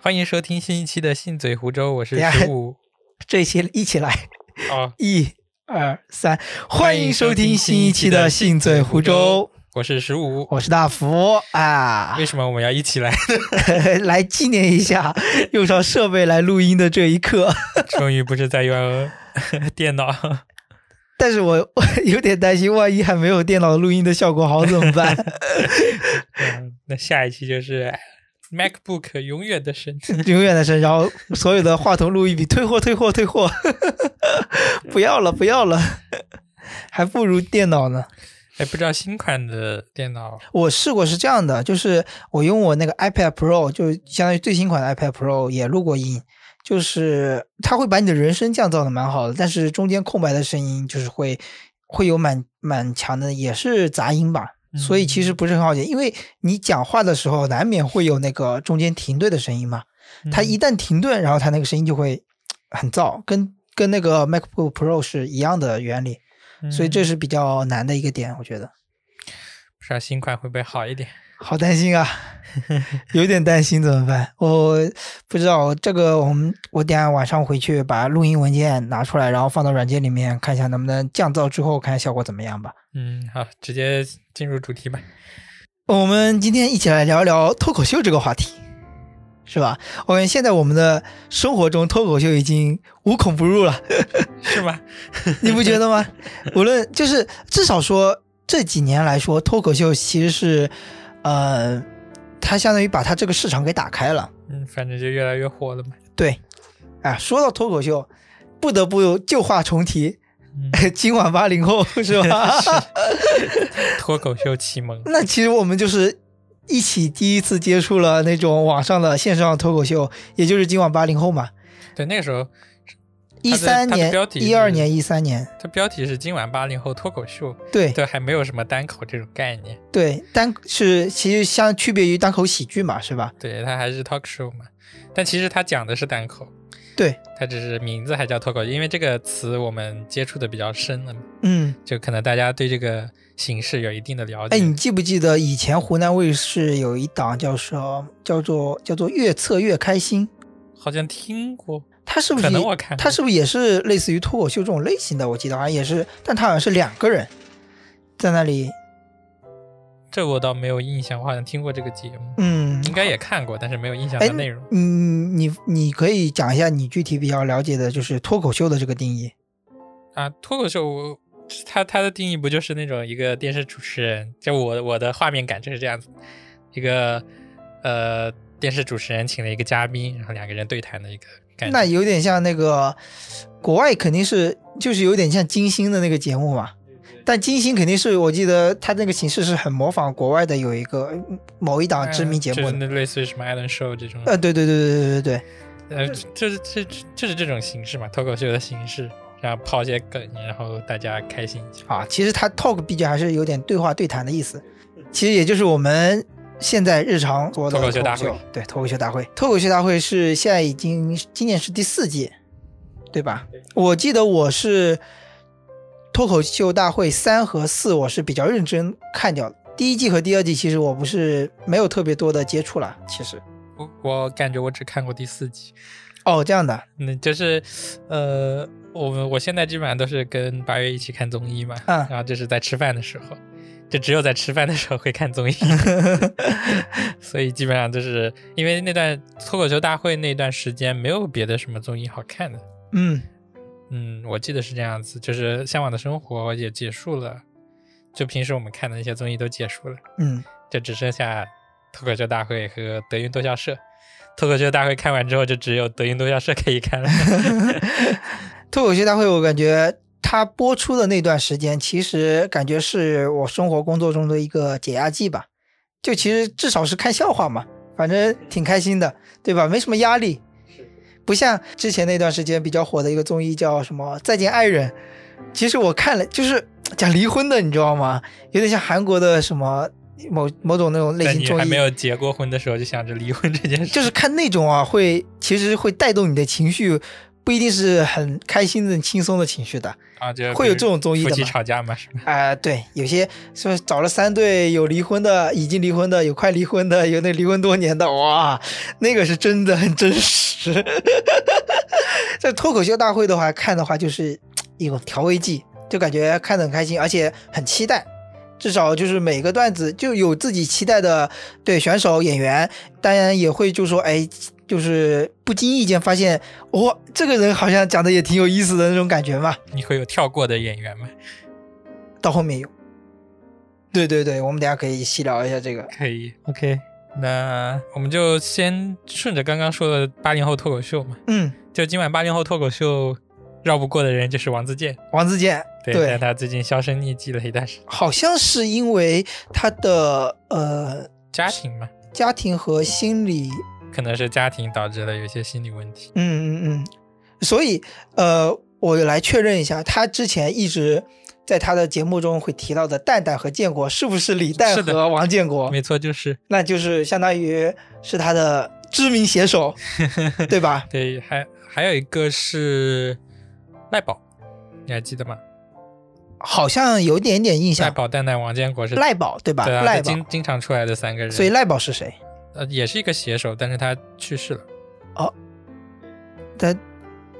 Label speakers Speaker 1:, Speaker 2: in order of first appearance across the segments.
Speaker 1: 欢迎收听新一期的《信嘴湖州》，我是
Speaker 2: 等一下
Speaker 1: 十 五。
Speaker 2: 这一期一起来，
Speaker 1: 哦，
Speaker 2: 一二三，
Speaker 1: 欢
Speaker 2: 欢
Speaker 1: 迎
Speaker 2: 迎
Speaker 1: 收
Speaker 2: 收
Speaker 1: 听
Speaker 2: 听
Speaker 1: 新
Speaker 2: 新
Speaker 1: 一
Speaker 2: 一
Speaker 1: 期
Speaker 2: 期
Speaker 1: 的
Speaker 2: 的《信嘴湖州》，
Speaker 1: 我是十五。
Speaker 2: 我是大福啊
Speaker 1: 为，什么我们要一起来？
Speaker 2: 来纪念一下用上设备来录音的这一刻。
Speaker 1: 终于不是在用 电脑。
Speaker 2: 但是我 我有点担心，万一还没有电脑录音的效果好怎么办？
Speaker 1: 嗯那下一期就是哎 MacBook 永远的 神。
Speaker 2: 永远的是，然后所有的话筒录一笔，退货，退货，退货， 不要了，不要了，还不如电脑呢。
Speaker 1: 哎，不知道新款的电脑
Speaker 2: 我试过是这样的，就是我用我那个 iPad Pro，就相当于最新款的 iPad Pro 也录过音，就是它会把你的人声降噪的蛮好的，但是中间空白的声音就是会会有蛮蛮强的，也是杂音吧。
Speaker 1: 嗯
Speaker 2: 所以其实不是很好解，因为你讲话的时候难免会有那个中间停顿的声音嘛。它
Speaker 1: 嗯
Speaker 2: 一旦停顿，然后它那个声音就会很燥，跟跟那个 MacBook Pro 是一样的原理。所以这
Speaker 1: 嗯
Speaker 2: 是比较难的一个点，我觉得。
Speaker 1: 不知道新款会不会好一点？
Speaker 2: 好担心 啊，有点担心怎么办？我不知道这个，我们我等下晚上回去把录音文件拿出来，然后放到软件里面看一下能不能降噪，之后看效果怎么样吧。
Speaker 1: 嗯，好，直接进入主题吧。
Speaker 2: 我们今天一起来聊一聊脱口秀这个话题，是吧？我感觉现在我们的生活中脱口秀已经无孔不 入了，
Speaker 1: 是吗？
Speaker 2: 你不觉得吗？无论就是至少说这几年来说，脱口秀其实是，呃，它相当于把它这个市场给打开了。
Speaker 1: 嗯，反正就越来越火了嘛。
Speaker 2: 对，啊，说到脱口秀，不得不旧话重提，
Speaker 1: 嗯
Speaker 2: 今晚八零后是吧？
Speaker 1: 脱口秀启蒙。
Speaker 2: 那其实我们就是一起第一次接触了那种网上的线上脱口秀，也就是今晚八零后嘛，
Speaker 1: 对，那个时候
Speaker 2: 一三
Speaker 1: 它的
Speaker 2: 年
Speaker 1: 标、题是
Speaker 2: 一二年、一三年，
Speaker 1: 它标题是“今晚八零后脱口秀”，
Speaker 2: 对
Speaker 1: 对，还没有什么单口这种概念。
Speaker 2: 对，单是其实相区别于单口喜剧嘛，是吧？
Speaker 1: 对，它还是 talk show 嘛，但其实它讲的是单口，
Speaker 2: 对，
Speaker 1: 它只是名字还叫脱口秀，因为这个词我们接触的比较深了嘛，
Speaker 2: 嗯，
Speaker 1: 就可能大家对这个形式有一定的了解。
Speaker 2: 哎，你记不记得以前湖南卫视有一档叫什么？叫做叫做越测越开心，
Speaker 1: 好像听过，
Speaker 2: 它是不是
Speaker 1: 可
Speaker 2: 也
Speaker 1: 能我看过
Speaker 2: 他是不是也是类似于脱口秀这种类型的？我记得好像也是，但他好像是两个人在那里，
Speaker 1: 这我倒没有印象，我好像听过这个节目，
Speaker 2: 嗯，
Speaker 1: 应该也看过，但是没有印象
Speaker 2: 哎
Speaker 1: 它内容。
Speaker 2: 嗯，你你可以讲一下你具体比较了解的，就是脱口秀的这个定义。
Speaker 1: 啊，脱口秀我它它的定义不就是那种一个电视主持人，就我我的画面感就是这样子，一个呃电视主持人请了一个嘉宾，然后两个人对谈的一个感觉。
Speaker 2: 那有点像那个国外肯定是就是有点像金星的那个节目嘛，但金星肯定是我记得他那个形式是很模仿国外的有一个嗯某一档知名节
Speaker 1: 哎就
Speaker 2: 目
Speaker 1: 是
Speaker 2: 的。
Speaker 1: 那类似于什么 Ellen Show 这种，
Speaker 2: 呃，对对对对对对对，
Speaker 1: 呃，就是这这就是这种形式嘛，脱口秀的形式，然后抛一些梗，然后大家开心一下。
Speaker 2: 啊，其实它 talk 毕竟还是有点对话对谈的意思，其实也就是我们现在日常做的
Speaker 1: 脱口秀大会，
Speaker 2: 对，脱口秀大会，脱口秀大会是现在已经今年是第四届，对吧？我记得我是脱口秀大会三和四，我是比较认真看掉的。第一季和第二季其实我不是没有特别多的接触了，其实
Speaker 1: 我我感觉我只看过第四集，
Speaker 2: 哦这样的
Speaker 1: 嗯，就是呃，我们我现在基本上都是跟八月一起看综艺嘛，
Speaker 2: 嗯
Speaker 1: 然后就是在吃饭的时候，就只有在吃饭的时候会看综艺，所以基本上就是因为那段脱口秀大会那段时间没有别的什么综艺好看的，
Speaker 2: 嗯
Speaker 1: 嗯，我记得是这样子，就是《向往的生活》也结束了，就平时我们看的那些综艺都结束了，
Speaker 2: 嗯，
Speaker 1: 就只剩下脱口秀大会和德云逗笑社。脱口秀大会看完之后，就只有德云逗笑社可以看了。
Speaker 2: 脱口秀大会，我感觉它播出的那段时间，其实感觉是我生活工作中的一个解压剂吧。就其实至少是看笑话嘛，反正挺开心的，对吧？没什么压力。不像之前那段时间比较火的一个综艺叫什么《再见爱人》，其实我看了就是讲离婚的，你知道吗？有点像韩国的什么某某种那种类
Speaker 1: 在
Speaker 2: 型
Speaker 1: 你
Speaker 2: 综
Speaker 1: 还
Speaker 2: 艺
Speaker 1: 没，有结过婚的时候，就想着离婚这件事，
Speaker 2: 就是看那种啊，会其实会带动你的情绪，不一定是很开心的、很轻松的情绪的
Speaker 1: 啊，就
Speaker 2: 会有这种综艺
Speaker 1: 夫
Speaker 2: 的
Speaker 1: 妻
Speaker 2: 吗
Speaker 1: 吵架嘛，是吧？
Speaker 2: 啊、对，有些说找了三对，有离婚的，已经离婚的，有快离婚的，有那离婚多年的，哇，那个是真的很真实。 在脱口秀大会的话，看的话就是一种调味剂，就感觉看得很开心，而且很期待。至少就是每个段子就有自己期待的，对选手演员，当然也会就说，哎，就是不经意间发现，哦，这个人好像讲的也挺有意思的那种感觉嘛。
Speaker 1: 你会有跳过的演员吗？
Speaker 2: 到后面有。对对对，我们等下可以细聊一下这个。
Speaker 1: 可以，OK。那我们就先顺着刚刚说的八零后脱口秀嘛，
Speaker 2: 嗯，
Speaker 1: 就今晚八零后脱口秀绕不过的人就是王自健，
Speaker 2: 王自健，
Speaker 1: 对，但他最近销声匿迹了一段时间，
Speaker 2: 好像是因为他的呃
Speaker 1: 家庭嘛，
Speaker 2: 家庭和心理，
Speaker 1: 可能是家庭导致了有一些心理问题。
Speaker 2: 嗯嗯嗯，所以呃，我来确认一下，他之前一直在他的节目中会提到的蛋蛋和建国，是不是李
Speaker 1: 是
Speaker 2: 诞
Speaker 1: 的
Speaker 2: 和王建国？
Speaker 1: 没错，就是
Speaker 2: 那就是相当于是他的知名 写手，对吧？
Speaker 1: 对，还还有一个是赖宝，你还记得吗？
Speaker 2: 好像有点点印
Speaker 1: 赖
Speaker 2: 象。
Speaker 1: 宝、蛋蛋、王建国是
Speaker 2: 赖宝对吧？
Speaker 1: 对啊，
Speaker 2: 赖
Speaker 1: 他
Speaker 2: 宝，
Speaker 1: 经经常出来的三个人，
Speaker 2: 所以赖宝是谁？
Speaker 1: 呃也是一个写手，但是他去世了。
Speaker 2: 他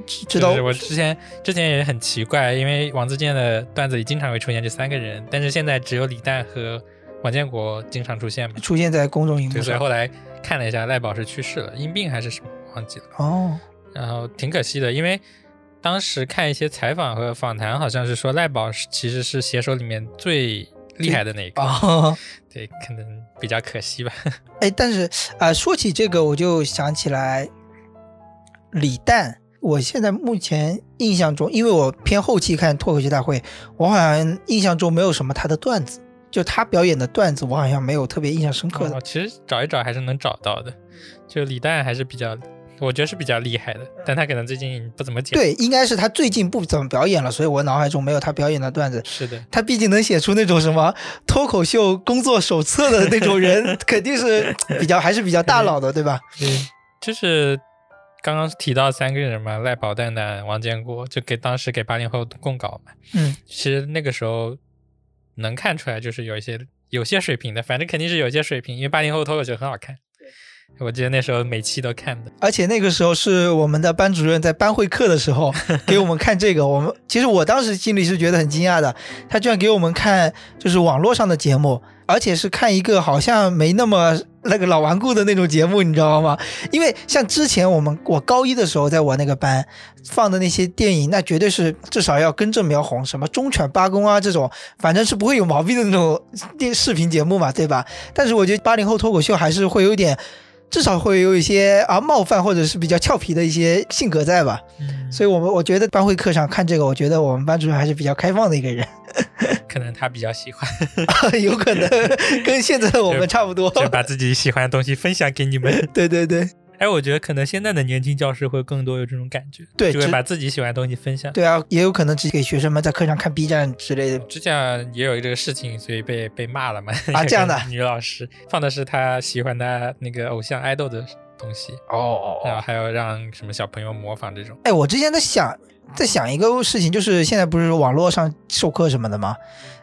Speaker 2: 知知道
Speaker 1: 就是我之前之前也很奇怪，因为王自健的段子里经常会出现这三个人，但是现在只有李诞和王建国经常出现嘛。
Speaker 2: 出现在公众荧
Speaker 1: 对，
Speaker 2: 幕
Speaker 1: 所以
Speaker 2: 上。
Speaker 1: 后来看了一下，赖宝是去世了，因病还是什么忘记了，
Speaker 2: 哦，
Speaker 1: 然后挺可惜的，因为当时看一些采访和访谈，好像是说赖宝是其实是写手里面最厉害的那一个，
Speaker 2: 哦，
Speaker 1: 对，可能比较可惜吧。
Speaker 2: 哎，但是啊、呃说起这个，我就想起来李诞。我现在目前印象中，因为我偏后期看脱口秀大会，我好像印象中没有什么他的段子，就他表演的段子，我好像没有特别印象深刻的。
Speaker 1: 哦，其实找一找还是能找到的，就李诞还是比较，我觉得是比较厉害的，但他可能最近不怎么讲。，
Speaker 2: 对，应该是他最近不怎么表演了，所以我脑海中没有他表演的段子。
Speaker 1: 是的。
Speaker 2: 他毕竟能写出那种什么脱口秀工作手册的那种人， 肯定是比较还是比较大佬的，对吧？
Speaker 1: 嗯，就是刚刚提到三个人嘛，赖宝、蛋蛋、王建国，就给当时给八零后供稿嘛。
Speaker 2: 嗯，
Speaker 1: 其实那个时候能看出来，就是有一些有些水平的，反正肯定是有些水平，因为八零后脱口秀很好看。我记得那时候每期都看的，
Speaker 2: 而且那个时候是我们的班主任在班会课的时候给我们看这个，我们其实我当时心里是觉得很惊讶的，他居然给我们看就是网络上的节目，而且是看一个好像没那么那个老顽固的那种节目，你知道吗？因为像之前我们我高一的时候，在我那个班放的那些电影，那绝对是至少要根正苗红，什么忠犬八公啊这种，反正是不会有毛病的那种电视频节目嘛，对吧？但是我觉得八零后脱口秀还是会有点。至少会有一些啊冒犯或者是比较俏皮的一些性格在吧，所以我们我觉得班会课上看这个，我觉得我们班主任还是比较开放的一个 人，
Speaker 1: 可能他比较喜 欢，
Speaker 2: 有可能跟现在的我们差不多。
Speaker 1: 就把自己喜欢的东西分享给你们。
Speaker 2: 对对对
Speaker 1: 哎，我觉得可能现在的年轻教师会更多有这种感觉，
Speaker 2: 对
Speaker 1: 就会
Speaker 2: 只
Speaker 1: 把自己喜欢的东西分享。
Speaker 2: 对啊，也有可能只给学生们在课上看 B 站之类的。
Speaker 1: 之前也有这个事情，所以被被骂了嘛。
Speaker 2: 啊这样的
Speaker 1: 女老师放的是她喜欢她那个偶像爱豆的东西，
Speaker 2: 哦
Speaker 1: 然后还有让什么小朋友模仿这种。
Speaker 2: 哎，我之前在想，在想一个事情，就是现在不是网络上授课什么的吗？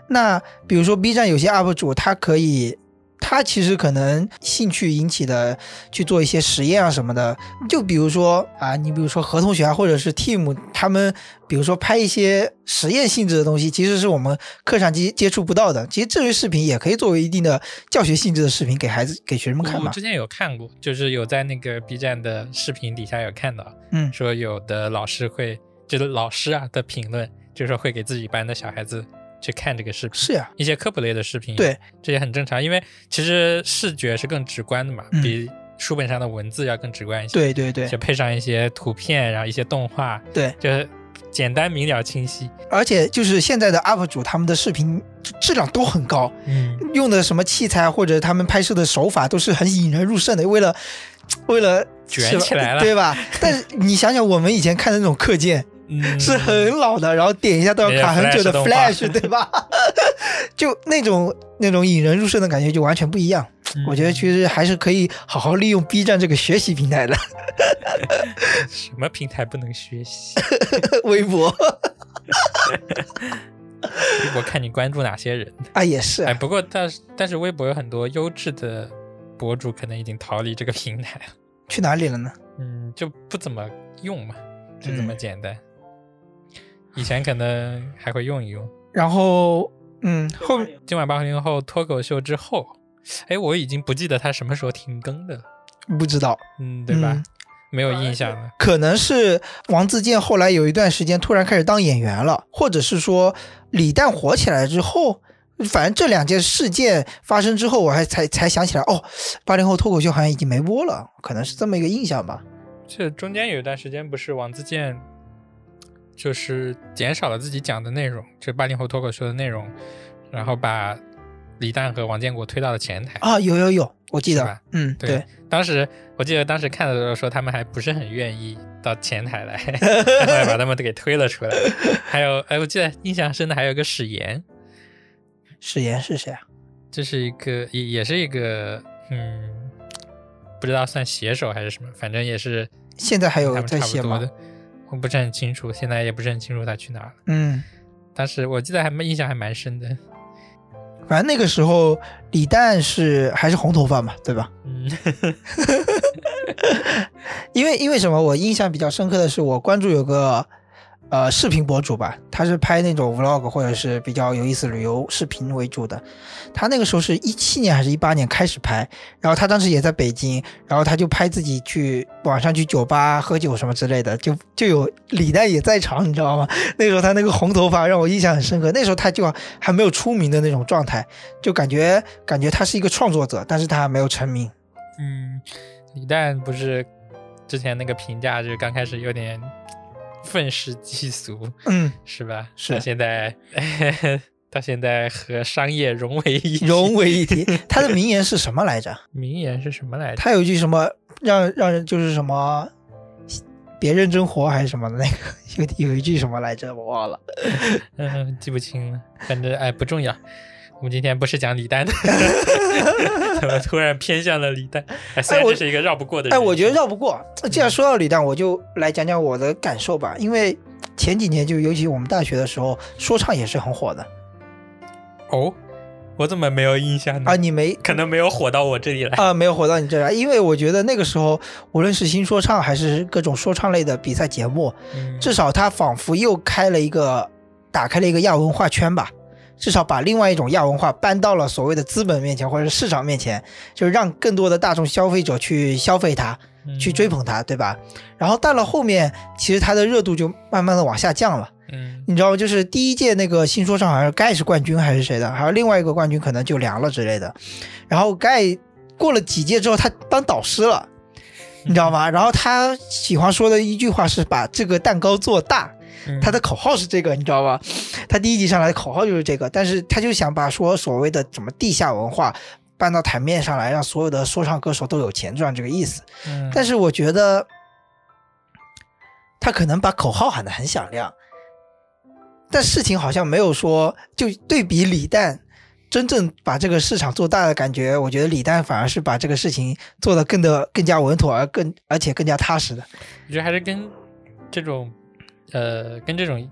Speaker 2: 那比如说 B 站有些 UP 主，他可以，他其实可能兴趣引起的去做一些实验啊什么的。就比如说啊，你比如说何同学啊，或者是 Team 他们，比如说拍一些实验性质的东西，其实是我们课上接接触不到的。其实这类视频也可以作为一定的教学性质的视频给孩子给学生们看
Speaker 1: 我
Speaker 2: 嘛
Speaker 1: 之。前有看过，就是有在那个 B 站的视频底下有看到，
Speaker 2: 嗯
Speaker 1: 说有的老师会，就是老师啊的评论，就是说会给自己班的小孩子去看这个视频，
Speaker 2: 是呀、
Speaker 1: 一些科普类的视频，
Speaker 2: 对，
Speaker 1: 这也很正常，因为其实视觉是更直观的嘛，
Speaker 2: 嗯
Speaker 1: 比书本上的文字要更直观一些。
Speaker 2: 对对对
Speaker 1: 就配上一些图片，然后一些动画，
Speaker 2: 对。
Speaker 1: 就是简单明了清晰。
Speaker 2: 而且就是现在的 UP 主他们的视频质量都很高，
Speaker 1: 嗯，
Speaker 2: 用的什么器材或者他们拍摄的手法都是很引人入胜的，为了为了
Speaker 1: 卷
Speaker 2: 是吧
Speaker 1: 起来了
Speaker 2: 对吧？但是你想想，我们以前看的那种课件嗯 是很老的，然后点一下都要卡很久的
Speaker 1: 那些嗯 Flash
Speaker 2: Flash，对吧？就那种那种引人入胜的感觉就完全不一样。
Speaker 1: 嗯
Speaker 2: 我觉得其实还是可以好好利用 B 站这个学习平台的，
Speaker 1: 什么平台不能学习？
Speaker 2: 微博
Speaker 1: 微博看你关注哪些人。
Speaker 2: 啊也是
Speaker 1: 哎，
Speaker 2: 啊，
Speaker 1: 不过但是但是微博有很多优质的博主可能已经逃离这个平台了，
Speaker 2: 去哪里了呢？
Speaker 1: 嗯，就不怎么用嘛，就
Speaker 2: 嗯
Speaker 1: 这么简单。以前可能还会用一用。
Speaker 2: 然后嗯，后面
Speaker 1: 今晚八零后脱口秀之后，哎，我已经不记得他什么时候停更的了，
Speaker 2: 不知道，
Speaker 1: 嗯，对吧？
Speaker 2: 嗯
Speaker 1: 没有印象了。
Speaker 2: 可能是王自健后来有一段时间突然开始当演员了，或者是说李诞火起来之后，反正这两件事件发生之后，我还才才想起来，哦，八零后脱口秀好像已经没播了，可能是这么一个印象吧。
Speaker 1: 这中间有一段时间，不是王自健就是减少了自己讲的内容，就八零后脱口秀的内容，然后把李诞和王建国推到了前台。
Speaker 2: 啊，有有有，我记
Speaker 1: 是吧
Speaker 2: 得，嗯，
Speaker 1: 对
Speaker 2: 对，
Speaker 1: 当时我记得当时看的时候说他们还不是很愿意到前台来， 后来把他们都给推了出来。还有，哎，我记得印象深的还有一个史岩，
Speaker 2: 史岩是谁啊？
Speaker 1: 这是一个也也是一个嗯，不知道算写手还是什么，反正也是
Speaker 2: 现在
Speaker 1: 他
Speaker 2: 还有
Speaker 1: 们
Speaker 2: 在
Speaker 1: 差
Speaker 2: 写
Speaker 1: 不多
Speaker 2: 吗？
Speaker 1: 的，我不是很清楚，现在也不是很清楚他去哪了。
Speaker 2: 嗯，
Speaker 1: 当时我记得还蛮印象还蛮深的，
Speaker 2: 反正那个时候李诞是还是红头发嘛，对吧？
Speaker 1: 嗯，
Speaker 2: 因为因为什么？我印象比较深刻的是，我关注有个呃视频博主吧，他是拍那种 vlog 或者是比较有意思旅游视频为主的。他那个时候是一七年还是一八年开始拍，然后他当时也在北京，然后他就拍自己去晚上去酒吧喝酒什么之类的，就就有李诞也在场，你知道吗？ 那时候他那个红头发让我印象很深刻。那时候他就还没有出名的那种状态，就感觉感觉他是一个创作者，但是他还没有成名。
Speaker 1: 嗯，李诞不是之前那个评价就是刚开始有点愤世嫉俗，
Speaker 2: 嗯，
Speaker 1: 是吧？
Speaker 2: 是
Speaker 1: 到现在， 到现在和商业融为一体。
Speaker 2: 融为一体。他的名言是什么来着？
Speaker 1: 名言是什么来着？
Speaker 2: 他有一句什么让让人就是什么，别认真活还是什么的那个 有有一句什么来着，我忘了。
Speaker 1: 嗯，记不清了，反正哎不重要。我们今天不是讲李诞 的，怎么突然偏向了李诞？哎，虽然
Speaker 2: 哎我
Speaker 1: 这是一个绕不过的人
Speaker 2: 哎，
Speaker 1: 生，
Speaker 2: 我觉得绕不过。既然说到李诞，我就来讲讲我的感受吧。因为前几年就尤其我们大学的时候，说唱也是很火的
Speaker 1: 哦，我怎么没有印象呢？
Speaker 2: 啊。你没
Speaker 1: 可能没有火到我这里来。
Speaker 2: 啊，没有火到你这来，因为我觉得那个时候，无论是新说唱还是各种说唱类的比赛节目，
Speaker 1: 嗯
Speaker 2: 至少他仿佛又开了一个，打开了一个亚文化圈吧，至少把另外一种亚文化搬到了所谓的资本面前或者是市场面前，就是让更多的大众消费者去消费它，
Speaker 1: 嗯
Speaker 2: 去追，捧它，对吧？然后到了后面，其实它的热度就慢慢的往下降了。
Speaker 1: 嗯
Speaker 2: 你知道，就是第一届那个新说唱，好像盖是冠军还是谁的，还有另外一个冠军可能就凉了之类的。然后盖过了几届之后，他当导师了，你知道吗？然后他喜欢说的一句话是把这个蛋糕做大，
Speaker 1: 嗯，
Speaker 2: 他的口号是这个，你知道吧？他第一集上来的口号就是这个，但是他就想把说所谓的什么地下文化搬到台面上来，让所有的说唱歌手都有钱赚这个意思。
Speaker 1: 嗯，
Speaker 2: 但是我觉得，他可能把口号喊得很响亮，但事情好像没有说，就对比李诞真正把这个市场做大的感觉，我觉得李诞反而是把这个事情做得更的更加稳妥，而更而且更加踏实的。
Speaker 1: 我觉得还是跟这种，呃，跟这种，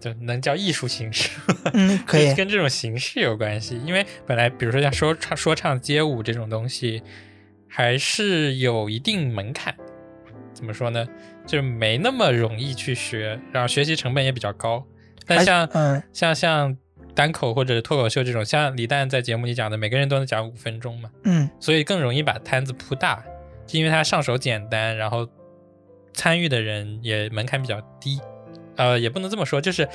Speaker 1: 就能叫艺术形式吗，
Speaker 2: 嗯，可以
Speaker 1: 就，跟这种形式有关系。因为本来比如说像说唱、说唱、街舞这种东西，还是有一定门槛。怎么说呢？就没那么容易去学，然后学习成本也比较高。但
Speaker 2: 而
Speaker 1: 像
Speaker 2: 嗯
Speaker 1: 像像单口或者脱口秀这种，像李诞在节目里讲的，每个人都能讲五分钟嘛，
Speaker 2: 嗯
Speaker 1: 所以更容易把摊子铺大，就因为他上手简单，然后参与的人也门槛比较低，呃，也不能这么说，就是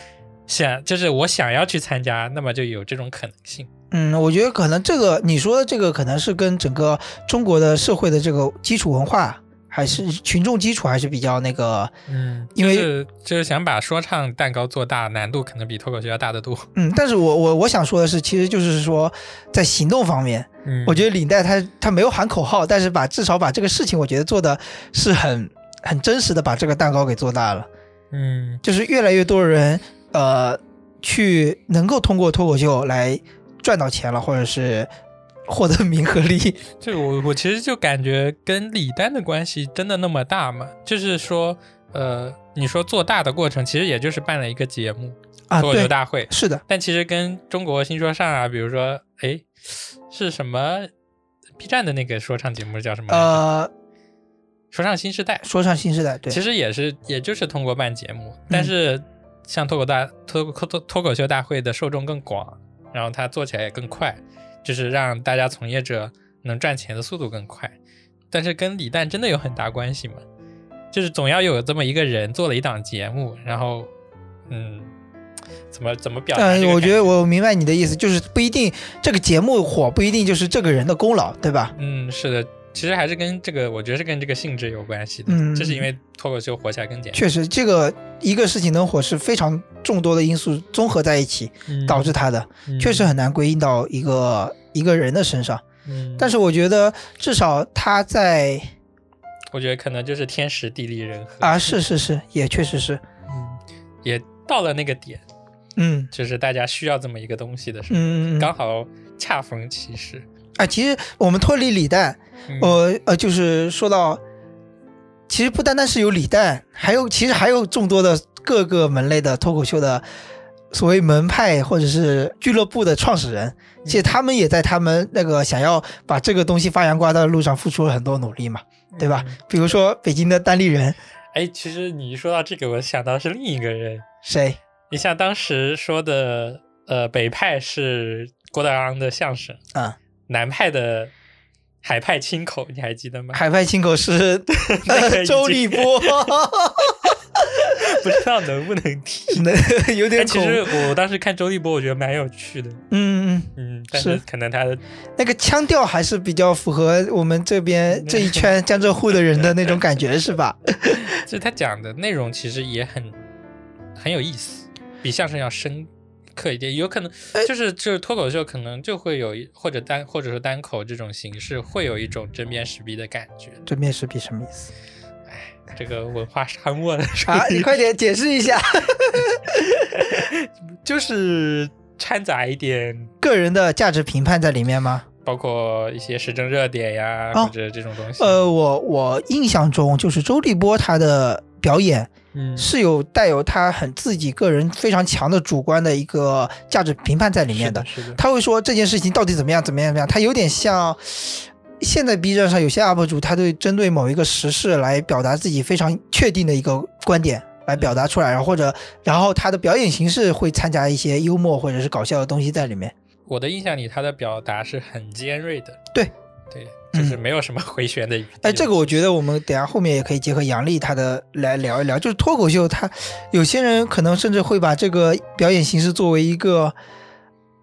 Speaker 1: 想就是我想要去参加，那么就有这种可能性。
Speaker 2: 嗯，我觉得可能这个你说的这个可能是跟整个中国的社会的这个基础文化还是群众基础还是比较那个
Speaker 1: 嗯，
Speaker 2: 因为
Speaker 1: 就是就是想把说唱蛋糕做大，难度可能比脱口秀要大得多。
Speaker 2: 嗯，但是我我我想说的是，其实就是说，在行动方面，
Speaker 1: 嗯，
Speaker 2: 我觉得李诞他他没有喊口号，但是把至少把这个事情，我觉得做的是很很真实的，把这个蛋糕给做大了，
Speaker 1: 嗯
Speaker 2: 就是越来越多人呃去能够通过脱口秀来赚到钱了，或者是获得名和 利。
Speaker 1: 就我我其实就感觉跟李诞的关系真的那么大吗？就是说，呃，你说做大的过程，其实也就是办了一个节目
Speaker 2: 啊，
Speaker 1: 脱口秀
Speaker 2: 对，
Speaker 1: 大会，
Speaker 2: 是的，
Speaker 1: 但其实跟中国新说唱啊，比如说，哎，是什么 B 站的那个说唱节目叫什么来着？
Speaker 2: 呃，
Speaker 1: 说唱新时代，
Speaker 2: 说唱新时代，对嗯
Speaker 1: 其，实也是，也就是通过办节目，但是像脱口大脱口脱脱口秀大会的受众更广，然后它做起来也更快，就是让大家从业者能赚钱的速度更快。但是跟李诞真的有很大关系吗？就是总要有这么一个人做了一档节目，然后，嗯，怎么怎么表达这
Speaker 2: 嗯
Speaker 1: 个，感？
Speaker 2: 我觉得我明白你的意思，就是不一定这个节目火，不一定就是这个人的功劳，对吧？
Speaker 1: 嗯，是的，其实还是跟这个，我觉得是跟这个性质有关系的。
Speaker 2: 嗯
Speaker 1: 这是因为脱口秀火起来更简单，
Speaker 2: 确实，这个一个事情能火是非常众多的因素综合在一起导致它的，
Speaker 1: 嗯
Speaker 2: 确实，很难归因到一个一个人的身上。
Speaker 1: 嗯，
Speaker 2: 但
Speaker 1: 是
Speaker 2: 是我觉得至少他在
Speaker 1: 我觉得可能就是天时地利人和
Speaker 2: 啊，是是是，也确实是，
Speaker 1: 嗯，也到了那个点，
Speaker 2: 嗯
Speaker 1: 就是大家需要这么一个东西的时候，
Speaker 2: 嗯嗯嗯，
Speaker 1: 刚好恰逢其时。
Speaker 2: 啊，其实我们脱离李诞，
Speaker 1: 嗯
Speaker 2: 呃呃，就是说到，其实不单单是有李诞，还有其实还有众多的各个门类的脱口秀的所谓门派或者是俱乐部的创始人，
Speaker 1: 嗯
Speaker 2: 其实他们也在他们那个想要把这个东西发扬光大的路上付出了很多努力嘛，对吧？
Speaker 1: 嗯
Speaker 2: 比如说北京的单立人，
Speaker 1: 哎，其实你一说到这个，我想到是另一个人。
Speaker 2: 谁？
Speaker 1: 你像当时说的，呃，北派是郭德纲的相声，
Speaker 2: 啊、
Speaker 1: 南派的海派清口，你还记得吗？
Speaker 2: 海派亲口是
Speaker 1: 那个已经
Speaker 2: 周立波，
Speaker 1: 不知道能不能听。
Speaker 2: 那有
Speaker 1: 哎，
Speaker 2: 点
Speaker 1: 其
Speaker 2: 恐。
Speaker 1: 实我当时看周立波，我觉得蛮有趣的，
Speaker 2: 嗯嗯，
Speaker 1: 嗯，但是
Speaker 2: 是
Speaker 1: 可能他的
Speaker 2: 那个腔调还是比较符合我们这边这一圈江浙沪的人的那种感觉，是吧？
Speaker 1: 就是他讲的内容其实也很很有意思，比相声要深刻一点。有可能
Speaker 2: 哎
Speaker 1: 就是就是脱口秀，可能就会有一或者单或者说单口这种形式，会有一种针砭时弊的感觉。
Speaker 2: 这面食比什么意思
Speaker 1: 这个文化沙漠的属
Speaker 2: 啊？你
Speaker 1: 于
Speaker 2: 快点解释一下
Speaker 1: 就是掺杂一点，
Speaker 2: 个人的价值评判在里面吗？
Speaker 1: 包括一些时政热点呀，
Speaker 2: 哦
Speaker 1: 或者这种东西。
Speaker 2: 呃，我我印象中就是周立波他的表演
Speaker 1: 嗯，
Speaker 2: 是有带有他很自己个人非常强的主观的一个价值评判在里面的，
Speaker 1: 是的，
Speaker 2: 他会说这件事情到底怎么样怎么样怎么样，他有点像现在 B 站上有些 UP 主，他对针对某一个时事来表达自己非常确定的一个观点来表达出来，然后或者然后他的表演形式会掺杂一些幽默或者是搞笑的东西在里面。
Speaker 1: 我的印象里，他的表达是很尖锐的。
Speaker 2: 对嗯
Speaker 1: 对，就是没有什么回旋的余地。
Speaker 2: 哎，这个我觉得我们等一下后面也可以结合杨笠他的来聊一聊，就是脱口秀他，有些人可能甚至会把这个表演形式作为一个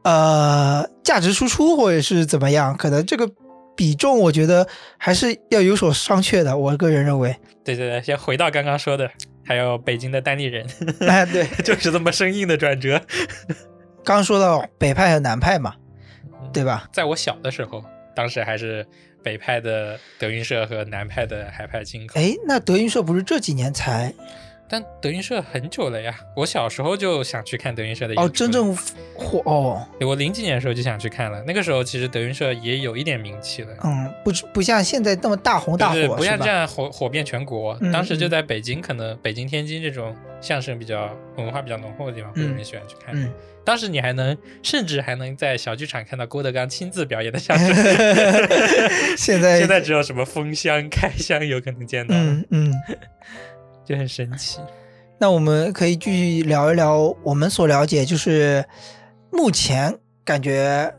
Speaker 2: 呃价值输出，或者是怎么样，可能这个比重我觉得还是要有所商榷的。我个人认 为，
Speaker 1: 对对对，先回到刚刚说的，还有北京的单立人，
Speaker 2: 哎，对，
Speaker 1: 就是这么生硬的转折。
Speaker 2: 刚刚说到北派和南派嘛，
Speaker 1: 嗯
Speaker 2: 对吧？
Speaker 1: 在我小的时候，当时还是北派的德云社和南派的海派金口，
Speaker 2: 哎，那德云社不是这几年才
Speaker 1: 但德云社很久了呀，我小时候就想去看德云社的演出
Speaker 2: 哦
Speaker 1: 了
Speaker 2: 真正火哦，
Speaker 1: 对我零几年的时候就想去看了，那个时候其实德云社也有一点名气了。
Speaker 2: 嗯，不是不像现在那么大红大
Speaker 1: 就是
Speaker 2: 火，
Speaker 1: 不
Speaker 2: 是
Speaker 1: 像这
Speaker 2: 吧？
Speaker 1: 样火火遍全国，
Speaker 2: 嗯
Speaker 1: 当时就在北京，可能北京、天津这种相声比较文化比较浓厚的地方，会有人喜欢去看。
Speaker 2: 嗯，
Speaker 1: 当时你还能，甚至还能在小剧场看到郭德纲亲自表演的相声。
Speaker 2: 现在
Speaker 1: 现在只有什么封箱、开箱有可能见到，
Speaker 2: 嗯嗯。
Speaker 1: 就很神奇。
Speaker 2: 那我们可以继续聊一聊我们所了解，就是目前感觉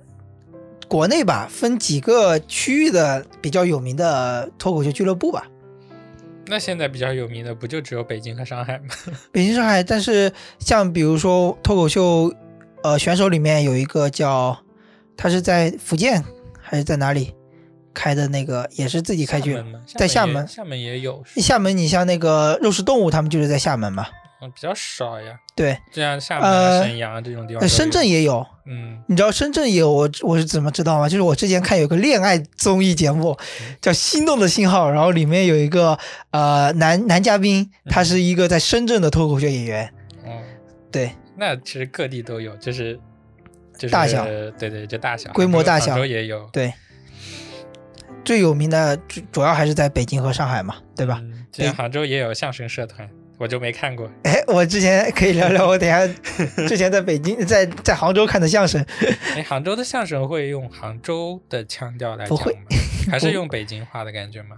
Speaker 2: 国内吧，分几个区域的比较有名的脱口秀俱乐部吧，
Speaker 1: 那现在比较有名的不就只有北京和上海吗？
Speaker 2: 北京、上海。但是像比如说脱口秀，呃，选手里面有一个叫，他是在福建还是在哪里开的那个，也是自己开
Speaker 1: 厦
Speaker 2: 剧。
Speaker 1: 门吗？
Speaker 2: 在厦
Speaker 1: 也
Speaker 2: 门
Speaker 1: 厦门也有，
Speaker 2: 厦门，你像那个肉食动物，他们就是在厦门嘛，
Speaker 1: 嗯比较少呀。
Speaker 2: 对，
Speaker 1: 就像厦门、啊、
Speaker 2: 呃
Speaker 1: 沈阳啊这种地方都
Speaker 2: 呃，
Speaker 1: 有，
Speaker 2: 深圳也有，
Speaker 1: 嗯，
Speaker 2: 你知道深圳也有我我是怎么知道吗？就是我之前看有个恋爱综艺节目叫《心动的信号》，然后里面有一个呃男男嘉宾，他是一个在深圳的脱口秀演员。
Speaker 1: 哦，
Speaker 2: 对，
Speaker 1: 那其实各地都有，就是就是
Speaker 2: 大小
Speaker 1: 对对，就大小
Speaker 2: 规模大小
Speaker 1: 杭州也有
Speaker 2: 对，最有名的主主要还是在北京和上海嘛，对吧？
Speaker 1: 嗯之前杭州也有相声社团，我就没看过。
Speaker 2: 哎，我之前可以聊聊，我等一下之前在北京在在杭州看的相声，
Speaker 1: 哎，杭州的相声会用杭州的腔调来
Speaker 2: 不
Speaker 1: 讲
Speaker 2: 会
Speaker 1: 吗？还是用北京话的感觉吗？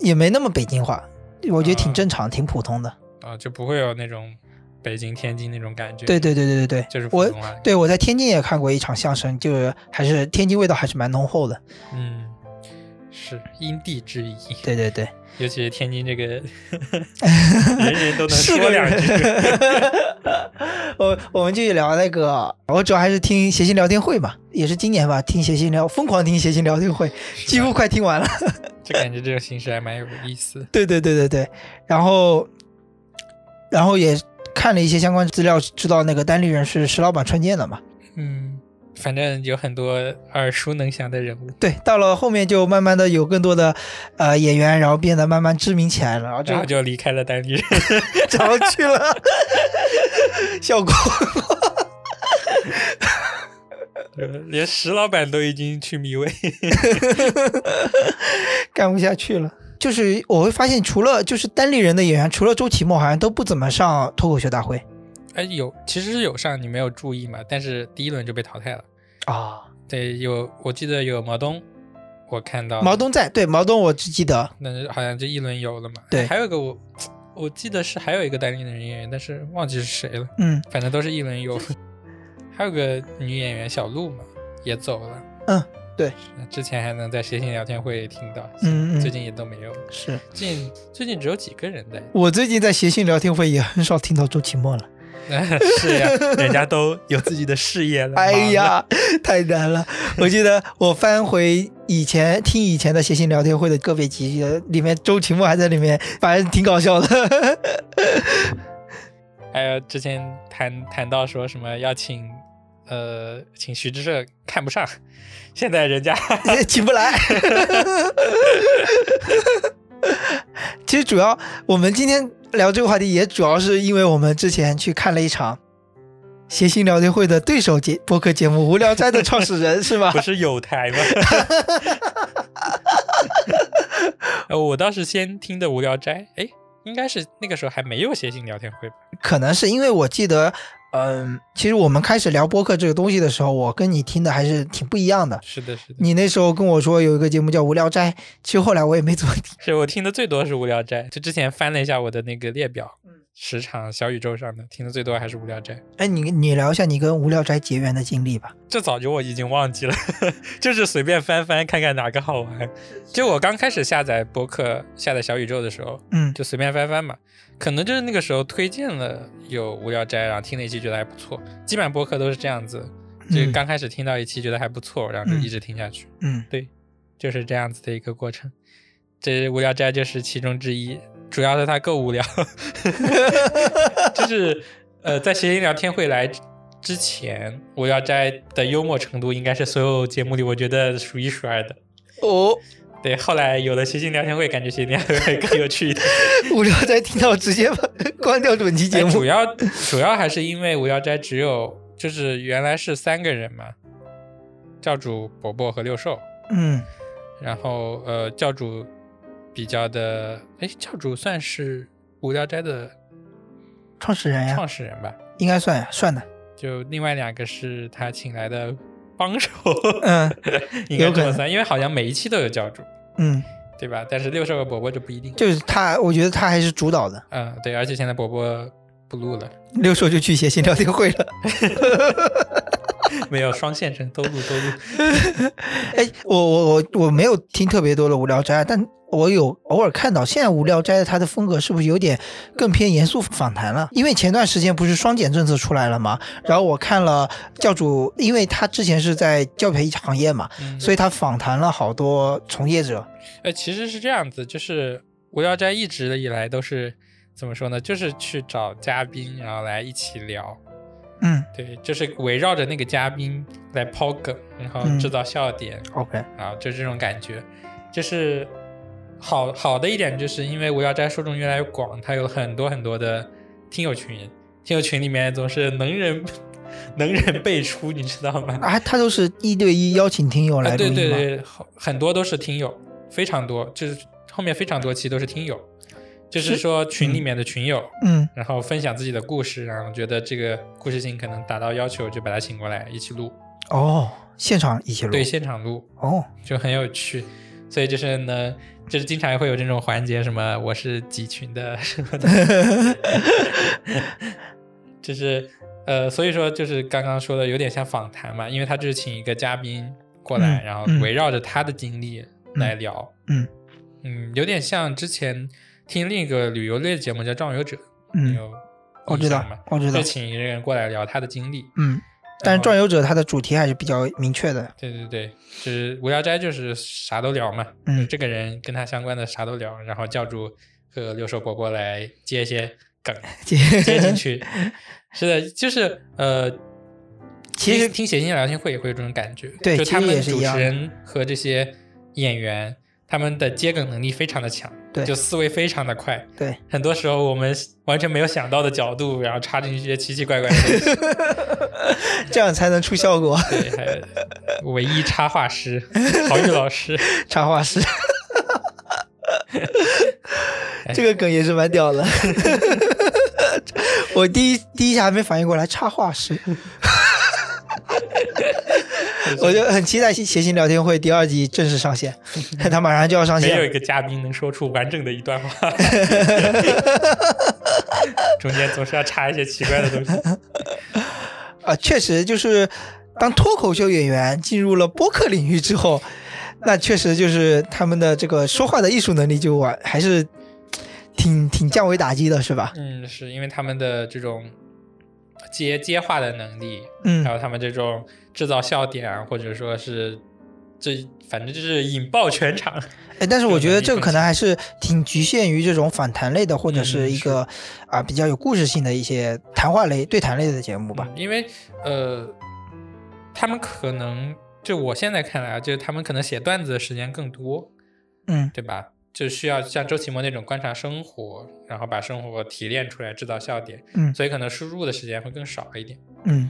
Speaker 2: 也没那么北京话，我觉得挺
Speaker 1: 啊
Speaker 2: 正常，挺普通的。
Speaker 1: 啊、就不会有那种北京、天津那种感觉。
Speaker 2: 对，对对对对对，
Speaker 1: 就是普
Speaker 2: 我
Speaker 1: 通话的。
Speaker 2: 对我在天津也看过一场相声，就是还是天津味道还是蛮浓厚的。
Speaker 1: 嗯，是因地制宜。
Speaker 2: 对对对，
Speaker 1: 尤其是天津 这个，人人都能说两句。
Speaker 2: 我我们继续聊那个，我主要还是听谐星聊天会嘛，也是今年吧，听谐星聊，疯狂听谐星聊天会，
Speaker 1: 啊
Speaker 2: 几乎快听完了。
Speaker 1: 就感觉这种形式还蛮有意思。
Speaker 2: 对对对对对，然后然后也看了一些相关资料，知道那个单立人是石老板创建的嘛。
Speaker 1: 嗯，反正有很多耳熟能详的人物，
Speaker 2: 对，到了后面就慢慢的有更多的呃演员，然后变得慢慢知名起来了，然后就
Speaker 1: 然后就离开了单立人。
Speaker 2: 然后去了效果。
Speaker 1: 连石老板都已经去迷味。
Speaker 2: 干不下去了。就是我会发现，除了就是单立人的演员，除了周奇墨，好像都不怎么上脱口秀大会
Speaker 1: 哎，有其实是有上，你没有注意嘛？但是第一轮就被淘汰了。
Speaker 2: 啊。
Speaker 1: 对，有我记得有毛东，我看到
Speaker 2: 毛，东在，对毛东我只记得
Speaker 1: 那好像这一轮有了嘛？
Speaker 2: 对
Speaker 1: 还有一个我。我记得是还有一个单立人演员，但是忘记是谁了。
Speaker 2: 嗯
Speaker 1: 反正都是一轮游。 还有个女演员小鹿嘛，也走了。
Speaker 2: 嗯，对
Speaker 1: 是，之前还能在谐星聊天会听到，
Speaker 2: 嗯嗯
Speaker 1: 最近也都没有。
Speaker 2: 是
Speaker 1: 最近最近只有几个人在，
Speaker 2: 我最近在谐星聊天会也很少听到周奇墨了。
Speaker 1: 是呀，人家都有自己的事业 了。
Speaker 2: 哎
Speaker 1: 忙了，
Speaker 2: 呀， 太难了！我记得我翻回以前听以前的谐星聊天会的个别集，里面周奇墨还在里面，反正挺搞笑的。
Speaker 1: 还有哎之前谈谈到说什么要请。呃，请徐志胜看不上，现在人家
Speaker 2: 也 起不来。其实主要我们今天聊这个话题，也主要是因为我们之前去看了一场谐星聊天会的对手节播客节目《无聊斋》的创始人 是吧
Speaker 1: 不？是有台吗？呃我倒是先听的《无聊斋》，哎，应该是那个时候还没有谐星聊天会吧？
Speaker 2: 可能是因为我记得，嗯，其实我们开始聊播客这个东西的时候，我跟你听的还是挺不一样的。
Speaker 1: 是的，是的，
Speaker 2: 你那时候跟我说有一个节目叫《无聊斋》，其实后来我也没怎么听。
Speaker 1: 是我听的最多是《无聊斋》，就之前翻了一下我的那个列表，时长小宇宙上的听的最多还是《无聊斋》。
Speaker 2: 哎，你你聊一下你跟《无聊斋》结缘的经历吧。
Speaker 1: 这早就我已经忘记了， 就是随便翻翻看看哪个好玩。就我刚开始下载播客、下载小宇宙的时候，
Speaker 2: 嗯
Speaker 1: 就随便翻翻嘛，可能就是那个时候推荐了有《无聊斋》，然后听了一期觉得还不错。基本上播客都是这样子，就
Speaker 2: 嗯
Speaker 1: 刚开始听到一期觉得还不错，然后就一直听下去。
Speaker 2: 嗯
Speaker 1: 就是这样子的一个过程。这无聊斋就是其中之一，主要是它够无聊， 就是呃，在谐音聊天会来之前，无聊斋的幽默程度应该是所有节目里我觉得数一数二的。
Speaker 2: 哦，
Speaker 1: 对，后来有了谐星聊天会，感觉谐星聊天会更有趣一点。
Speaker 2: 无聊斋听到直接把关掉本期节
Speaker 1: 哎主
Speaker 2: 目。
Speaker 1: 要主要还是因为无聊斋只有就是原来是三个人嘛，教主、伯伯和六兽，
Speaker 2: 嗯，
Speaker 1: 然后呃，教主比较的，哎，教主算是无聊斋的
Speaker 2: 创始人呀
Speaker 1: 创，始人吧？
Speaker 2: 应该算呀，算的。
Speaker 1: 就另外两个是他请来的帮手，
Speaker 2: 嗯
Speaker 1: 应该
Speaker 2: 有可
Speaker 1: 这
Speaker 2: 能
Speaker 1: 么算，因为好像每一期都有教主，
Speaker 2: 嗯，
Speaker 1: 对吧？但是六兽和伯伯就不一定。
Speaker 2: 就是他，我觉得他还是主导的。
Speaker 1: 嗯，对，而且现在伯伯不录了，
Speaker 2: 六兽就去写信聊天 会了。
Speaker 1: 没有双线程，都录都录。
Speaker 2: 哎，我我我我没有听特别多的《无聊斋》，但我有偶尔看到，现在《无聊斋》它的风格是不是有点更偏严肃访谈了？因为前段时间不是双减政策出来了嘛，然后我看了教主，因为他之前是在教培行业嘛，
Speaker 1: 嗯
Speaker 2: 所以他访谈了好多从业者。
Speaker 1: 呃，其实是这样子，就是无聊斋一直以来都是怎么说呢？就是去找嘉宾，然后来一起聊。
Speaker 2: 嗯
Speaker 1: 对，就是围绕着那个嘉宾来抛梗，然后
Speaker 2: 嗯
Speaker 1: 制造笑点，
Speaker 2: ，OK，
Speaker 1: 啊，就这种感觉。就是好好的一点，就是因为《无聊斋》受众越来越广，它有很多很多的听友群，听友群里面总是能人 能人辈出，你知道吗？
Speaker 2: 啊，他都是一对一邀请听友来
Speaker 1: 啊，
Speaker 2: 录音
Speaker 1: 对
Speaker 2: 吗？
Speaker 1: 对对，好很多都是听友，非常多，就是后面非常多期都是听友，就是
Speaker 2: 是
Speaker 1: 说群里面的群友，
Speaker 2: 嗯，
Speaker 1: 然后分享自己的故事，然后觉得这个故事性可能达到要求，就把他请过来一起录，
Speaker 2: 哦，现场一起录，
Speaker 1: 对，现场录
Speaker 2: 哦，
Speaker 1: 就很有趣，所以就是呢，就是经常会有这种环节，什么我是几群的 什么的，就是呃，所以说就是刚刚说的有点像访谈嘛，因为他就是请一个嘉宾过来，
Speaker 2: 嗯
Speaker 1: 然后
Speaker 2: 嗯
Speaker 1: 围绕着他的经历来聊，
Speaker 2: 嗯
Speaker 1: 嗯有点像之前听另一个旅游类的节目叫《壮游者》，你
Speaker 2: 嗯，
Speaker 1: 有
Speaker 2: 我
Speaker 1: 印
Speaker 2: 知
Speaker 1: 象
Speaker 2: 道
Speaker 1: 吗，
Speaker 2: 我知道
Speaker 1: 就，请一个人过来聊他的经历。
Speaker 2: 嗯，但是
Speaker 1: 后
Speaker 2: 《壮游者》它的主题还是比较明确的，
Speaker 1: 对对对，就是无聊斋就是啥都聊嘛，
Speaker 2: 嗯
Speaker 1: 就这个人跟他相关的啥都聊，然后教主和六兽伯伯来接一些梗接进去。是的，就是呃，
Speaker 2: 其实
Speaker 1: 听听写信聊天会也会有这种感觉，
Speaker 2: 对
Speaker 1: 就
Speaker 2: 其
Speaker 1: 他
Speaker 2: 实
Speaker 1: 们
Speaker 2: 也是
Speaker 1: 主
Speaker 2: 一样
Speaker 1: 持
Speaker 2: 的
Speaker 1: 人和这些演员。他们的接梗能力非常的强，
Speaker 2: 对
Speaker 1: 就思维非常的快，
Speaker 2: 对，
Speaker 1: 很多时候我们完全没有想到的角度，然后插进去一些奇奇怪怪的东西，
Speaker 2: 这样才能出 效果。
Speaker 1: 对，还 有唯一插画师 郝宇老师，
Speaker 2: 插画 师，这个梗也是蛮屌的。 我第一第一下还没反应过来，插 画师，我就很期待谐星聊天会第二季正式上线，他马上就要上
Speaker 1: 没有
Speaker 2: 线
Speaker 1: 一。个嘉宾能说出完整的一段话，中间总是要插一些奇怪的东西。
Speaker 2: 啊，确实就是当脱口秀演员进入了播客领域之后，那确实就是他们的这个说话的艺术能力就完还是挺挺降维打击的，是吧？
Speaker 1: 嗯，是因为他们的这种接接话的能力，
Speaker 2: 嗯
Speaker 1: 还有他们这种制造笑点啊，或者说是这，反正就是引爆全场。
Speaker 2: 哎，但是
Speaker 1: 这
Speaker 2: 我
Speaker 1: 个
Speaker 2: 觉
Speaker 1: 能
Speaker 2: 得
Speaker 1: 力
Speaker 2: 这个
Speaker 1: 更
Speaker 2: 可能还是挺局限于这种访谈类的，或者
Speaker 1: 嗯
Speaker 2: 是一
Speaker 1: 是
Speaker 2: 个啊比较有故事性的一些谈话类、对谈类的节目吧。
Speaker 1: 嗯因为呃，他们可能就我现在看来啊，就是他们可能写段子的时间更多，
Speaker 2: 嗯
Speaker 1: 对吧？就需要像周奇墨那种观察生活，然后把生活提炼出来，制造笑点。
Speaker 2: 嗯
Speaker 1: 所以可能输入的时间会更少一点，
Speaker 2: 嗯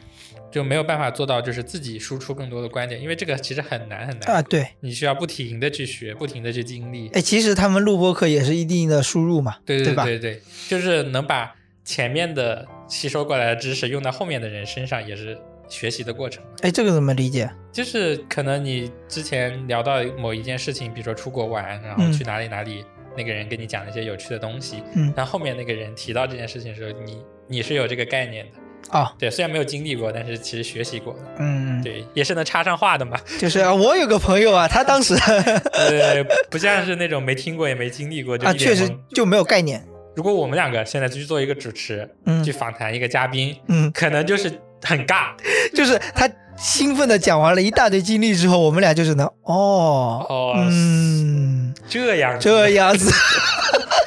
Speaker 1: 就没有办法做到就是自己输出更多的观点，因为这个其实很难很难。
Speaker 2: 啊，对，
Speaker 1: 你需要不停的去学，不停的去经历。
Speaker 2: 哎，其实他们录播课也是一定的输入嘛，
Speaker 1: 对
Speaker 2: 吧？
Speaker 1: 对对，就是能把前面的吸收过来的知识用到后面的人身上，也是学习的过程。
Speaker 2: 哎，这个怎么理解？
Speaker 1: 就是可能你之前聊到某一件事情，比如说出国玩，然后
Speaker 2: 嗯
Speaker 1: 去哪里哪里，那个人跟你讲了一些有趣的东西，
Speaker 2: 嗯
Speaker 1: 但后面那个人提到这件事情的时候，你你是有这个概念的。
Speaker 2: 啊，
Speaker 1: 对，虽然没有经历过，但是其实学习过的。
Speaker 2: 嗯，
Speaker 1: 对，也是能插上话的嘛。
Speaker 2: 就是啊，我有个朋友啊，他当 时
Speaker 1: 呃，不像是那种没听过也没经历过，就
Speaker 2: 啊，
Speaker 1: 一脸
Speaker 2: 确
Speaker 1: 懵
Speaker 2: 实就没有概念。
Speaker 1: 如果我们两个现在去做一个主持，
Speaker 2: 嗯
Speaker 1: 去访谈一个嘉宾，
Speaker 2: 嗯，
Speaker 1: 可能就是很尬
Speaker 2: 就是他兴奋的讲完了一大堆经历之后，我们俩就只能哦，
Speaker 1: 哦
Speaker 2: 嗯，
Speaker 1: 这样子。
Speaker 2: 这样子，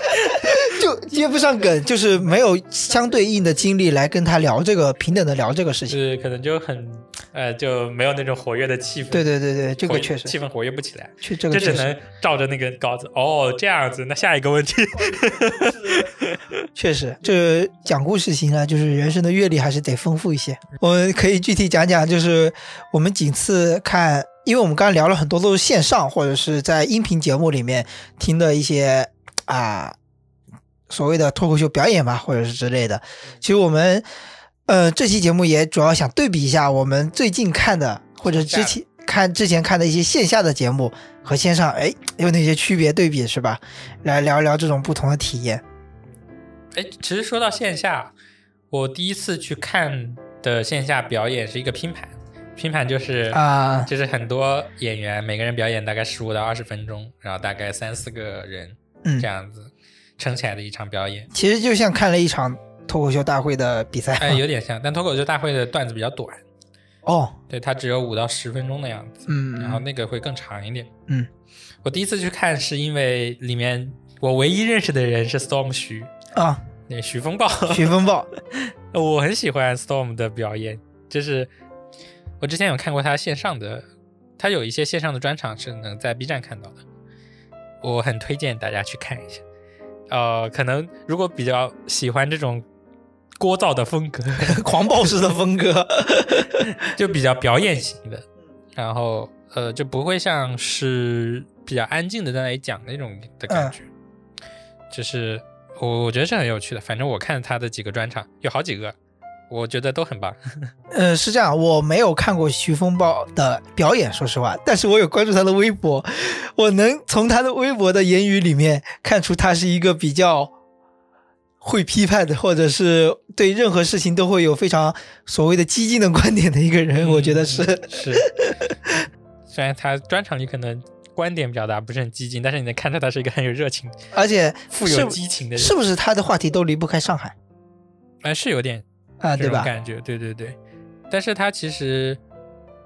Speaker 2: 就接不上梗，就是没有相对应的经历来跟他聊这个平等的聊这个事情。
Speaker 1: 是可能就很呃就没有那种活跃的气氛，
Speaker 2: 对对对对，这
Speaker 1: 活
Speaker 2: 个
Speaker 1: 跃
Speaker 2: 确实，
Speaker 1: 气氛活跃不起来，
Speaker 2: 确这个
Speaker 1: 就只
Speaker 2: 确实
Speaker 1: 能照着那个稿子哦这样子。那下一个问题，
Speaker 2: 确实，这讲故事型啊，就是人生的阅历还是得丰富一些。我们可以具体讲讲，就是我们仅次看，因为我们刚刚聊了很多都是线上或者是在音频节目里面听的一些啊所谓的脱口秀表演吧，或者是之类的。其实我们呃这期节目也主要想对比一下我们最近看的或者之前看之前看的一些线下的节目和线上，哎，有哪些区别对比是吧？来聊一聊这种不同的体验。
Speaker 1: 哎，其实说到线下，我第一次去看的线下表演是一个拼盘，拼盘就是
Speaker 2: 啊
Speaker 1: 就是很多演员每个人表演大概十五到二十分钟，然后大概三四个人
Speaker 2: 嗯
Speaker 1: 这样子撑起来的一场表 演，
Speaker 2: 其实就像看了一场脱口秀大会的比赛。
Speaker 1: 哎，有点像，但脱口秀大会的段子比较短，
Speaker 2: 哦，
Speaker 1: 对，它只有五到十分钟的样子，
Speaker 2: 嗯，
Speaker 1: 然后那个会更长一点。
Speaker 2: 嗯，
Speaker 1: 我第一次去看是因为里面我唯一认识的人是 Storm 徐，
Speaker 2: 啊，
Speaker 1: 那徐风暴，
Speaker 2: 徐风暴，
Speaker 1: 我很喜欢 Storm 的表演，就是我之前有看过他线上的，他有一些线上的专场是能在 B 站看到的，我很推荐大家去看一下。呃，可能如果比较喜欢这种聒噪的风格，
Speaker 2: 狂暴式的风 格。
Speaker 1: 就比较表演型的，然后呃，就不会像是比较安静的在那里讲那种的
Speaker 2: 嗯
Speaker 1: 感觉。就是我我觉得是很有趣的，反正我看他的几个专场有好几个，我觉得都很棒。
Speaker 2: 呃，是这样，我没有看过徐风暴的表演，说实话，但是我有关注他的微博，我能从他的微博的言语里面看出他是一个比较会批判的，或者是对任何事情都会有非常所谓的激进的观点的一个人， 我觉得是。
Speaker 1: 嗯 是，虽然他专场里可能观点表达不是很激进，但是你能看出他是一个很有热情、
Speaker 2: 而且
Speaker 1: 富
Speaker 2: 是
Speaker 1: 有
Speaker 2: 不
Speaker 1: 激情的人，
Speaker 2: 是不是他的话题都离不开上海
Speaker 1: 哎，是有点
Speaker 2: 啊？
Speaker 1: 这
Speaker 2: 对
Speaker 1: 种
Speaker 2: 吧？
Speaker 1: 感觉，对对对。但是他其实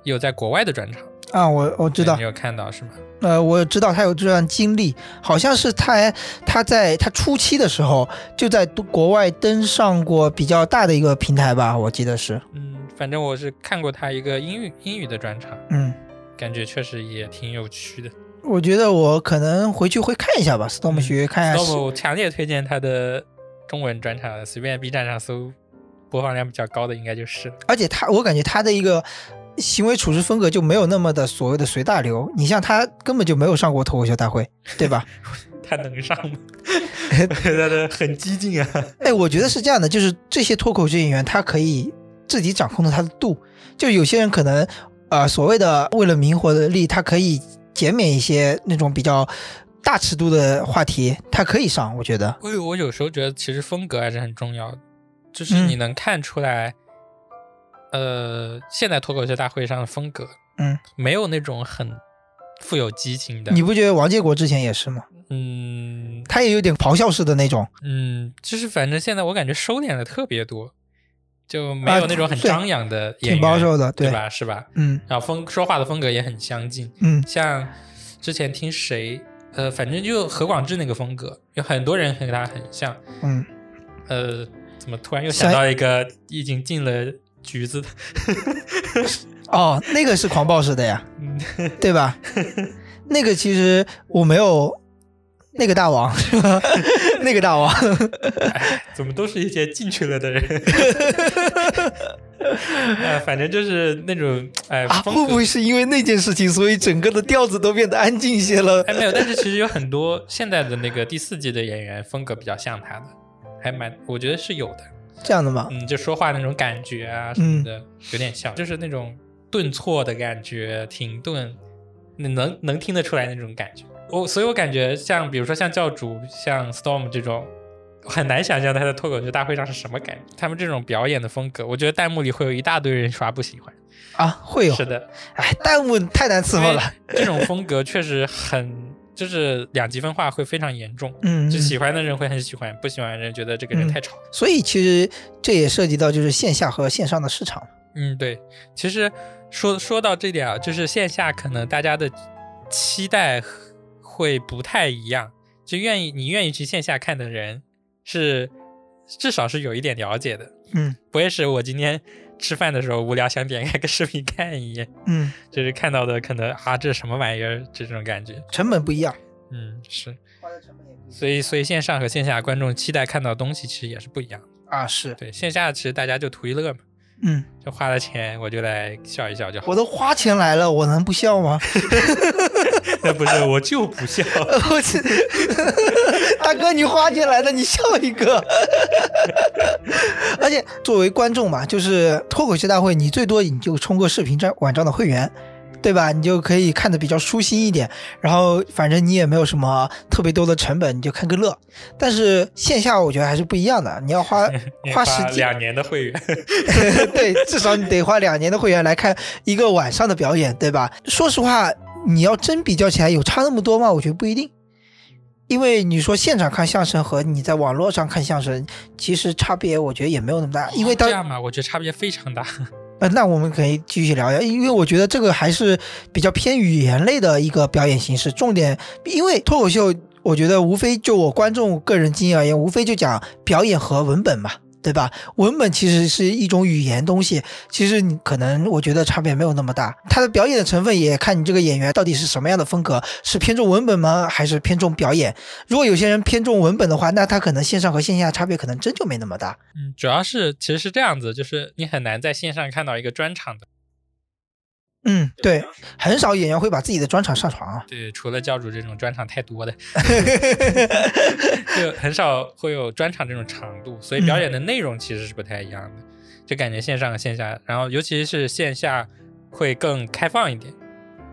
Speaker 1: 有在国外的专场，
Speaker 2: 啊，我我知
Speaker 1: 对
Speaker 2: 道
Speaker 1: 你，有看到是吗？
Speaker 2: 呃，我知道他有这段经历，好像是他他在他初期的时候就在国外登上过比较大的一个平台吧，我记得是，
Speaker 1: 嗯，反正我是看过他一个英语英语的专场，
Speaker 2: 嗯，
Speaker 1: 感觉确实也挺有趣的。
Speaker 2: 我觉得我可能回去会看一下吧，Storm
Speaker 1: 嗯
Speaker 2: 学看一下
Speaker 1: 那
Speaker 2: 是
Speaker 1: 么我强烈推荐他的中文专场，随便 B 站上搜，播放量比较高的应该就是了。
Speaker 2: 而且他，我感觉他的一个行为处事风格就没有那么的所谓的随大流。你像他根本就没有上过脱口秀大会，对吧？
Speaker 1: 他能上 吗？他的很激进啊。
Speaker 2: 哎，我觉得是这样的，就是这些脱口秀演员，他可以自己掌控到他的度。就有些人可能，呃，所谓的为了名或者利，他可以减免一些那种比较大尺度的话题，他可以上。我觉得，
Speaker 1: 我有我有时候觉得其实风格还是很重要的，就是你能看出来，呃，现在脱口秀大会上的风格，
Speaker 2: 嗯，
Speaker 1: 没有那种很富有激情的，
Speaker 2: 你不觉得王建国之前也是吗？
Speaker 1: 嗯
Speaker 2: 他也有点咆哮式的那种，
Speaker 1: 嗯，就是反正现在我感觉收敛的特别多，就没
Speaker 2: 啊
Speaker 1: 有那种很
Speaker 2: 对
Speaker 1: 张扬的演
Speaker 2: 挺
Speaker 1: 员，
Speaker 2: 保守的，
Speaker 1: 对？吧？是吧？
Speaker 2: 嗯
Speaker 1: 然后风说话的风格也很相近，
Speaker 2: 嗯
Speaker 1: 像之前听谁，呃，反正就何广智那个风格，有很多人和他很像。
Speaker 2: 嗯，
Speaker 1: 呃，怎么突然又
Speaker 2: 想
Speaker 1: 想到一个已经进了局子的？
Speaker 2: 哦，那个是狂暴式的呀。
Speaker 1: 嗯，
Speaker 2: 对吧？那个其实我没有，那个大王，是吧 那个大王，
Speaker 1: 哎怎么都是一些进去了的 人？ 呃，反正就是那种哎、
Speaker 2: 啊，
Speaker 1: 风
Speaker 2: 会
Speaker 1: 格
Speaker 2: 不会是因为那件事情，所以整个的调子都变得安静些了
Speaker 1: 哎，？没有，但是其实有很多现在的那个第四季的演员风格比较像他的，还蛮，我觉得是有的。
Speaker 2: 这样的吗？
Speaker 1: 嗯，就说话那种感觉啊什么
Speaker 2: 嗯
Speaker 1: 的，有点像，就是那种顿挫的感觉，停顿，你能能听得出来那种感觉。我所以，我感觉像比如说像教主、像 Storm 这种，很难想象他在脱口秀大会上是什么感觉。他们这种表演的风格，我觉得弹幕里会有一大堆人刷不喜欢。
Speaker 2: 啊，会有
Speaker 1: 是，的，哎
Speaker 2: 哎，弹幕太难伺候了，
Speaker 1: 这种风格确实很，就是两极分化会非常严重。
Speaker 2: 嗯，
Speaker 1: 就
Speaker 2: 嗯
Speaker 1: 喜欢的人会很喜欢，不喜欢的人觉得这个人
Speaker 2: 嗯
Speaker 1: 太吵。
Speaker 2: 所以其实这也涉及到就是线下和线上的市场，
Speaker 1: 嗯，对，其实说说到这点啊，就是线下可能大家的期待会不太一样，就愿意你愿意去线下看的人是至少是有一点了解的，
Speaker 2: 嗯
Speaker 1: 不会是我今天吃饭的时候无聊想点开个视频看一眼，
Speaker 2: 嗯，
Speaker 1: 就是看到的可能啊这是什么玩意儿这种感觉，
Speaker 2: 成本不一样，
Speaker 1: 嗯是，所以所以线上和线下观众期待看到的东西其实也是不一样的，
Speaker 2: 啊是，
Speaker 1: 对，线下其实大家就图一乐嘛，
Speaker 2: 嗯，
Speaker 1: 就花了钱我就来笑一笑就好。
Speaker 2: 我都花钱来了，我能不笑吗？
Speaker 1: 那 不是，我就不笑。
Speaker 2: 我去，大哥，你花钱来的，你笑一个。 而且作为观众嘛，就是脱口秀大会，你最多你就充个视频站网站的会员，对吧？你就可以看得比较舒心一点。然后反正你也没有什么特别多的成本，你就看个乐。但是线下我觉得还是不一样的，你要花 花时间，
Speaker 1: 两年的会员，
Speaker 2: 对，至少你得花两年的会员来看一个晚上的表演，对吧？说实话，你要真比较起来，有差那么多吗？我觉得不一定，因为你说现场看相声和你在网络上看相声，其实差别我觉得也没有那么大， 因 为
Speaker 1: 这
Speaker 2: 当
Speaker 1: 样嘛，我觉得差别非常大。
Speaker 2: 呃，那我们可以继续聊一下，因为我觉得这个还是比较偏语言类的一个表演形式，重点因为脱口秀，我觉得无非就我观众个人经验而言，无非就讲表演和文本嘛。对吧？文本其实是一种语言东西，其实你可能我觉得差别没有那么大。它的表演的成分也看你这个演员到底是什么样的风格，是偏重文本吗？还是偏重表演？如果有些人偏重文本的话，那他可能线上和线下差别可能真就没那么大。
Speaker 1: 嗯，主要是其实是这样子，就是你很难在线上看到一个专场的。
Speaker 2: 嗯，对，很少演员会把自己的专场上传啊。
Speaker 1: 对，除了教主这种专场太 多的，就很少会有专场这种长度，所以表演的内容其实是不太一样的，就感觉线上和线下，然后尤其是线下会更开放一点，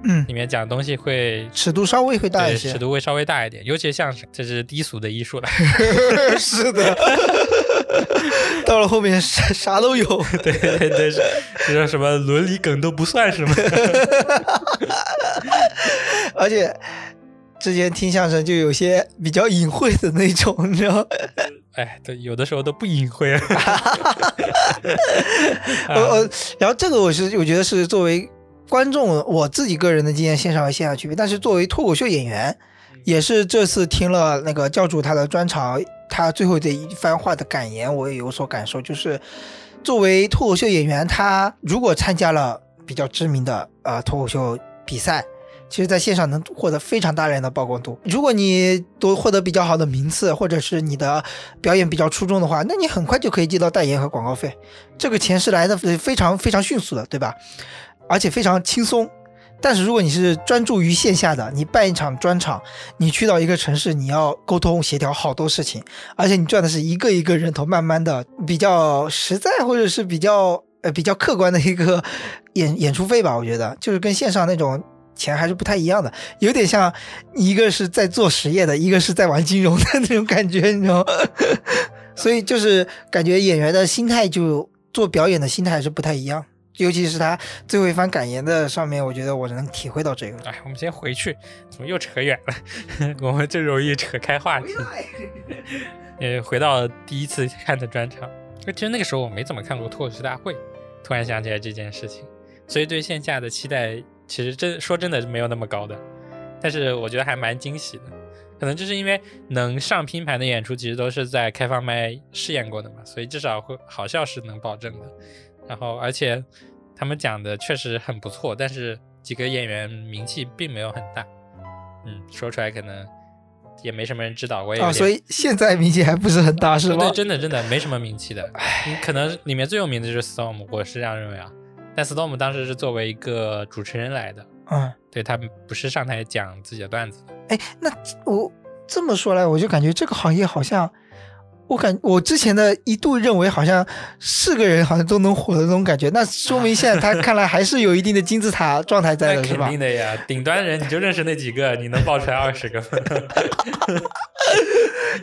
Speaker 2: 嗯
Speaker 1: 里，面讲的东西会
Speaker 2: 尺度稍微会大
Speaker 1: 对
Speaker 2: 一些
Speaker 1: 尺。度会稍微大一点，尤其像是这是低俗的艺术了，
Speaker 2: 是的，到了后面啥啥都有。
Speaker 1: 对对对，是就是什么伦理梗都不算什么，
Speaker 2: 而且之前听相声就有些比较隐晦的那种，你知道吗？
Speaker 1: 哎，对，有的时候都不隐晦了。啊
Speaker 2: 我我，呃然后这个我是我觉得是作为观众我自己个人的经验，线上和线下区别。但是作为脱口秀演员，也是这次听了那个教主他的专场，他最后的一番话的感言，我也有所感受，就是作为脱口秀演员，他如果参加了比较知名的呃脱口秀比赛。其实，在线上能获得非常大量的曝光度。如果你多获得比较好的名次，或者是你的表演比较出众的话，那你很快就可以接到代言和广告费。这个钱是来的非常非常迅速的，对吧？而且非常轻松。但是如果你是专注于线下的，你办一场专场，你去到一个城市，你要沟通协调好多事情，而且你赚的是一个一个人头，慢慢的比较实在或者是比较呃比较客观的一个演演出费吧，我觉得就是跟线上那种钱还是不太一样的，有点像一个是在做实业的，一个是在玩金融的那种感觉，你知道吗？ 所以就是感觉演员的心态就做表演的心态还是不太一样，尤其是他最后一番感言的上面，我觉得我能体会到这个。
Speaker 1: 哎，我们先回去，怎么又扯远了？ 我们最容易扯开话题。呃，回到第一次看的专场，其实那个时候我没怎么看过脱口秀大会，突然想起来这件事情，所以对线下的期待其实真说真的是没有那么高的，但是我觉得还蛮惊喜的。可能就是因为能上拼盘的演出，其实都是在开放麦试验过的嘛，所以至少会好笑是能保证的。然后而且他们讲的确实很不错，但是几个演员名气并没有很大，嗯，说出来可能也没什么人知道，我也有
Speaker 2: 啊，
Speaker 1: 点
Speaker 2: 所以现在名气还不是很大，是
Speaker 1: 对，
Speaker 2: 吗？
Speaker 1: 真的真的没什么名气的。你可能里面最有名的就是 Storm，我是这样认为啊。但 Storm 当时是作为一个主持人来的，
Speaker 2: 嗯，
Speaker 1: 对他不是上台讲自己的段子的。
Speaker 2: 哎，那我这么说来，我就感觉这个行业好像，我感我之前的一度认为好像是个人好像都能火的那种感觉，那说明现在他看来还是有一定的金字塔状态在
Speaker 1: 那
Speaker 2: 的，是
Speaker 1: 肯
Speaker 2: 吧？
Speaker 1: 定的呀，顶端人你就认识那几个，你能爆出来二十个吗？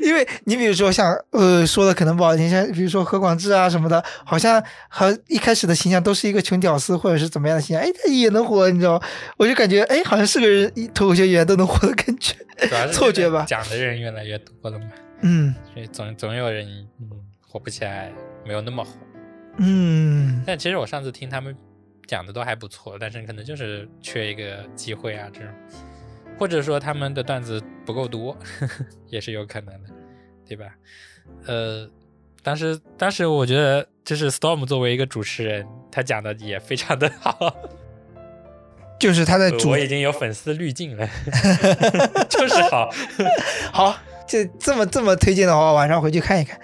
Speaker 2: 因为你比如说像呃说的可能不好听，像比如说何广智啊什么的，好像和一开始的形象都是一个穷屌丝或者是怎么样的形象，哎，他也能火，你知道吗？我就感觉哎，好像是个人一脱口秀演员都能火的感觉。
Speaker 1: 主要是
Speaker 2: 错觉吧
Speaker 1: 讲的人越来越多了嘛，
Speaker 2: 嗯
Speaker 1: 所以总总有人嗯火不起来，没有那么火。
Speaker 2: 嗯，
Speaker 1: 但其实我上次听他们讲的都还不错，但是可能就是缺一个机会啊这种，或者说他们的段子不够多， 也是有可能的，对吧？呃，当时当时我觉得就是 Storm 作为一个主持人，他讲的也非常的好，
Speaker 2: 就是他在呃主
Speaker 1: 我已经有粉丝滤镜了，就是好。
Speaker 2: 好，这这么这么推荐的话，晚上回去看一 看，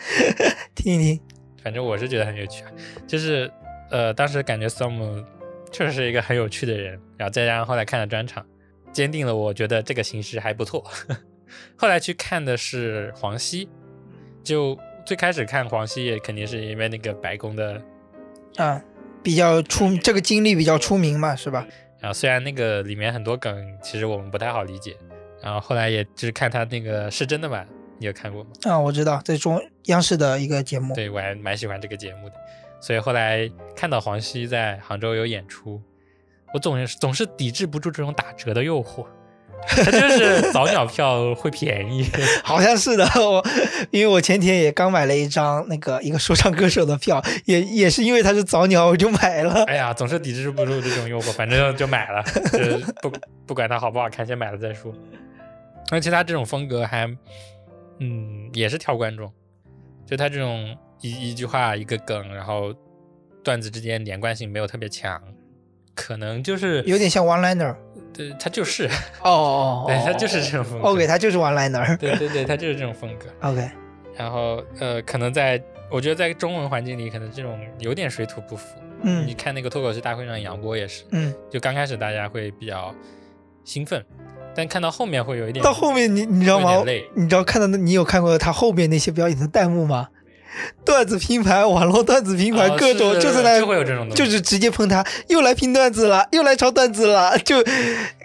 Speaker 2: 听一听。
Speaker 1: 反正我是觉得很有趣啊，就是呃，当时感觉 Storm 确实是一个很有趣的人，然后再加上后来看了专场，坚定了我觉得这个形式还不错。 后来去看的是黄西，就最开始看黄西也肯定是因为那个白宫的，
Speaker 2: 啊，比较出这个经历比较出名嘛，是吧？
Speaker 1: 然后虽然那个里面很多梗其实我们不太好理解，然后后来也就是看他那个是真的版，你有看过吗？
Speaker 2: 啊，我知道，在中央视的一个节目。
Speaker 1: 嗯对我还蛮喜欢这个节目的，所以后来看到黄西在杭州有演出，我总是总是抵制不住这种打折的诱惑，他就是早鸟票会便宜，
Speaker 2: 好像是的， 我因为我前天也刚买了一张那个一个说唱歌手的票， 也也是因为他是早鸟，我就 买了。
Speaker 1: 哎呀，总是抵制不住这种诱惑，反正就买了，就是不不管它好不好看，先买了再说。而且他这种风格还，嗯，也是挑观众，就他这种一一句话一个梗，然后段子之间连贯性没有特别强，可能就是
Speaker 2: 有点像 one liner。
Speaker 1: 对，他就是，
Speaker 2: 哦哦
Speaker 1: 对他就是这种风格。
Speaker 2: OK，他就是 one liner。
Speaker 1: 对对对，他就是这种风格。
Speaker 2: OK，
Speaker 1: 然后呃，可能在我觉得在中文环境里，可能这种有点水土不服。你
Speaker 2: 嗯
Speaker 1: 看那个脱口秀大会上，杨波也是，
Speaker 2: 嗯，
Speaker 1: 就刚开始大家会比较兴奋，但看到后面会有一点
Speaker 2: 到后面你你知道吗
Speaker 1: 有点累？
Speaker 2: 你知道看到那你有看过他后边那些表演的弹幕吗？段子拼盘，网络段子拼盘，
Speaker 1: 哦
Speaker 2: 各种
Speaker 1: 是
Speaker 2: 就是
Speaker 1: 是
Speaker 2: 来
Speaker 1: 就会有这种东西
Speaker 2: 就是直接喷他，又来拼段子了，又来抄段子了， 就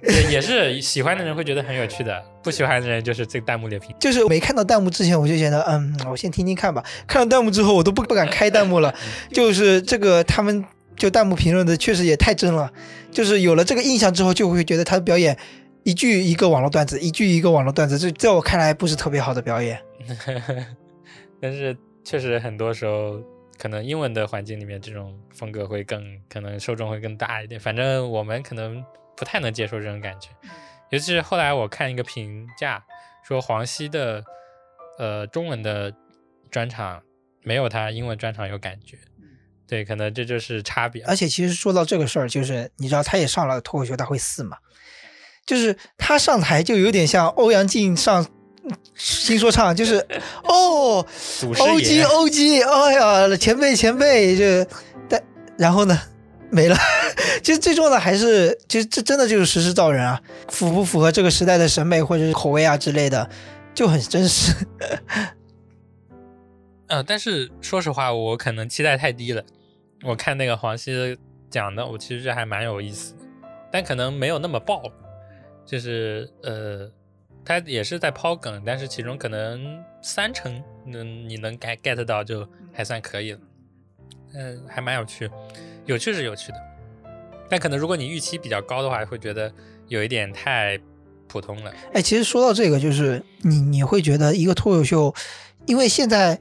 Speaker 1: 也也是喜欢的人会觉得很有趣的，不喜欢的人就是这个弹幕里评。
Speaker 2: 就是没看到弹幕之前，我就觉得，嗯，我先听听看吧。看到弹幕之后，我都不不敢开弹 幕了。就是这个，他们就弹幕评论的确实也太真了。就是有了这个印象之后，就会觉得他的表演一句一个网络段子，一句一个网络段子，这在我看来不是特别好的表演。
Speaker 1: 但是确实很多时候，可能英文的环境里面这种风格会更，可能受众会更大一点。反正我们可能不太能接受这种感觉，尤其是后来我看一个评价说黄西的，呃，中文的专场没有他英文专场有感觉。对，可能这就是差别。
Speaker 2: 而且其实说到这个事儿，就是你知道他也上了脱口秀大会四嘛，就是他上台就有点像欧阳靖上新说唱，就是哦
Speaker 1: 祖师
Speaker 2: ，O G
Speaker 1: 爷
Speaker 2: O G，哎呀，前辈前辈，这但然后呢没了。 其实最重要的还是，其实这真的就是时势造人啊，符不符合这个时代的审美或者是口味啊之类的，就很真实。
Speaker 1: 呃，但是说实话，我可能期待太低了。我看那个黄西讲的，我其实还蛮有意思的，但可能没有那么爆。就是呃，他也是在抛梗，但是其中可能三成能你能 get get 到，就还算可以了。嗯、还蛮有趣，有趣是有趣的，但可能如果你预期比较高的话，会觉得有一点太普通了。
Speaker 2: 哎，其实说到这个，就是你你会觉得一个脱口秀，因为现在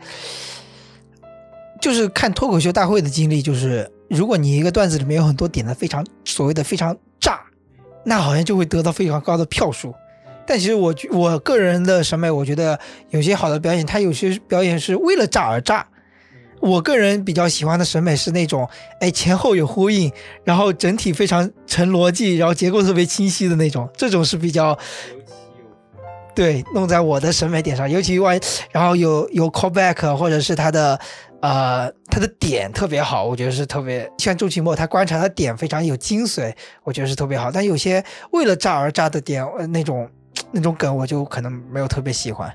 Speaker 2: 就是看脱口秀大会的经历，就是如果你一个段子里面有很多点的非常所谓的非常炸，那好像就会得到非常高的票数。但其实我觉我个人的审美，我觉得有些好的表演，它有些表演是为了炸而炸。我个人比较喜欢的审美是那种，哎，前后有呼应，然后整体非常成逻辑，然后结构特别清晰的那种，这种是比较对，弄在我的审美点上，尤其万一然后有有 callback 或者是他的呃他的点特别好，我觉得是特别像周奇墨，他观察的点非常有精髓，我觉得是特别好。但有些为了炸而炸的点，呃、那种那种梗，我就可能没有特别喜欢。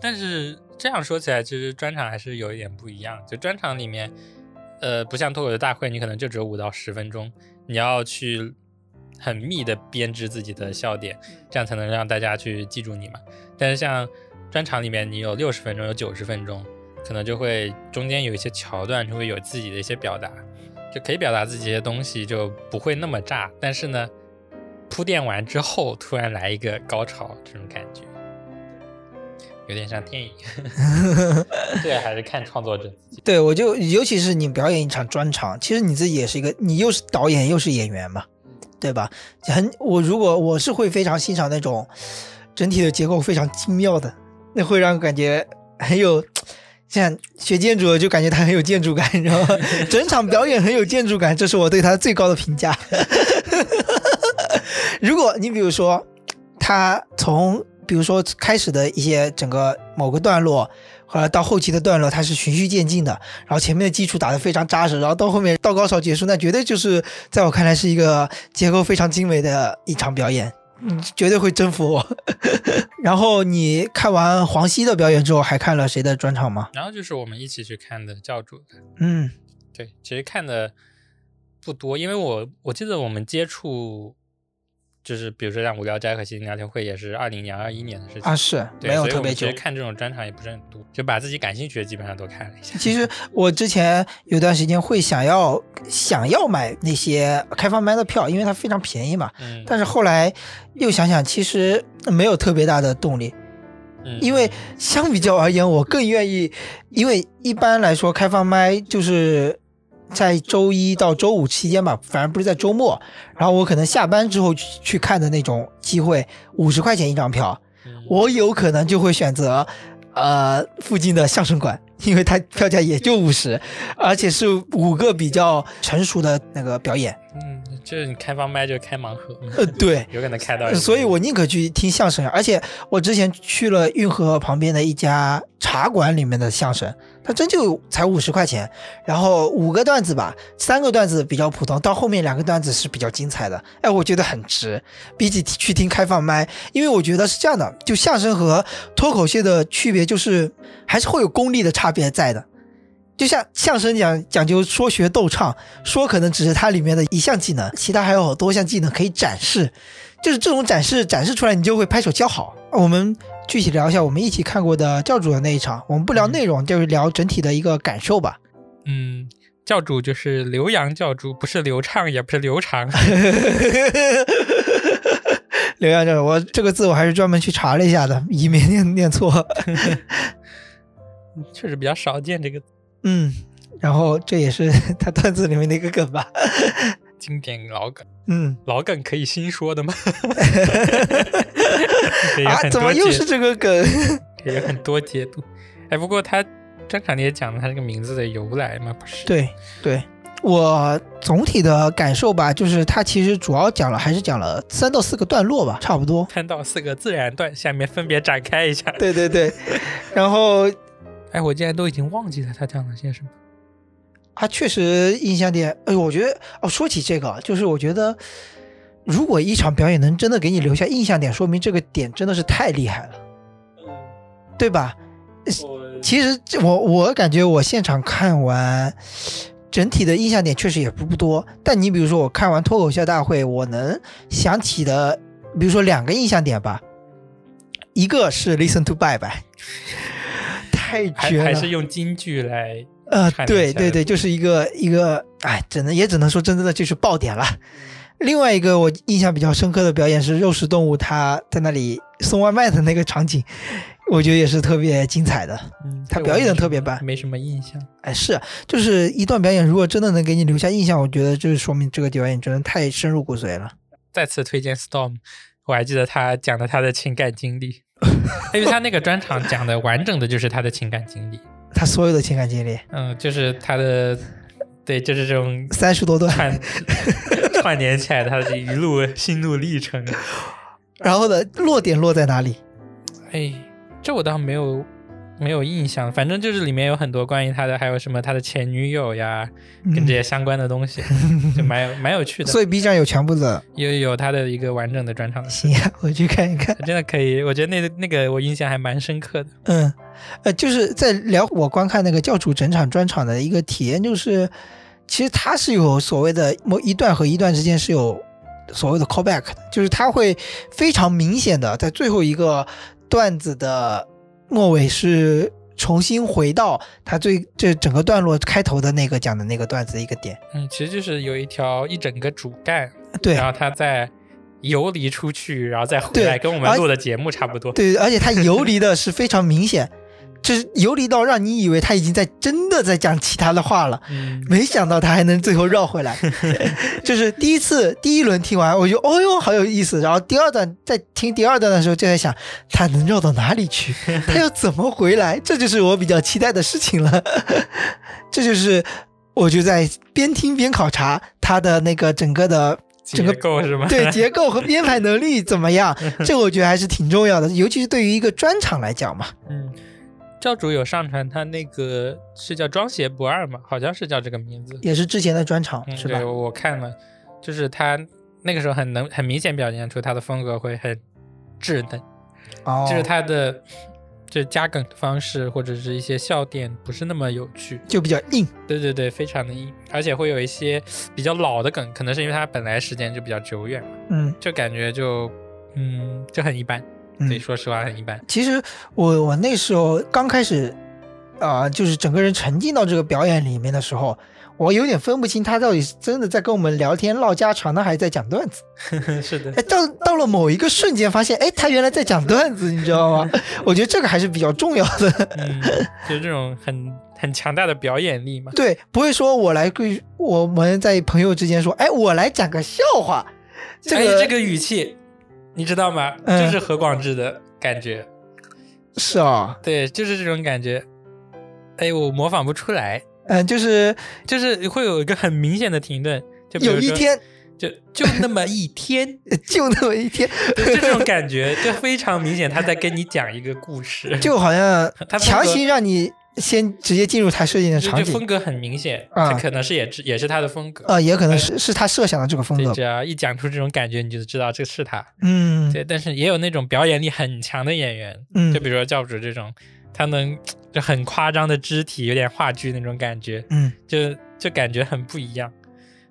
Speaker 1: 但是这样说起来，其实专场还是有一点不一样。就专场里面，呃，不像脱口秀大会，你可能就只有五到十分钟，你要去很密的编织自己的笑点，这样才能让大家去记住你嘛。但是像专场里面，你有六十分钟，有九十分钟，可能就会中间有一些桥段，就会有自己的一些表达，就可以表达自己一些东西，就不会那么炸。但是呢，铺垫完之后，突然来一个高潮，这种感觉。有点像电 影，对，还是看创作者自己。
Speaker 2: 对，我就尤其是你表演一场专场，其实你自己也是一个，你又是导演又是演员嘛，对吧？很，我如果我是会非常欣赏那种整体的结构非常精妙的，那会让感觉很有，像学建筑的就感觉他很有建筑感，你知道吗？整场表演很有建筑感，这是我对他最高的评价。 如果你比如说，他从比如说开始的一些整个某个段落，后来到后期的段落，它是循序渐进的，然后前面的基础打得非常扎实，然后到后面到高潮结束，那绝对就是在我看来是一个结构非常精美的一场表演，嗯，绝对会征服我。 然后你看完黄西的表演之后，还看了谁的专场吗？
Speaker 1: 然后就是我们一起去看的教主的，
Speaker 2: 嗯
Speaker 1: 对，其实看的不多，因为我我记得我们接触，就是比如说像无聊斋和心灵聊天会也是二零年、二一年的事情，
Speaker 2: 啊是
Speaker 1: 对
Speaker 2: 没有
Speaker 1: 所以
Speaker 2: 特
Speaker 1: 我们
Speaker 2: 别
Speaker 1: 其
Speaker 2: 久
Speaker 1: 实。看这种专场也不是很多，就把自己感兴趣的基本上都看了一下。
Speaker 2: 其实我之前有段时间会想要想要买那些开放麦的票，因为它非常便宜嘛。
Speaker 1: 嗯，
Speaker 2: 但是后来又想想，其实没有特别大的动力，
Speaker 1: 嗯
Speaker 2: 因为相比较而言，我更愿意，因为一般来说开放麦就是在周一到周五期间吧，反正不是在周末。然后我可能下班之后去去看的那种机会，五十块钱一张票，
Speaker 1: 嗯
Speaker 2: 我有可能就会选择，呃，附近的相声馆，因为它票价也就五十，而且是五个比较成熟的那个表演。
Speaker 1: 嗯，就是你开放麦就开盲盒嘛，
Speaker 2: 呃，对，
Speaker 1: 有可能开到一个。
Speaker 2: 呃所以我宁可去听相声，啊而且我之前去了运河旁边的一家茶馆里面的相声，它真就才五十块钱，然后五个段子吧，三个段子比较普通，到后面两个段子是比较精彩的，哎，我觉得很值，比起去听开放麦，因为我觉得是这样的，就相声和脱口秀的区别就是还是会有功力的差别在的。就像相声讲讲究说学逗唱，说可能只是它里面的一项技能，其他还有好多项技能可以展示，就是这种展示展示出来，你就会拍手叫好。我们具体聊一下我们一起看过的教主的那一场，我们不聊内容，就是聊整体的一个感受吧。
Speaker 1: 嗯，教主就是刘洋教主，不是刘畅，也不是刘长。
Speaker 2: 刘洋这我这个字我还是专门去查了一下的，以免念念错。
Speaker 1: 确实比较少见这个
Speaker 2: 嗯，然后这也是 他段子里面的一个梗吧。
Speaker 1: 经典老梗，
Speaker 2: 嗯，
Speaker 1: 老梗可以新说的吗？ 可以有
Speaker 2: 啊，
Speaker 1: 很
Speaker 2: 怎
Speaker 1: 多
Speaker 2: 么又
Speaker 1: 解
Speaker 2: 是这个梗？
Speaker 1: 可以有很多解读？哎，不过他张凯你也讲了他这个名字的由来嘛，不是？，
Speaker 2: 对对，我总体的感受吧，就是它其实主要讲了，还是讲了三到四个段落吧，差不多。
Speaker 1: 看到四个自然段，下面分别展开一下。
Speaker 2: 对对对，然后
Speaker 1: 哎，我竟然都已经忘记了他讲了些什么。
Speaker 2: 啊，确实印象点，哎呦，我觉得哦，说起这个，就是我觉得，如果一场表演能真的给你留下印象点，说明这个点真的是太厉害了，对吧？呃其实这我我感觉我现场看完，整体的印象点确实也不不多。但你比如说我看完脱口秀大会，我能想起的，比如说两个印象点吧，一个是 Listen to Bye Bye，太
Speaker 1: 还
Speaker 2: 绝了，
Speaker 1: 还是用京剧来，
Speaker 2: 呃
Speaker 1: 串，联起来
Speaker 2: 对对
Speaker 1: 的
Speaker 2: 对，就是一个一个，哎，只能也只能说真正的就是爆点了。另外一个我印象比较深刻的表演是肉食动物，它在那里送外卖的那个场景，我觉得也是特别精彩的。
Speaker 1: 嗯，
Speaker 2: 他
Speaker 1: 对
Speaker 2: 表
Speaker 1: 我
Speaker 2: 演得
Speaker 1: 没什
Speaker 2: 特别
Speaker 1: 么
Speaker 2: 棒
Speaker 1: 没什么印象。
Speaker 2: 哎，是，就是一段表演，如果真的能给你留下印象，我觉得就是说明这个表演真的太深入骨髓了。
Speaker 1: 再次推荐 Storm，我还记得他讲的他的情感经历， 因为他那个专场讲的完整的就是他的情感经历，
Speaker 2: 他所有的情感经历，
Speaker 1: 嗯，就是他的，对，就是这种
Speaker 2: 三十多段，
Speaker 1: 串 串联起来的他的一路心路历程。
Speaker 2: 然后呢，落点落在哪里？
Speaker 1: 哎，这我倒没有没有印象，反正就是里面有很多关于他的，还有什么他的前女友呀，跟这些相关的东西，就蛮有蛮有趣的。
Speaker 2: 嗯所以 B 站有全部的，
Speaker 1: 有有他的一个完整的专场，
Speaker 2: 行呀，我去看一看。
Speaker 1: 真的可以，我觉得那那个我印象还蛮深刻的。
Speaker 2: 嗯，呃，就是在聊我观看那个教主整场专场的一个体验，就是其实他是有所谓的某一段和一段之间是有所谓的 callback 的，就是他会非常明显的在最后一个段子的末尾是重新回到他最这整个段落开头的那个讲的那个段子的一个点。
Speaker 1: 嗯，其实就是有一条一整个主干，
Speaker 2: 对
Speaker 1: 然后他再游离出去，然后再回
Speaker 2: 对
Speaker 1: 来，跟我
Speaker 2: 而
Speaker 1: 们录的节目差不多。
Speaker 2: 对，而且他游离的是非常明显，就是游离到让你以为他已经在真的在讲其他的话了。
Speaker 1: 嗯，
Speaker 2: 没想到他还能最后绕回来， 就是第一次第一轮听完，我就哦哟好有意思。然后第二段在听第二段的时候，就在想他能绕到哪里 去，他要怎么回来，这就是我比较期待的事情了。 这就是我就在边听边考察他的那个整个的
Speaker 1: 结
Speaker 2: 整个
Speaker 1: 构是吗？
Speaker 2: 对结构和编排能力怎么样，这我觉得还是挺重要的，尤其是对于一个专场来讲嘛。
Speaker 1: 嗯，教主有上传他那个是叫装鞋不二嘛，好像是叫这个名字，
Speaker 2: 也是之前的专场
Speaker 1: 嗯，
Speaker 2: 是吧
Speaker 1: 对，？我看了，就是他那个时候很能很明显表现出他的风格会很稚嫩，
Speaker 2: 哦，
Speaker 1: 就是他的就是加梗的方式或者是一些笑点不是那么有趣，
Speaker 2: 就比较硬，
Speaker 1: 对对对，非常的硬，而且会有一些比较老的梗，可能是因为他本来时间就比较久远嘛，
Speaker 2: 嗯。
Speaker 1: 就感觉就嗯就很一般，
Speaker 2: 嗯
Speaker 1: 对，说实话很一 般，
Speaker 2: 其实我我那时候刚开始，啊、就是整个人沉浸到这个表演里面的时候，我有点分不清他到底是真的在跟我们聊天唠家常呢，还是在讲段子。
Speaker 1: 是的，
Speaker 2: 哎，到到了某一个瞬间，发现哎，他原来在讲段子，你知道吗？ 我觉得这个还是比较重要的。
Speaker 1: 嗯，就是这种很很强大的表演力嘛，
Speaker 2: 对，不会说我来跟我们在朋友之间说，哎，我来讲个笑话。这个、
Speaker 1: 哎这个语气，你知道吗？
Speaker 2: 嗯
Speaker 1: 就是何广智的感觉，
Speaker 2: 是啊、
Speaker 1: 对，就是这种感觉。哎，我模仿不出来，
Speaker 2: 嗯，就是
Speaker 1: 就是会有一个很明显的停顿，就比如
Speaker 2: 有一
Speaker 1: 说
Speaker 2: 天，
Speaker 1: 就就那么一天，
Speaker 2: 就那么一天，
Speaker 1: 对就这种感觉，就非常明显，他在跟你讲一个故事，
Speaker 2: 就好像
Speaker 1: 他风格
Speaker 2: 强行让你先直接进入他设定的
Speaker 1: 就
Speaker 2: 场
Speaker 1: 就
Speaker 2: 景
Speaker 1: 风格很明显，
Speaker 2: 啊
Speaker 1: 这可能是也是也是他的风格。哎
Speaker 2: 啊、也可能是是他设想的这个风
Speaker 1: 对，
Speaker 2: 格
Speaker 1: 只。要一讲出这种感觉，你就知道这是他。
Speaker 2: 嗯
Speaker 1: 对，但是也有那种表演力很强的演员，
Speaker 2: 嗯
Speaker 1: 就比如说教主这种，他能就很夸张的肢体，有点话剧那种感觉，
Speaker 2: 嗯，
Speaker 1: 就就感觉很不一样。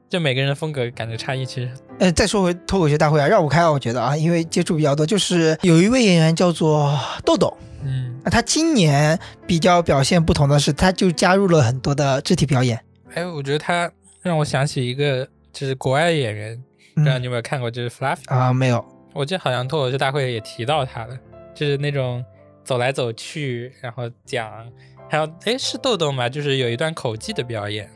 Speaker 1: 就每个人的风格感觉差异其实
Speaker 2: 呃，再说回脱口秀大会啊，绕不开啊，我觉得啊，因为接触比较多，就是有一位演员叫做豆豆，
Speaker 1: 嗯，
Speaker 2: 那他今年比较表现不同的是，他就加入了很多的肢体表演。
Speaker 1: 哎，我觉得他让我想起一个，就是国外演员，不知道
Speaker 2: 嗯
Speaker 1: 你有没有看过，就是 Fluffy，、
Speaker 2: 啊、没有，
Speaker 1: 我记得好像脱口秀大会也提到他了，就是那种走来走去，然后讲，还有哎是豆豆嘛，就是有一段口技的表演，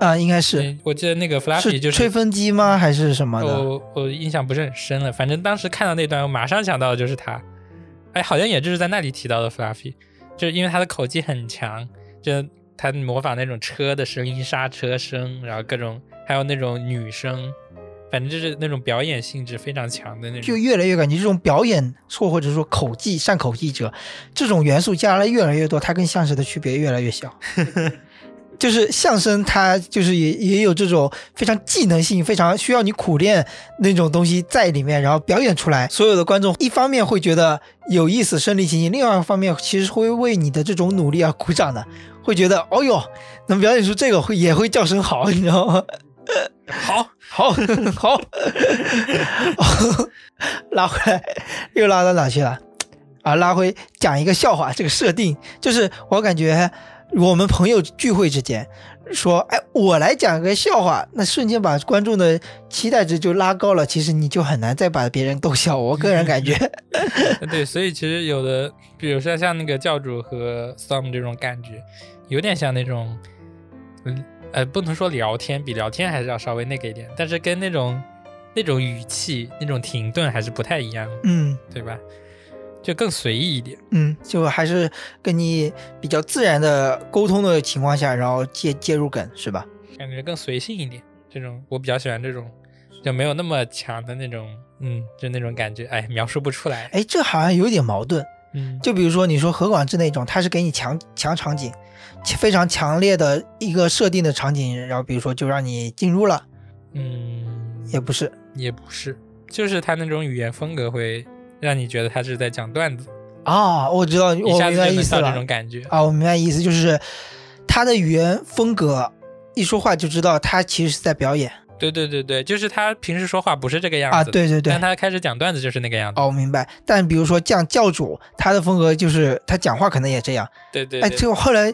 Speaker 2: 啊、应该是
Speaker 1: 嗯我记得那个 Fluffy 就是哦
Speaker 2: 吹风机吗？还是什么的？
Speaker 1: 我我印象不是很深了，反正当时看到那段，我马上想到的就是他。哎，好像也就是在那里提到的 Fluffy，就是因为他的口技很强，就是他模仿那种车的声音、刹车声，然后各种还有那种女声，反正就是那种表演性质非常强的那
Speaker 2: 就
Speaker 1: 种。
Speaker 2: 越来越感觉这种表演或或者说口技善口技者这种元素加了越来越多，它跟相声的区别越来越 小。就是相声，它就是也也有这种非常技能性、非常需要你苦练那种东西在里面，然后表演出来，所有的观众一方面会觉得有意思、身临其境，另外一方面其实会为你的这种努力而鼓掌的，会觉得哦哟，能表演出这个会也会叫声好，你知道吗？
Speaker 1: 好，
Speaker 2: 好 好，拉回来，又拉到哪去了？啊，拉回讲一个笑话，这个设定就是我感觉我们朋友聚会之间说，哎，我来讲个笑话，那瞬间把观众的期待值就拉高了，其实你就很难再把别人逗笑。我个人感觉，
Speaker 1: 对，所以其实有的，比如说像那个教主和 Storm 这种感觉，有点像那种，嗯呃，不能说聊天，比聊天还是要稍微那个一点，但是跟那种那种语气、那种停顿还是不太一样，
Speaker 2: 嗯
Speaker 1: 对吧？就更随意一点。
Speaker 2: 嗯，就还是跟你比较自然的沟通的情况下，然后接接入梗是吧？
Speaker 1: 感觉更随性一点。这种我比较喜欢这种，就没有那么强的那种，嗯，就那种感觉，哎，描述不出来。
Speaker 2: 哎，这好像有点矛盾。
Speaker 1: 嗯，
Speaker 2: 就比如说你说何广智那种，他是给你强强场景，非常强烈的一个设定的场景，然后比如说就让你进入了，
Speaker 1: 嗯，
Speaker 2: 也不是，
Speaker 1: 也不是，就是他那种语言风格会让你觉得他是在讲段子，
Speaker 2: 啊，我知道，我
Speaker 1: 一下
Speaker 2: 明
Speaker 1: 子
Speaker 2: 白
Speaker 1: 就
Speaker 2: 意
Speaker 1: 能
Speaker 2: 思
Speaker 1: 到这
Speaker 2: 了
Speaker 1: 种感觉。
Speaker 2: 啊，我明白意思，就是他的语言风格，一说话就知道他其实是在表演
Speaker 1: 对对对对，就是他平时说话不是这个样子
Speaker 2: 啊，
Speaker 1: 的，
Speaker 2: 对对对
Speaker 1: 但，他开始讲段子就是那个样子。
Speaker 2: 哦，我明白。但比如说像教主，他的风格就是他讲话可能也这样，
Speaker 1: 对对
Speaker 2: 哎，
Speaker 1: 对，
Speaker 2: 就后来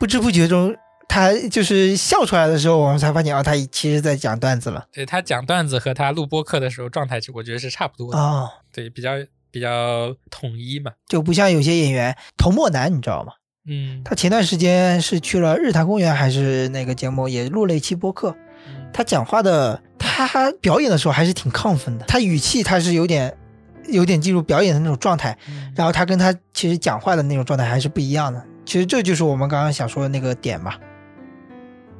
Speaker 2: 不知不觉中，他就是笑出来的时候，我们才发现啊，他其实在讲段子了
Speaker 1: 对他讲段子和他录播课的时候状态，我觉得是差不多的，
Speaker 2: 啊。
Speaker 1: 对，比较比较统一嘛。
Speaker 2: 就不像有些演员童漠男，你知道吗？
Speaker 1: 嗯，
Speaker 2: 他前段时间是去了日坛公园还是那个节目，也录了一期播客。
Speaker 1: 嗯
Speaker 2: 他讲话的，他表演的时候还是挺亢奋的，他语气他是有点有点进入表演的那种状态，
Speaker 1: 嗯
Speaker 2: 然后他跟他其实讲话的那种状态还是不一样的。其实这就是我们刚刚想说的那个点嘛，
Speaker 1: 嗯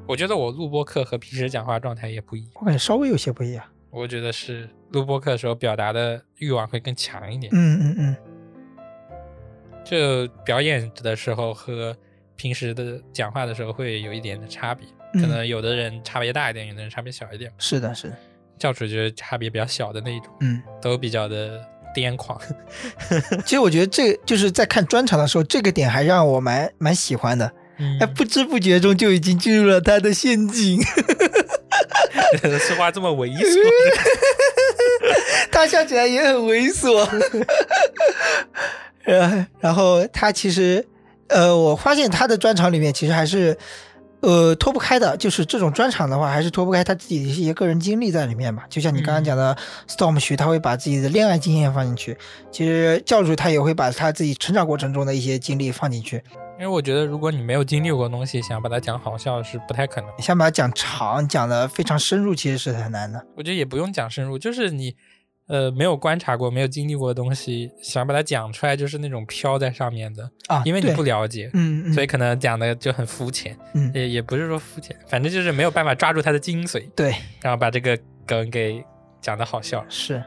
Speaker 1: 我觉得我录播课和平时讲话状态也不一样，
Speaker 2: 我感觉稍微有些不一样。
Speaker 1: 我觉得是录播课的时候表达的欲望会更强一点，
Speaker 2: 嗯嗯嗯，
Speaker 1: 就表演的时候和平时的讲话的时候会有一点的差别，
Speaker 2: 嗯
Speaker 1: 可能有的人差别大一点，有的人差别小一点。
Speaker 2: 是的，是的，
Speaker 1: 教主就是差别比较小的那一种，
Speaker 2: 嗯。
Speaker 1: 都比较的癫 狂。
Speaker 2: 其实我觉得这就是在看专场的时候，这个点还让我蛮蛮喜欢的。
Speaker 1: 嗯
Speaker 2: 哎，不知不觉中就已经进入了他的陷阱。
Speaker 1: 说话这么猥琐 的，
Speaker 2: 他笑起来也很猥琐。 呃，然后他其实，呃，我发现他的专场里面其实还是，呃，脱不开的，就是这种专场的话，还是脱不开他自己的一些个人经历在里面吧。就像你刚刚讲的，Storm 徐他会把自己的恋爱经验放进去，其实教主他也会把他自己成长过程中的一些经历放进去。
Speaker 1: 因为我觉得如果你没有经历过的东西，想把它讲好笑是不太可能。
Speaker 2: 想把它讲长，讲的非常深入，其实是很难的。
Speaker 1: 我觉得也不用讲深入，就是你呃没有观察过、没有经历过的东西，想把它讲出来，就是那种飘在上面的，
Speaker 2: 啊，
Speaker 1: 因为你
Speaker 2: 对
Speaker 1: 不了解，
Speaker 2: 嗯嗯，
Speaker 1: 所以可能讲的就很肤浅，
Speaker 2: 嗯
Speaker 1: 也也不是说肤浅，反正就是没有办法抓住它的精髓，
Speaker 2: 对
Speaker 1: 然后把这个梗给讲的好笑，
Speaker 2: 是，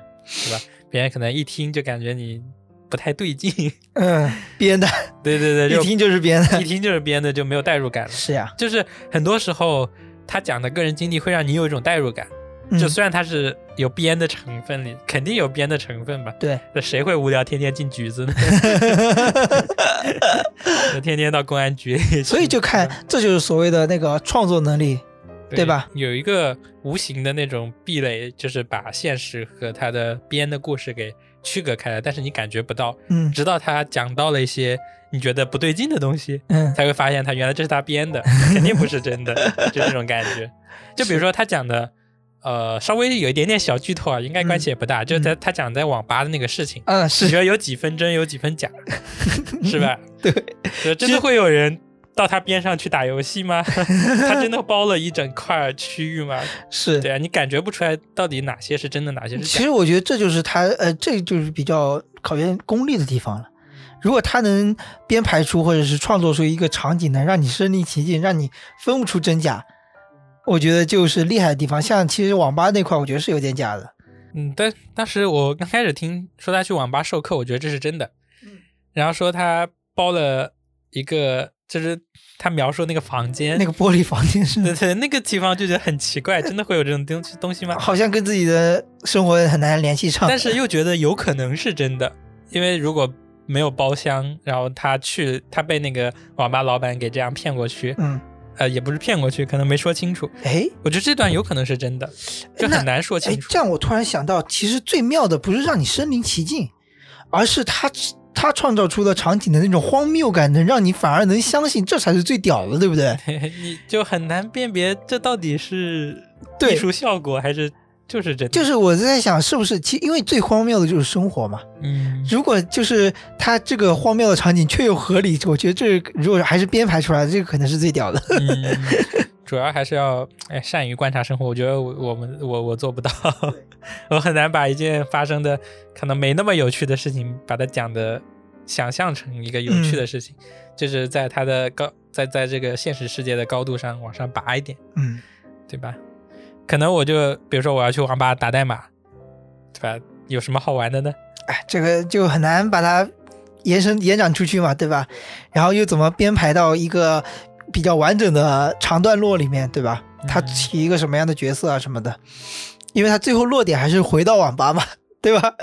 Speaker 1: 别人可能一听就感觉你不太对劲，
Speaker 2: 嗯，编 的，
Speaker 1: 对对对，
Speaker 2: 一
Speaker 1: 就
Speaker 2: 听就是编的，
Speaker 1: 一听就是编的，就没有代入感了。
Speaker 2: 是呀，
Speaker 1: 就是很多时候他讲的个人经历会让你有一种代入感，
Speaker 2: 嗯
Speaker 1: 就虽然他是有编的成分里，肯定有编的成分吧。
Speaker 2: 对，
Speaker 1: 那谁会无聊天天进局 子呢？天天到公安局里去，
Speaker 2: 所以就看
Speaker 1: 嗯
Speaker 2: 这就是所谓的那个创作能力，
Speaker 1: 对
Speaker 2: 对吧？
Speaker 1: 有一个无形的那种壁垒，就是把现实和他的编的故事给区隔开来，但是你感觉不到，
Speaker 2: 嗯
Speaker 1: 直到他讲到了一些你觉得不对劲的东西，
Speaker 2: 嗯
Speaker 1: 才会发现他原来这是他编的，肯定不是真的，就这种感觉。就比如说他讲的，呃，稍微有一点点小剧透啊，应该关系也不大，就是他他讲在网吧的那个事情，
Speaker 2: 嗯
Speaker 1: 你觉
Speaker 2: 是，
Speaker 1: 得有几分真，有几分假，是吧？
Speaker 2: 对，
Speaker 1: 就真的会有人。到他边上去打游戏吗？他真的包了一整块区域 吗？
Speaker 2: 是
Speaker 1: 对啊，你感觉不出来到底哪些是真的，哪些是
Speaker 2: 其
Speaker 1: 假。
Speaker 2: 实我觉得这就是他，呃，这就是比较考验功力的地方了。如果他能编排出或者是创作出一个场景，能让你身临其境，让你分不出真假，我觉得就是厉害的地方。像其实网吧那块，我觉得是有点假的。
Speaker 1: 嗯，但当时我刚开始听说他去网吧授课，我觉得这是真的。然后说他包了一个，就是他描述那个房间，
Speaker 2: 那个玻璃房间是
Speaker 1: 嗯对对，那个地方就觉得很奇怪，真的会有这种东西东西吗？
Speaker 2: 好像跟自己的生活很难联系上。
Speaker 1: 但是又觉得有可能是真的，因为如果没有包厢，然后他去他被那个网吧老板给这样骗过去，
Speaker 2: 嗯，
Speaker 1: 呃，也不是骗过去，可能没说清楚。
Speaker 2: 哎
Speaker 1: 我觉得这段有可能是真的，就
Speaker 2: 那
Speaker 1: 很难说
Speaker 2: 哎
Speaker 1: 清，楚。
Speaker 2: 这样我突然想到，其实最妙的不是让你身临其境，而是他他创造出的场景的那种荒谬感，能让你反而能相信，这才是最屌的，对不对？
Speaker 1: 你就很难辨别这到底是
Speaker 2: 对
Speaker 1: 艺术效果还是就是真的，
Speaker 2: 就是我在想，是不是其因为最荒谬的就是生活嘛？
Speaker 1: 嗯，
Speaker 2: 如果就是他这个荒谬的场景却又合理，我觉得这如果还是编排出来的，这个可能是最屌的。
Speaker 1: 嗯，主要还是要哎善于观察生活。我觉得我我们我我做不到，我很难把一件发生的可能没那么有趣的事情，把它讲的想象成一个有趣
Speaker 2: 嗯
Speaker 1: 的事情，就是在它的高在在这个现实世界的高度上往上拔一点，
Speaker 2: 嗯，
Speaker 1: 对吧？可能我就比如说我要去网吧打代码，对吧？有什么好玩的呢？
Speaker 2: 哎，这个就很难把它延伸延展出去嘛，对吧？然后又怎么编排到一个比较完整的长段落里面，对吧？他
Speaker 1: 嗯
Speaker 2: 起一个什么样的角色啊什么的，因为他最后落点还是回到网吧嘛， 对吧？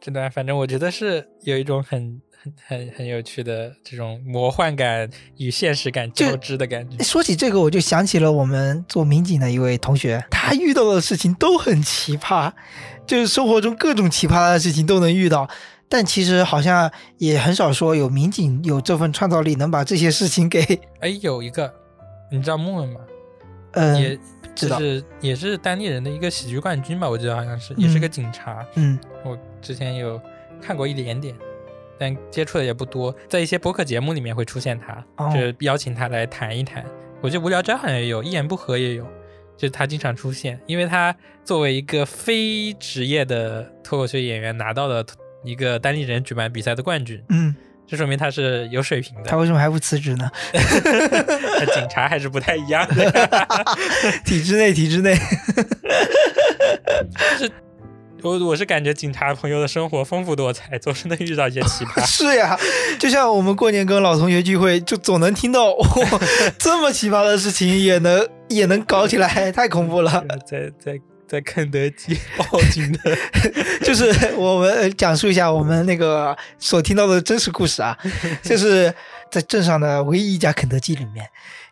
Speaker 1: 这段反正我觉得是有一种很很很很有趣的这种魔幻感与现实感交织的感觉。
Speaker 2: 说起这个，我就想起了我们做民警的一位同学，他遇到的事情都很奇葩，就是生活中各种奇葩的事情都能遇到。但其实好像也很少说有民警有这份创造力，能把这些事情给
Speaker 1: 哎，有一个，你知道莫文吗？也
Speaker 2: 嗯知
Speaker 1: 就
Speaker 2: 道
Speaker 1: 是也是单立人的一个喜剧冠军吧，我记得好像是，也是个警察。
Speaker 2: 嗯
Speaker 1: 我之前有看过一点点，但接触的也不多。在一些播客节目里面会出现他，
Speaker 2: 哦
Speaker 1: 就是邀请他来谈一谈。我觉得无聊斋好像也有，一言不合也有，就是他经常出现，因为他作为一个非职业的脱口秀演员，拿到了一个单立人举办比赛的冠军，
Speaker 2: 嗯，
Speaker 1: 这说明他是有水平的
Speaker 2: 他。为什么还不辞职呢？
Speaker 1: 和警察还是不太一样的。
Speaker 2: 体制内，体制内，
Speaker 1: 我我是感觉警察朋友的生活丰富多彩，总是能遇到一些奇葩。
Speaker 2: 是呀，就像我们过年跟老同学聚会，就总能听到、哦、这么奇葩的事情也能也能搞起来，太恐怖了。
Speaker 1: 在在在肯德基报警的，
Speaker 2: 就是我们呃讲述一下我们那个所听到的真实故事啊，就是在镇上的唯一一家肯德基里面，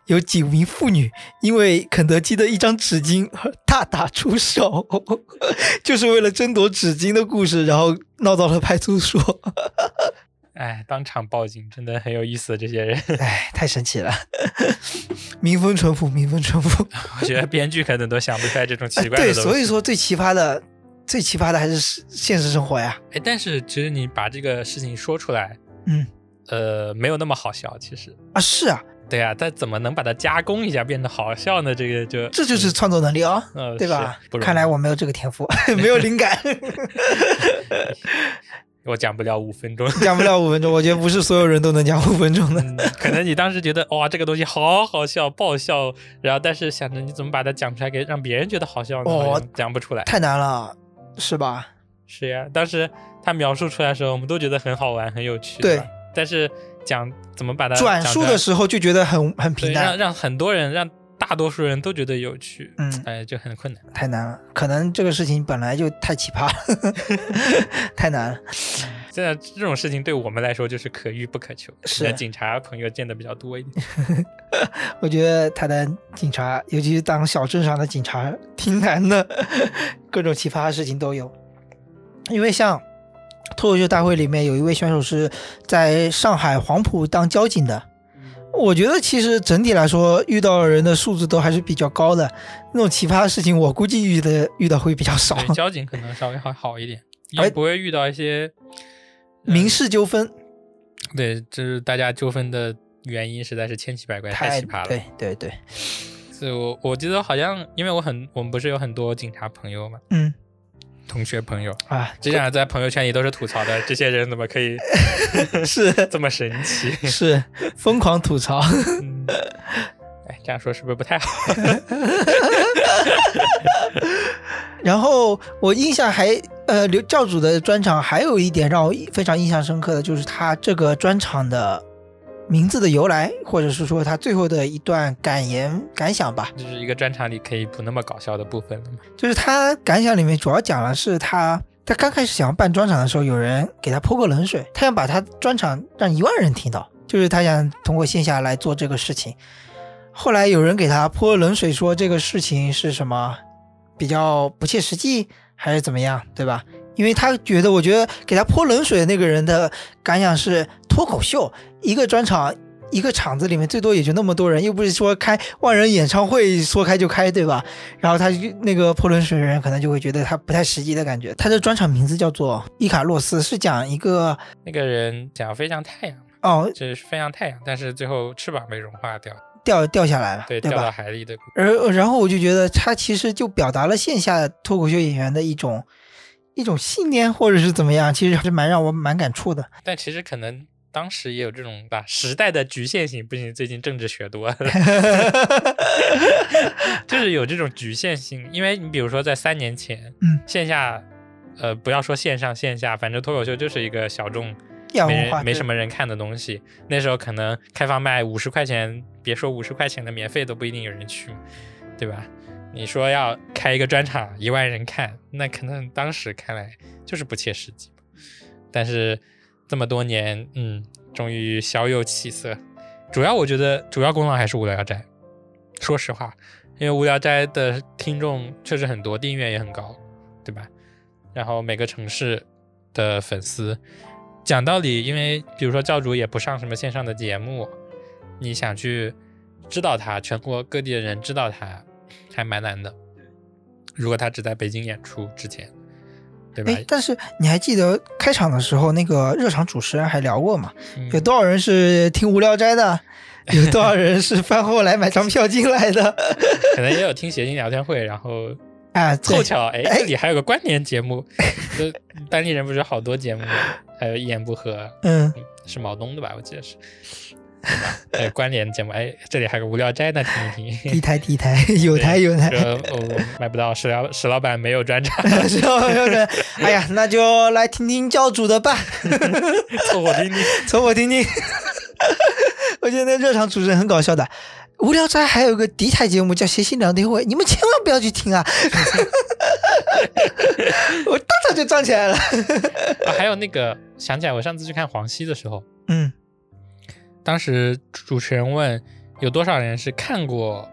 Speaker 2: 有几名妇女因为肯德基的一张纸巾而大打出手， 就是为了争夺纸巾的故事，然后闹到了派出所。
Speaker 1: 哎，当场报警真的很有意思。这些人，
Speaker 2: 哎，太神奇了， 民风淳朴，民风淳朴。
Speaker 1: 我 觉得编剧可能都想不出来这种 奇怪
Speaker 2: 哎对，
Speaker 1: 的东
Speaker 2: 所
Speaker 1: 西。
Speaker 2: 以说最奇葩的，最奇葩的还是现实生活呀。
Speaker 1: 哎，但是其实你把这个事情说出来，
Speaker 2: 嗯
Speaker 1: 呃，没有那么好笑。其实
Speaker 2: 啊，是啊，
Speaker 1: 对啊，但怎么能把它加工一下变得好笑呢？这个就
Speaker 2: 这就是创作能力啊、
Speaker 1: 嗯嗯呃
Speaker 2: 对吧
Speaker 1: 是不？容易
Speaker 2: 看来我没有这 个天赋，没有灵感，
Speaker 1: 我讲不了五分 钟。
Speaker 2: 讲不了五分钟。我觉得不是所有人都能讲五分钟的。
Speaker 1: 嗯可能你当时觉得哇，这个东西好好笑，爆笑，然后但是想着你怎么把它讲出来，给让别人觉得好笑呢？
Speaker 2: 哦
Speaker 1: 好像讲不出来。
Speaker 2: 太难了，是吧？
Speaker 1: 是呀，当时他描述出来的时候，我们都觉得很好玩、很有趣。
Speaker 2: 对
Speaker 1: 吧，但是呃讲怎么把它
Speaker 2: 转述的
Speaker 1: 时
Speaker 2: 时候就觉得很很
Speaker 1: 对，
Speaker 2: 平
Speaker 1: 让
Speaker 2: 淡，
Speaker 1: 让很多人、让大多数人都觉得有趣，
Speaker 2: 嗯
Speaker 1: 哎，就很困难。
Speaker 2: 太难了。可能这个事情本来就太奇葩了， 太难了。
Speaker 1: 现在这种事情对我们来说就是可遇不可求，
Speaker 2: 是
Speaker 1: 可能警察朋友见的比较多一点。
Speaker 2: 我觉得台南警察，尤其是当小镇上的警察，挺难的， 各种奇葩的事情都有。因为像脱口秀大会里面有一位选手是在上海黄埔当交警的，我觉得其实整体来说遇到的人的素质都还是比较高的，那种奇葩的事情我估计遇的遇到会比较少。
Speaker 1: 对，交警可能稍微好好一点，因
Speaker 2: 哦哎
Speaker 1: 为不会遇到一些
Speaker 2: 民事纠纷
Speaker 1: 对，就是大家纠纷的原因实在是千奇百怪，太奇葩了。
Speaker 2: 对哎对对，
Speaker 1: 所以我我记得好像，因为我很我们不是有很多警察朋友嘛，
Speaker 2: 嗯
Speaker 1: 同学朋友，
Speaker 2: 啊，
Speaker 1: 这样在朋友圈里都是吐槽的，这些人怎么可以
Speaker 2: 是
Speaker 1: 这么神奇？
Speaker 2: 是疯狂吐槽。
Speaker 1: 嗯哎，这样说是不是不太好？
Speaker 2: 然后我印象还呃，刘教主的专场还有一点让我非常印象深刻的就是他这个专场的名字的由来，或者是说他最后的一段感言感想吧。
Speaker 1: 就是一个专场里可以不那么搞笑的部分了嘛。
Speaker 2: 就是他感想里面主要讲的是他他刚开始想要办专场的时候，有人给他泼过冷水，他想把他专场让一万人听到，就是他想通过线下来做这个事情。后来有人给他泼冷水，说这个事情是什么比较不切实际，还是怎么样，对吧？因为他觉得，我觉得给他泼冷水的那个人的感想是脱口秀一个专场。一个场子里面最多也就那么多人，又不是说开万人演唱会说开就开，对吧？然后他就那个泼冷水的人可能就会觉得他不太实际的感觉。他的专场名字叫做《伊卡洛斯》，是讲一个
Speaker 1: 那个人想要飞向太阳嘛，
Speaker 2: 哦
Speaker 1: 就是飞向太阳，但是最后翅膀被融化掉，
Speaker 2: 掉掉下来了，
Speaker 1: 对，掉到
Speaker 2: 吧？
Speaker 1: 海里的故事。
Speaker 2: 而然后我就觉得他其实就表达了线下脱口秀演员的一种一种信念，或者是怎么样，其实还是蛮让我蛮感触的。
Speaker 1: 但其实可能当时也有这种吧，时代的局限性。不行，最近政治学多了， 就是有这种局限性。因为你比如说在三年前，
Speaker 2: 嗯，
Speaker 1: 线下，呃，不要说线上线下，反正脱口秀就是一个小众，
Speaker 2: 亚
Speaker 1: 没
Speaker 2: 文化
Speaker 1: 人没什
Speaker 2: 么，
Speaker 1: 么人看的东西。那时候可能开放麦五十块钱，别说五十块钱的免费都不一定有人去，对吧？你说要开一个专场一万人看，那可能当时看来就是不切实际。但是这么多年，嗯，终于小有起色。主要我觉得主要功劳还是无聊斋，说实话，因为无聊斋的听众确实很多，订阅也很高，对吧？然后每个城市的粉丝，讲道理，因为比如说教主也不上什么线上的节目，你想去知道他，全国各地的人知道他，还蛮难的。如果他只在北京演出之前，对吧？
Speaker 2: 哎，但是你还记得开场的时候，那个热场主持人还聊过吗？
Speaker 1: 嗯
Speaker 2: 有多少人是听无聊斋的？有多少人是饭后来买张票进来的？
Speaker 1: 可能也有听谐星聊天会，然后
Speaker 2: 啊，对
Speaker 1: 凑巧哎，这里还有个关联节目，就单立人不是有好多节目吗，还有一言不合，
Speaker 2: 嗯，
Speaker 1: 嗯是毛东的吧？我记得是，对吧？还有关联节目，哎，这里还有个无聊斋呢，听一
Speaker 2: 第一
Speaker 1: 听。
Speaker 2: 台第一台，有台有台，
Speaker 1: 说我买不到，石老石老板没有专场，
Speaker 2: 是吧有台哎呀，那就来听听教 主的吧，
Speaker 1: 凑合听听。
Speaker 2: 从我听听。 我觉得那热场主持人很搞笑的，无聊斋还有个敌台节目叫《谐星聊天会》，你们千万不要去 听啊！我当场就站起来了。
Speaker 1: 啊还有那个，想起来我上次去看黄西的时候，
Speaker 2: 嗯
Speaker 1: 当时主持人问有多少人是看过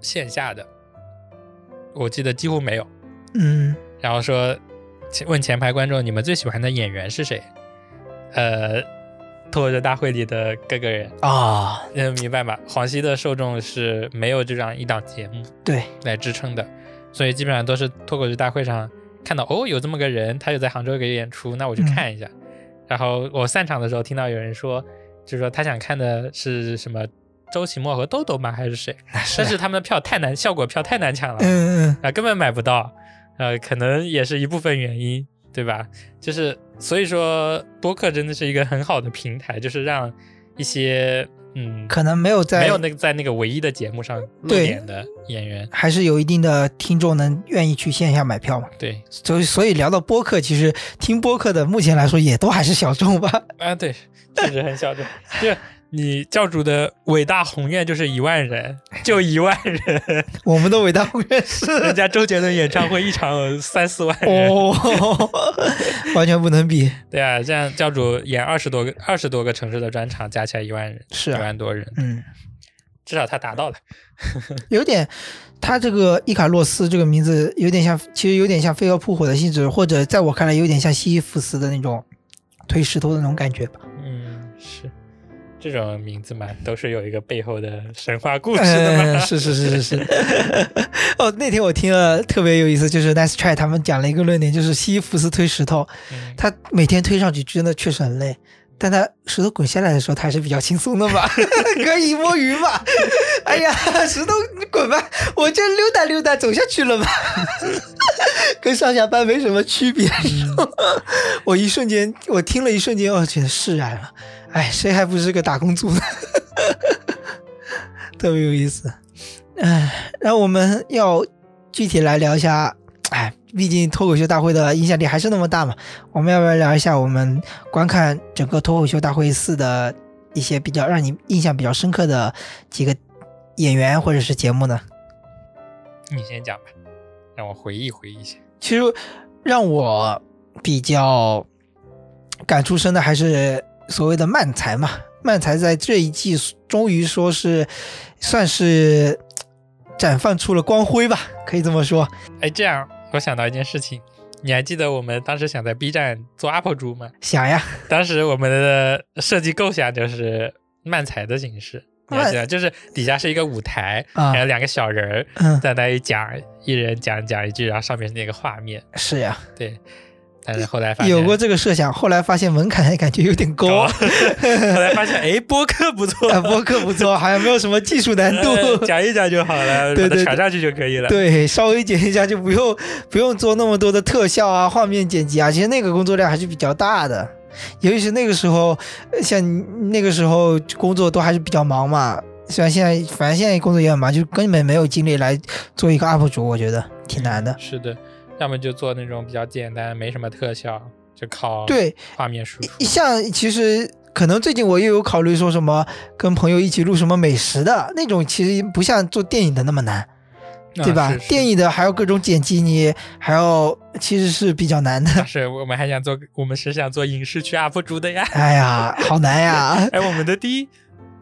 Speaker 1: 线下的，我记得几乎没有。
Speaker 2: 嗯，
Speaker 1: 然后说前问前排观众你们最喜欢的演员是谁？呃，脱口秀大会里的各个人，
Speaker 2: 啊，
Speaker 1: 能明白吧？黄西的受众是没有这样一档节目
Speaker 2: 对，
Speaker 1: 来支撑的，所以基本上都是脱口秀大会上看到哦有这么个人，他有在杭州给演出，那我去看一下。然后我散场的时候听到有人说，就是说他想看的是什么周奇墨和豆豆吗？还是谁？
Speaker 2: 那是
Speaker 1: 但
Speaker 2: 啊
Speaker 1: 是他们的票太难，效果票太难抢了，
Speaker 2: 嗯嗯
Speaker 1: 啊，根本买不到，呃，可能也是一部分原因，对吧？就是所以说，播客真的是一个很好的平台，就是让一些嗯
Speaker 2: 嗯，，可能没有在
Speaker 1: 没有那个在那个唯一的节目上露
Speaker 2: 对
Speaker 1: 脸的演员，
Speaker 2: 还是有一定的听众能愿意去线下买票嘛。
Speaker 1: 对
Speaker 2: 所以所以聊到播客，其实听播客的目前来说也都还是小众吧。
Speaker 1: 啊，对，确实很小众。就你教主的伟大宏愿就是一万人，就一万人，
Speaker 2: 我们的伟大公园是
Speaker 1: 人家周杰伦演唱会一场有三四万人，
Speaker 2: 哦，完全不能比。
Speaker 1: 对啊，这样教主演二十多个二十多个城市的专场，加起来一万人，
Speaker 2: 是
Speaker 1: 一
Speaker 2: 啊
Speaker 1: 万多人，
Speaker 2: 嗯，
Speaker 1: 至少他达到了。
Speaker 2: 有点，他这个伊卡洛斯这个名字有点像，其实有点像飞蛾扑火的性质，或者在我看来有点像西西弗斯的那种推石头的那种感 觉吧。
Speaker 1: 嗯，是这种名字嘛，都是有一个背后的神话故事的嘛。
Speaker 2: 嗯， 是是是是是。哦，那天我听了特别有意思，就是 Nice Try 他们讲了一个论点，就是西西弗斯推石头，
Speaker 1: 嗯
Speaker 2: 他每天推上去真的确实很累，但他石头滚下来的时候，他还是比较轻松的嘛， 可以摸鱼嘛。 哎呀，石头你滚吧，我这溜达溜达走下去了嘛， 跟上下班没什么区别。 我一瞬间，我听了一瞬间，哦我觉得释然了。哎，谁还不是个打工族呢？ 特别有意思。哎，然后我们要具体来聊一下，哎，毕竟脱口秀大会的影响力还是那么大嘛。我们要不要聊一下我们观看整个脱口秀大会四的一些比较让你印象比较深刻的几个演员或者是节目呢？
Speaker 1: 你先讲吧，让我回忆回忆一下。
Speaker 2: 其实让我比较感触深的还是所谓的慢才嘛，慢才在这一季终于说是算是绽放出了光辉吧，可以这么说。
Speaker 1: 哎，这样我想到一件事情，你还记得我们当时想在 B 站做 UP 主吗？
Speaker 2: 想呀，
Speaker 1: 当时我们的设计构想就是漫才的形式，你还记得？就是底下是一个舞台，
Speaker 2: 啊
Speaker 1: 然后两个小人儿
Speaker 2: 嗯，
Speaker 1: 在那里讲，一人讲讲一句，然后上面是那个画面。
Speaker 2: 是呀，
Speaker 1: 对，但是后来发现
Speaker 2: 有过这个设想，后来发现门槛感觉有点高
Speaker 1: 高，。 后来发现哎，播客不错，
Speaker 2: 啊，播客不错，好像没有什么技术难度。
Speaker 1: 呃 讲一讲就好了，
Speaker 2: 对
Speaker 1: 把它
Speaker 2: 对
Speaker 1: 传上去就可以了。
Speaker 2: 对，稍微剪一下就不用 不用做那么多的特效啊、画面剪辑啊，其实那个工作量还是比较大的。尤其是那个时候，呃像那个时候工作都还是比较忙嘛。虽然现在，反正现在工作也很忙，就根本没有精力来做一个 UP 主，我觉得挺难的。
Speaker 1: 是的，要么就做那种比较简单，没什么特效，就靠
Speaker 2: 对，
Speaker 1: 画面输出。
Speaker 2: 像其实可能最近我也有考虑说什么跟朋友一起录什么美食的那种，其实不像做电影的那么难。对吧？电
Speaker 1: 影
Speaker 2: 影的还有各种剪辑，你还要其实是比较难的。
Speaker 1: 是我们还想做，我们是想做影视区 UP 主的 呀。
Speaker 2: 哎呀，好难呀！
Speaker 1: 哎，我们的第一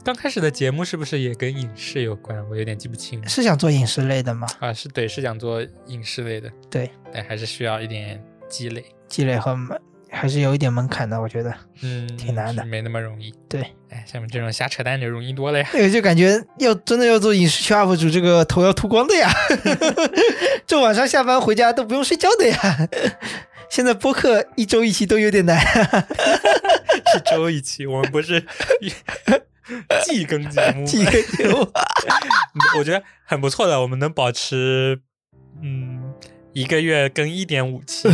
Speaker 1: 刚开始的节目是不是也跟影视有关？我有点记不清了
Speaker 2: 是想做影视类的吗？
Speaker 1: 啊，是对，是想做影视类的，
Speaker 2: 对，
Speaker 1: 但还是需要一点积累，
Speaker 2: 积累和门还是有一点门槛的，我觉得。
Speaker 1: 嗯，
Speaker 2: 挺难的
Speaker 1: 是没那么容易。
Speaker 2: 对，
Speaker 1: 哎，像我们这种瞎扯淡的容易多了呀。
Speaker 2: 那个就感觉要真的要做影视区 UP 主，这个头要秃光的呀， 这晚上下班回家都不用睡觉的呀。现在播客一周一期都有点难，啊
Speaker 1: 一周一期，我们不 是季更节目吗，
Speaker 2: 几个节目。
Speaker 1: 嗯我觉得很不错的，我们能保持嗯一个月更一点五 期，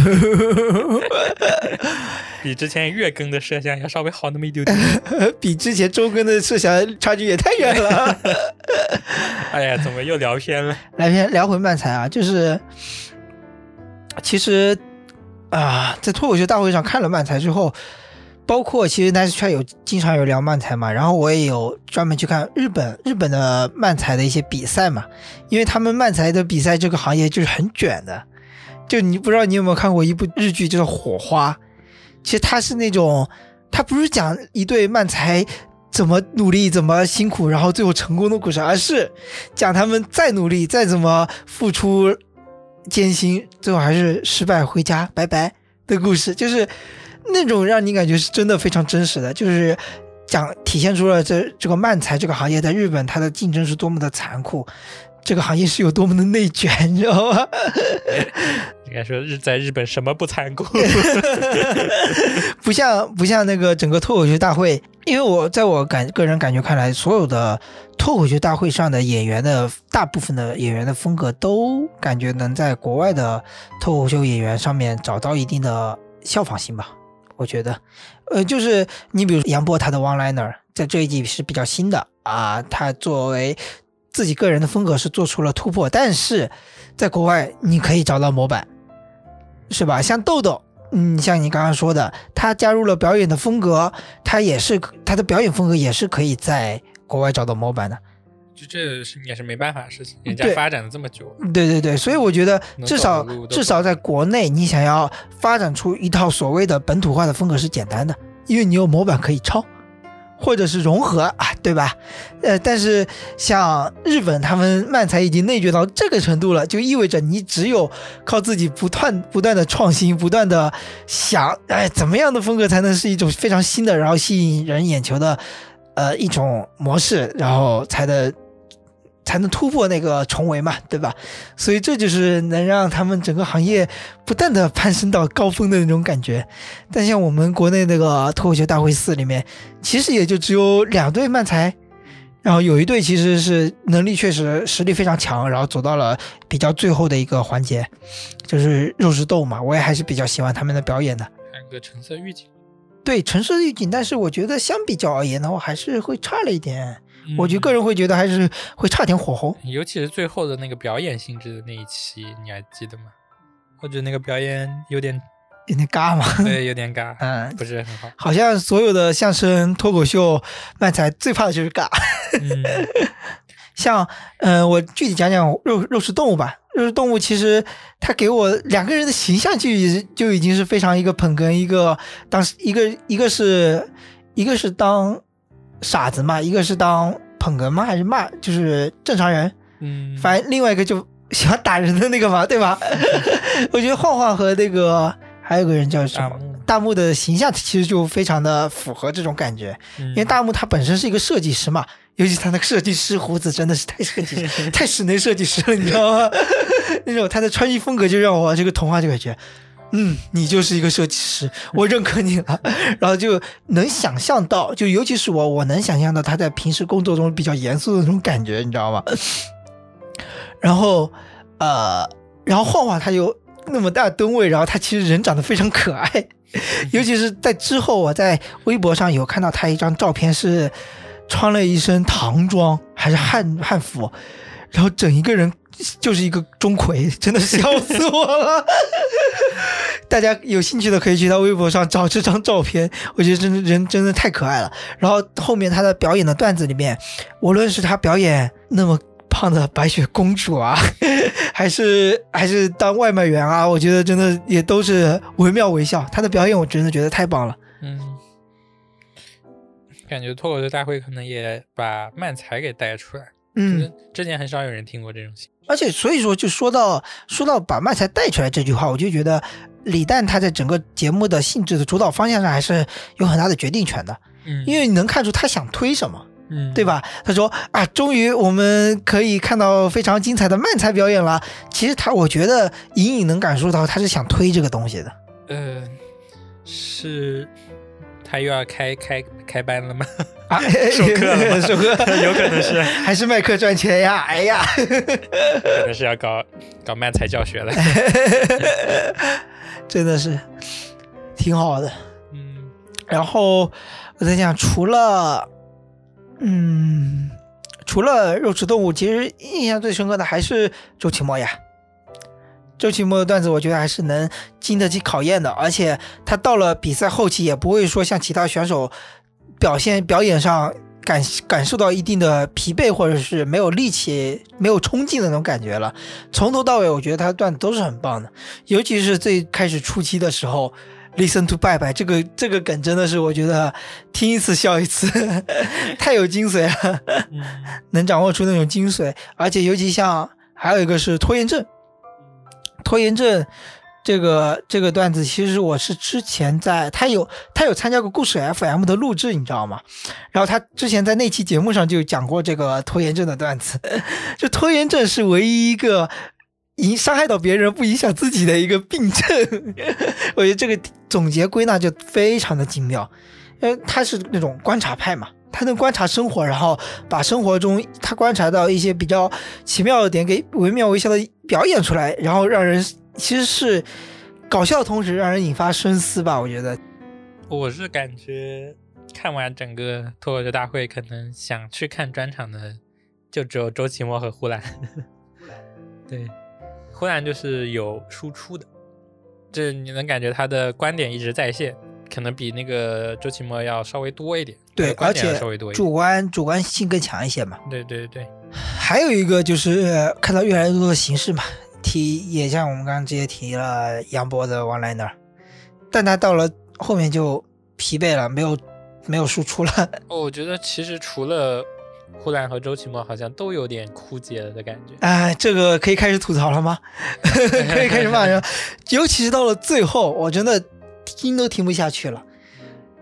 Speaker 1: 比之前月更的设想要稍微好那么一 丢丢。
Speaker 2: 比之前周更的设想差距也太远了。
Speaker 1: 哎呀，怎么又聊偏了？
Speaker 2: 来篇聊回漫才啊，就是其实啊、在脱口秀大会上看了漫才之后，包括其实 Nice Try 有经常有聊漫才嘛，然后我也有专门去看日本日本的漫才的一些比赛嘛，因为他们漫才的比赛这个行业就是很卷的，就你不知道你有没有看过一部日剧叫做《火花》，其实它是那种它不是讲一对漫才。怎么努力，怎么辛苦，然后最后成功的故事，而是讲他们再努力，再怎么付出艰辛，最后还是失败回家，拜拜的故事，就是那种让你感觉是真的非常真实的，就是讲体现出了这这个漫才这个行业在日本它的竞争是多么的残酷，这个行业是有多么的内卷，你知道吗？
Speaker 1: 应该说日在日本 什么不残酷？
Speaker 2: 不像不像那个整个脱口秀大会因为我在我感个人感觉看来，所有的脱口秀大会上的演员的大部分的演员的风格，都感觉能在国外的脱口秀演员上面找到一定的效仿性吧。我觉得，呃，就是你比如杨波他的 one liner 在这一季是比较新的啊，他作为自己个人的风格是做出了突破，但是在国外你可以找到模板，是吧？像豆豆，嗯，像你刚刚说的，他加入了表演的风格，他也是他的表演风格也是可以在国外找到模板的。
Speaker 1: 就这是也是没办法的事情，人家
Speaker 2: 嗯对
Speaker 1: 发展了这么久，
Speaker 2: 对对对，所以我觉得
Speaker 1: 能
Speaker 2: 至
Speaker 1: 找
Speaker 2: 少
Speaker 1: 的路都
Speaker 2: 至少在国内，你想要发展出一套所谓的本土化的风格是简单的，因为你有模板可以抄，或者是融合啊，对吧？呃，但是像日本，他们漫才已经内卷到这个程度了，就意味着你只有靠自己不断不断的创新，不断的想，哎，怎么样的风格才能是一种非常新的，然后吸引人眼球的，呃，一种模式，然后才能才能突破那个重围嘛，对吧？所以这就是能让他们整个行业不断的攀升到高峰的那种感觉。但像我们国内那个脱口秀大会四里面，其实也就只有两队漫才，然后有一队其实是能力确实实力非常强，然后走到了比较最后的一个环节，就是肉食豆嘛，我也还是比较喜欢他们的表演的。
Speaker 1: 还有个橙色预警，
Speaker 2: 对城市预警，但是我觉得相比较而言的话，还是会差了一点。我觉
Speaker 1: 就
Speaker 2: 得个人会觉得还是会差点火候。
Speaker 1: 嗯尤其是最后的那个表演性质的那一期，你还记得吗？我觉得那个表演有 点，
Speaker 2: 有点尬嘛。
Speaker 1: 对，有点尬，
Speaker 2: 嗯，
Speaker 1: 不是很好。
Speaker 2: 好像所有的相声、脱口秀、漫才最怕的就是尬。
Speaker 1: 嗯，
Speaker 2: 像，呃，我具体讲讲肉肉食动物吧。肉食动物其实它给我两个人的形象就已就已经是非常一个捧哏，一个当时一个一个是一个是当傻子嘛，一个是当捧哏嘛，还是骂就是正常人。
Speaker 1: 嗯，
Speaker 2: 反正另外一个就喜欢打人的那个嘛，对吧？ 我觉得晃晃和那个还有个人叫什
Speaker 1: 大
Speaker 2: 么
Speaker 1: 幕
Speaker 2: 大木的形象，其实就非常的符合这种感觉。
Speaker 1: 因
Speaker 2: 因为大木他本身是一个设计师嘛，尤其他那个设计师胡子真的是太设计师太室内设计师了，你知道吗？那种他的穿衣风格就让我这个童话就感觉，嗯，你就是一个设计师，我认可你了。然后就能想象到，就尤其是我，我能想象到他在平时工作中比较严肃的那种感觉，你知道吗？然后，呃，然后晃晃他有那么大吨位，然后他其实人长得非常可爱， 尤其是在之后，我在微博上有看到他一张照片，是穿了一身唐装还是汉汉服，然后整一个人就是一个钟馗，真的笑死我了。 大家有兴趣的可以去他微博上找这张照片，我觉得真的人真的太可爱了。然后后面他的表演的段子里面，无论是他表演那么胖的白雪公主啊， 还是还是当外卖员啊，我觉得真的也都是惟妙惟肖。他的表演我真的觉得太棒了。
Speaker 1: 嗯，感觉脱口秀大会可能也把漫才给带出来，就
Speaker 2: 嗯，
Speaker 1: 是之前很少有人听过这种形
Speaker 2: 而且所以说，就说到说到把漫才带出来这句话，我就觉得李诞他在整个节目的性质的主导方向上还是有很大的决定权的，
Speaker 1: 嗯，
Speaker 2: 因
Speaker 1: 为
Speaker 2: 为你能看出他想推什么。
Speaker 1: 嗯，
Speaker 2: 对？吧？他说啊，终于我们可以看到非常精彩的漫才表演了。其实他，我觉得隐隐能感受到他是想推这个东西的。
Speaker 1: 呃，是他又要开开开班了吗？
Speaker 2: 啊，
Speaker 1: 授课了吗
Speaker 2: 授课，
Speaker 1: 有可能是，
Speaker 2: 还是卖课赚钱呀？哎呀，
Speaker 1: 可能是要搞搞漫才教学了。
Speaker 2: 真的是挺好的。
Speaker 1: 嗯，
Speaker 2: 然后我在想，除了嗯，除了肉食动物，其实印象最深刻的还是周奇墨呀。周奇墨的段子，我觉得还是能经得起考验的，而且他到了比赛后期也不会说像其他选手表现表演上感感受到一定的疲惫或者是没有力气、没有冲劲的那种感觉了。从头到尾，我觉得他的段子都是很棒的，尤其是最开始初期的时候，Listen to 拜拜，这个这个梗真的是我觉得听一次笑一次， 太有精髓了，
Speaker 1: 嗯
Speaker 2: 能掌握出那种精髓，而且尤其像还有一个是拖延症，拖延症这个这个段子，其实我是之前在他有他有参加过故事 FM 的录制，你知道吗？然后他之前在那期节目上就讲过这个拖延症的段子，就拖延症是唯一一个影伤害到别人不影响自 己的一个病症，我觉得这个总结归纳就非常的精妙。因为他是那种观察派嘛，他能观察生活，然后把生活中他观察到一些比较奇妙的点给惟妙惟肖的表演出来，然后让人其实是搞笑的同时让人引发深思吧。我觉得，
Speaker 1: 我是感觉看完整个脱口秀大会，可能想去看专场的就只有周奇墨和呼兰。 对，呼兰就是有输出的，这你能感觉他的观点一直在线，可能比那个周奇墨要稍微多一点，
Speaker 2: 对，
Speaker 1: 观
Speaker 2: 而
Speaker 1: 点要
Speaker 2: 且
Speaker 1: 稍微多一点。
Speaker 2: 主观主观性更强一些嘛。
Speaker 1: 对对对，
Speaker 2: 还有一个就是呃看到越来越多的形式嘛，提也像我们刚刚直接提了杨博的 One Liner，但他到了后面就疲惫了，没有没有输出了。
Speaker 1: 哦，我觉得其实除了呼兰和周奇墨，好像都有点枯竭了的感觉。
Speaker 2: 哎，这个可以开始吐槽了吗？ 可以开始骂人了，尤其是到了最后，我真的听都听不下去了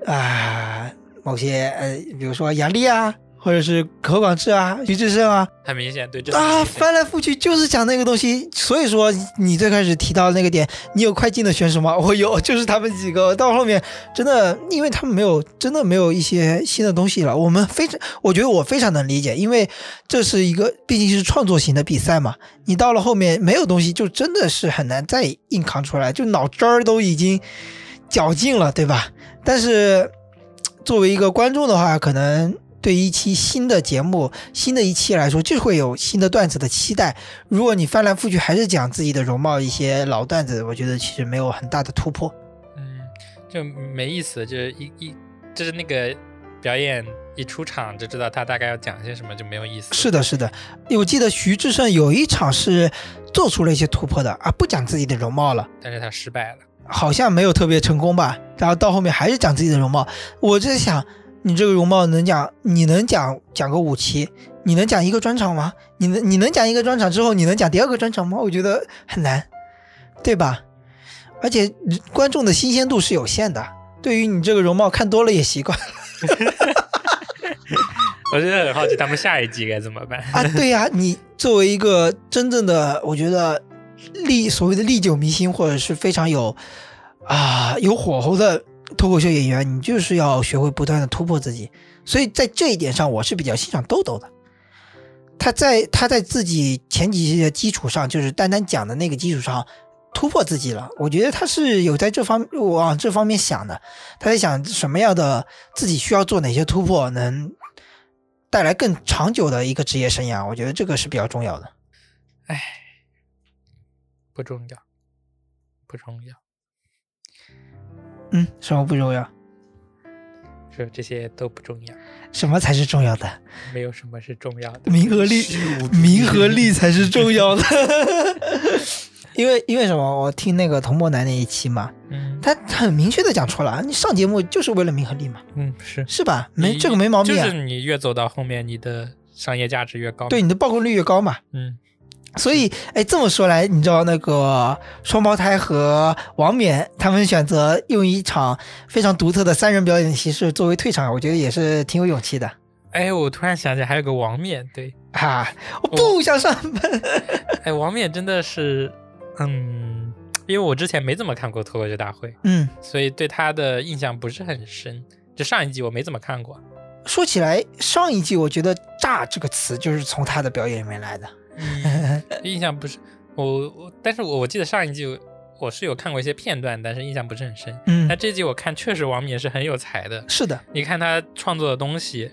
Speaker 2: 啊！某些呃，比如说杨笠啊，或者是何广智啊、徐志胜啊，
Speaker 1: 很明显，对这
Speaker 2: 啊，翻来覆去就是讲那个东西。所以说，你最开始提到那个点，你有快进的选手吗？我有，就是他们几个。到后面真的，因为他们没有，真的没有一些新的东西了。我们非常，我觉得我非常能理解，因为这是一个毕竟是创作型的比赛嘛。你到了后面没有东西，就真的是很难再硬扛出来，就脑汁儿都已经绞尽了，对吧？但是作为一个观众的话，可能对一期新的节目、新的一期来说，就会有新的段子的期待。如果你翻来覆去还是讲自己的容貌一些老段子，我觉得其实没有很大的突破。
Speaker 1: 嗯，就没意思，就是一一就是那个表演一出场就知道他大概要讲些什么，就没有意思。
Speaker 2: 是的，是的，我记得徐志胜有一场是做出了一些突破的啊，不讲自己的容貌了。
Speaker 1: 但是他失败了。
Speaker 2: 好像没有特别成功吧，然后到后面还是讲自己的容貌。我在想，你这个容貌能讲，你能讲讲个五期，你能讲一个专场吗？你能你能讲一个专场之后，你能讲第二个专场吗？我觉得很难，对吧？而且嗯观众的新鲜度是有限的，对于你这个容貌看多了也习惯
Speaker 1: 我真的很好奇他们下一季该怎么办。
Speaker 2: 啊。对呀、你作为一个真正的，我觉得历所谓的历久弥新，或者是非常有啊、有火候的脱口秀演员，你就是要学会不断的突破自己。所以在这一点上，我是比较欣赏豆豆的。他在他在自己前几期的基础上，就是单单讲的那个基础上突破自己了。我觉得他是有在这方往这方面想的，他在想什么样的自己需要做哪些突破，能带来更长久的一个职业生涯。我觉得这个是比较重要的。
Speaker 1: 不重要，不重要，
Speaker 2: 嗯，什么不重要？
Speaker 1: 说这些都不重要，
Speaker 2: 什么才是重要的？
Speaker 1: 没有什么是重要的。
Speaker 2: 名和利，名和利才是重要的。 因为因为什么？我听那个童漠男那一期嘛，
Speaker 1: 嗯
Speaker 2: 他很明确的讲出了，你上节目就是为了名和利嘛，
Speaker 1: 嗯，是
Speaker 2: 是吧？没
Speaker 1: 你
Speaker 2: 这个没毛病、
Speaker 1: 就
Speaker 2: 啊，
Speaker 1: 是你越走到后面，你的商业价值越高。
Speaker 2: 对，你的曝光率越高嘛。
Speaker 1: 嗯，
Speaker 2: 所以，哎，这么说来，你知道那个双胞胎和王冕他们选择用一场非常独特的三人表演形式作为退场，我觉得也是挺有勇气的
Speaker 1: 哎，我突然想起来还有个王冕，对，
Speaker 2: 啊！我
Speaker 1: 哦
Speaker 2: 不想上班，
Speaker 1: 哎，王冕真的是，嗯，因为我之前没怎么看过脱口秀大会，
Speaker 2: 嗯。
Speaker 1: 所以对他的印象不是很深。就上一季我没怎么看过，
Speaker 2: 说起来，上一季我觉得“炸”这个词就是从他的表演里面来的。
Speaker 1: 嗯印象不是我我，但是我我记得上一季我我是有看过一些片段，但是印象不是很深。
Speaker 2: 嗯
Speaker 1: 那这季我看确实王冕是很有才的，
Speaker 2: 是的，
Speaker 1: 你看他创作的东西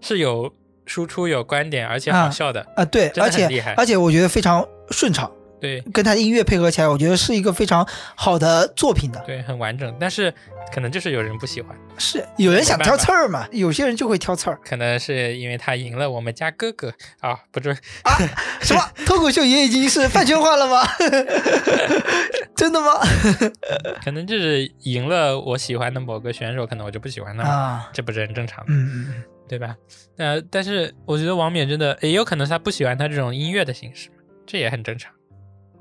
Speaker 1: 是有输出、有观点，而且
Speaker 2: 啊
Speaker 1: 好笑的。
Speaker 2: 啊，对，
Speaker 1: 真的
Speaker 2: 而
Speaker 1: 很厉
Speaker 2: 且
Speaker 1: 害
Speaker 2: 而且我觉得非常顺畅，
Speaker 1: 对
Speaker 2: 跟他的音乐配合起来，我觉得是一个非常好的作品的。
Speaker 1: 对，很完整。但是可能就是有人不喜欢，
Speaker 2: 是有人想
Speaker 1: 没办
Speaker 2: 挑
Speaker 1: 法。
Speaker 2: 刺儿嘛？有些人就会挑刺儿
Speaker 1: 可能是因为他赢了我们家哥哥啊，不是
Speaker 2: 什么脱口秀也已经是饭圈化了吗？ 真的吗？
Speaker 1: 可能就是赢了我喜欢的某个选手，可能我就不喜欢他了，
Speaker 2: 啊，
Speaker 1: 这不是很正常吗？
Speaker 2: 嗯，
Speaker 1: 对吧？呃，但是我觉得王冕真的也有可能是他不喜欢他这种音乐的形式嘛，这也很正常，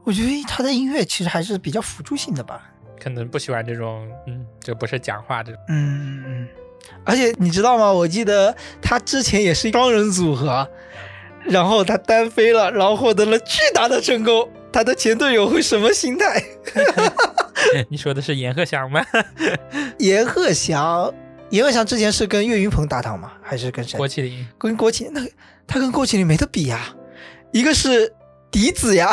Speaker 2: 我觉得他的音乐其实还是比较辅助性的吧。
Speaker 1: 可能不喜欢这种嗯，这不是讲话 这种，
Speaker 2: 嗯，而且你知道吗？我记得他之前也是双人组合，然后他单飞了，然后获得了巨大的成功。他的前队友会什么心 态？
Speaker 1: 你说的是阎鹤祥吗？
Speaker 2: 阎鹤祥言问上之前是跟岳云鹏搭档吗？还是跟谁？
Speaker 1: 郭麒麟，
Speaker 2: 跟郭麒那他跟郭麒麟没得比呀，一个是嫡子呀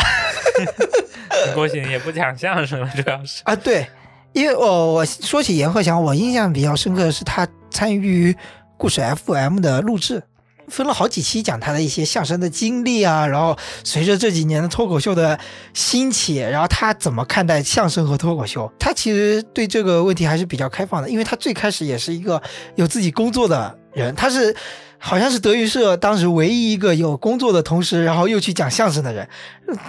Speaker 1: 郭麒麟也不讲相声了，主要是。
Speaker 2: 啊，对，因为我我说起阎鹤祥，我印象比较深刻的是他参与故事 FM 的录制，分了好几期讲他的一些相声的经历啊，然后随着这几年的脱口秀的兴起，然后他怎么看待相声和脱口秀？他其实对这个问题还是比较开放的，因为他最开始也是一个有自己工作的人，他是。好像是德云社当时唯一一个有工作的同时，然后又去讲相声的人，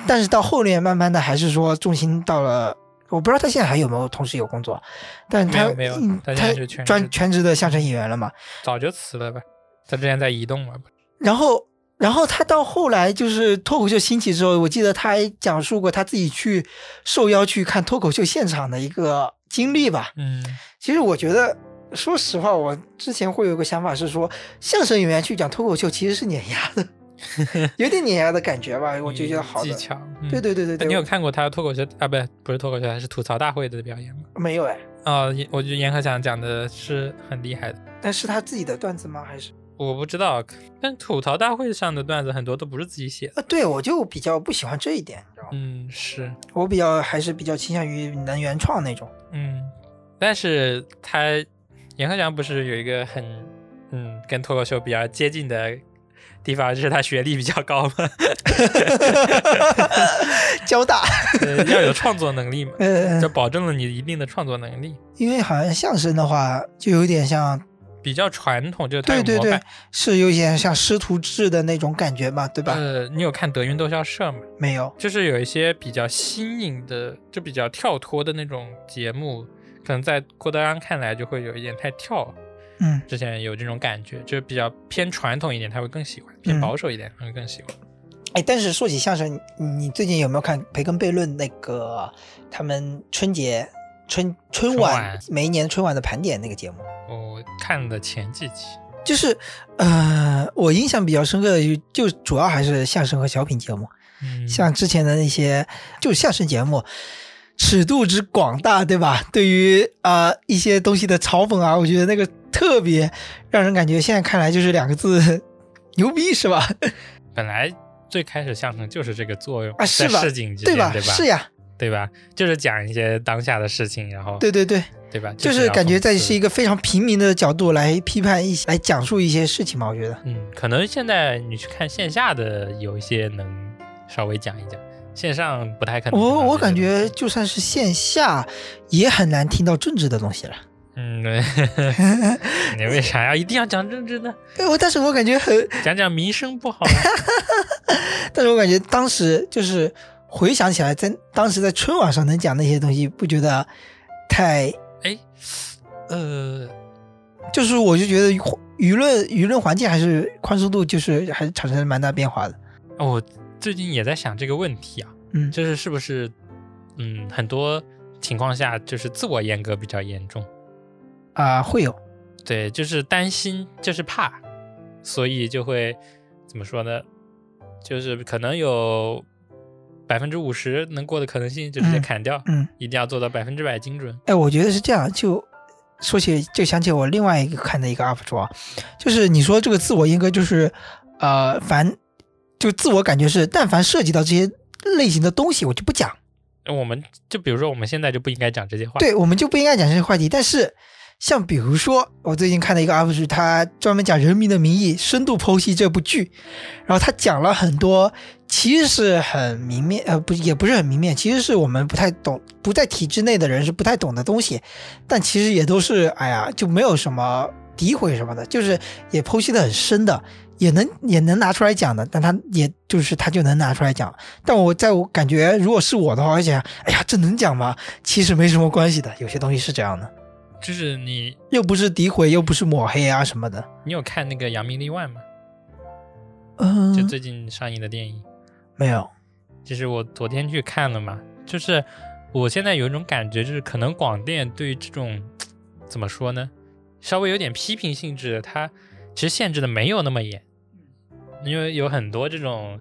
Speaker 2: 但是到后面慢慢的还是说重心到了，我不知道他现在还有没有同时有工作，但他
Speaker 1: 没有没有
Speaker 2: 嗯
Speaker 1: 他现
Speaker 2: 他
Speaker 1: 在是全职
Speaker 2: 专全职的相声演员了嘛。
Speaker 1: 早就辞了吧？他之前在移动嘛，
Speaker 2: 然后，然后他到后来就是脱口秀兴起之后，我记得他还讲述过他自己去受邀去看脱口秀现场的一个经历吧。
Speaker 1: 嗯，
Speaker 2: 其实我觉得，说实话，我之前会有个想法是说，相声演员去讲脱口秀其实是碾压的， 有点碾压的感觉吧，我就觉得好
Speaker 1: 技
Speaker 2: 的。
Speaker 1: 巧，
Speaker 2: 对
Speaker 1: 对
Speaker 2: 对对对对，
Speaker 1: 你有看过他的脱口秀啊？不，不是脱口秀，是吐槽大会的表演吗？
Speaker 2: 没有哎？
Speaker 1: 啊、我觉得严鹤翔讲的是很厉害的。
Speaker 2: 但是他自己的段子吗？还是
Speaker 1: 我不知道，但吐槽大会上的段子很多都不是自己写的。
Speaker 2: 呃，对我就比较不喜欢这一点，你知道吗？
Speaker 1: 嗯，是，
Speaker 2: 我比较还是比较倾向于能原创那种。
Speaker 1: 嗯，但是他严鹤翔不是有一个很嗯跟脱口秀比较接近的地方，就是他学历比较高嘛，
Speaker 2: 交大，
Speaker 1: 呃要有创作能力嘛，
Speaker 2: 呃
Speaker 1: 就，保证了你一定的创作能力。
Speaker 2: 因为好像相声的话，就有点像，
Speaker 1: 比较传统，就是他有
Speaker 2: 对
Speaker 1: 模板。
Speaker 2: 对对，是有点像师徒制的那种感觉嘛，对吧？
Speaker 1: 呃，你有看德云逗笑社吗？
Speaker 2: 没有，
Speaker 1: 就是有一些比较新颖的，就比较跳脱的那种节目，可能在郭德纲看来就会有一点太跳。
Speaker 2: 嗯，
Speaker 1: 之前有这种感觉，就是比较偏传统一点，他会更喜欢；偏
Speaker 2: 嗯
Speaker 1: 保守一点，他会更喜欢。
Speaker 2: 哎，但是说起相声，你你最近有没有看培根悖论那个他们春节春春晚
Speaker 1: 春晚
Speaker 2: 每一年春晚的盘点那个节目？
Speaker 1: 我看的前几期，
Speaker 2: 就是，呃，我印象比较深刻的就就主要还是相声和小品节目，
Speaker 1: 嗯，
Speaker 2: 像之前的那些就是相声节目，尺度之广大，对吧？对于啊、呃一些东西的嘲讽啊，我觉得那个特别让人感觉现在看来就是两个字。 牛逼是吧？
Speaker 1: 本来最开始相声就是这个作用
Speaker 2: 啊是
Speaker 1: 在
Speaker 2: 吧
Speaker 1: 市井之
Speaker 2: 对
Speaker 1: 间，对
Speaker 2: 吧？
Speaker 1: 吧？
Speaker 2: 是呀，
Speaker 1: 对吧？就是讲一些当下的事情，然后
Speaker 2: 对对对，
Speaker 1: 对吧？
Speaker 2: 就是
Speaker 1: 要
Speaker 2: 感觉在
Speaker 1: 讽
Speaker 2: 是
Speaker 1: 刺
Speaker 2: 一个非常平民的角度来批判一些来讲述一些事情嘛，我觉得。
Speaker 1: 嗯，可能现在你去看线下的，有一些能稍微讲一讲，线上不太可能听到这些东
Speaker 2: 我
Speaker 1: 西。
Speaker 2: 我感觉就算是线下，也很难听到政治的东西了。
Speaker 1: 嗯， 对你为啥要一定要讲政治呢？
Speaker 2: 哎，我但是我感觉很，
Speaker 1: 讲讲民生不好吗？
Speaker 2: 但是我感觉当时就是回想起来，在当时在春晚上能讲那些东西，不觉得太，
Speaker 1: 哎，呃，
Speaker 2: 就是我就觉得舆舆论舆论环境还是宽松度，就是还是产生了蛮大变化的。
Speaker 1: 我哦最近也在想这个问题啊，
Speaker 2: 嗯，
Speaker 1: 就是是不是，嗯，很多情况下就是自我阉割比较严重，
Speaker 2: 啊、会有，
Speaker 1: 对，就是担心，就是怕，所以就会怎么说呢？就是可能有百分之五十能过的可能性，就直接
Speaker 2: 嗯
Speaker 1: 砍掉，
Speaker 2: 嗯，
Speaker 1: 一定要做到百分之百精准。
Speaker 2: 哎，我觉得是这样，就说起就想起我另外一个看的一个 UP 主啊，就是你说这个自我阉割，就是呃，凡就自我感觉是，但凡涉及到这些类型的东西，我就不讲，
Speaker 1: 那我们就比如说，我们现在就不应该讲这些话。，
Speaker 2: 对我们就不应该讲这些话题。但是像比如说，我最近看的一个 UP 主，他专门讲《人民的名义》，深度剖析这部剧，然后他讲了很多其实是很明面，呃，不也不是很明面，其实是我们不太懂，不在体制内的人是不太懂的东西，但其实也都是，哎呀，就没有什么诋毁什么的，就是也剖析的很深的。也能也能拿出来讲的，但他也就是他就能拿出来讲。但我在我感觉，如果是我的话，我想，哎呀，这能讲吗？其实没什么关系的，有些东西是这样的，
Speaker 1: 就是你，
Speaker 2: 又不是诋毁，又不是抹黑啊什么的。
Speaker 1: 你有看那个《扬名立万》吗？
Speaker 2: 嗯，
Speaker 1: 就最近上映的电影，
Speaker 2: 没有，
Speaker 1: 就是我昨天去看了嘛。就是我现在有一种感觉，就是可能广电对于这种怎么说呢，稍微有点批评性质的，它其实限制的没有那么严，因为有很多这种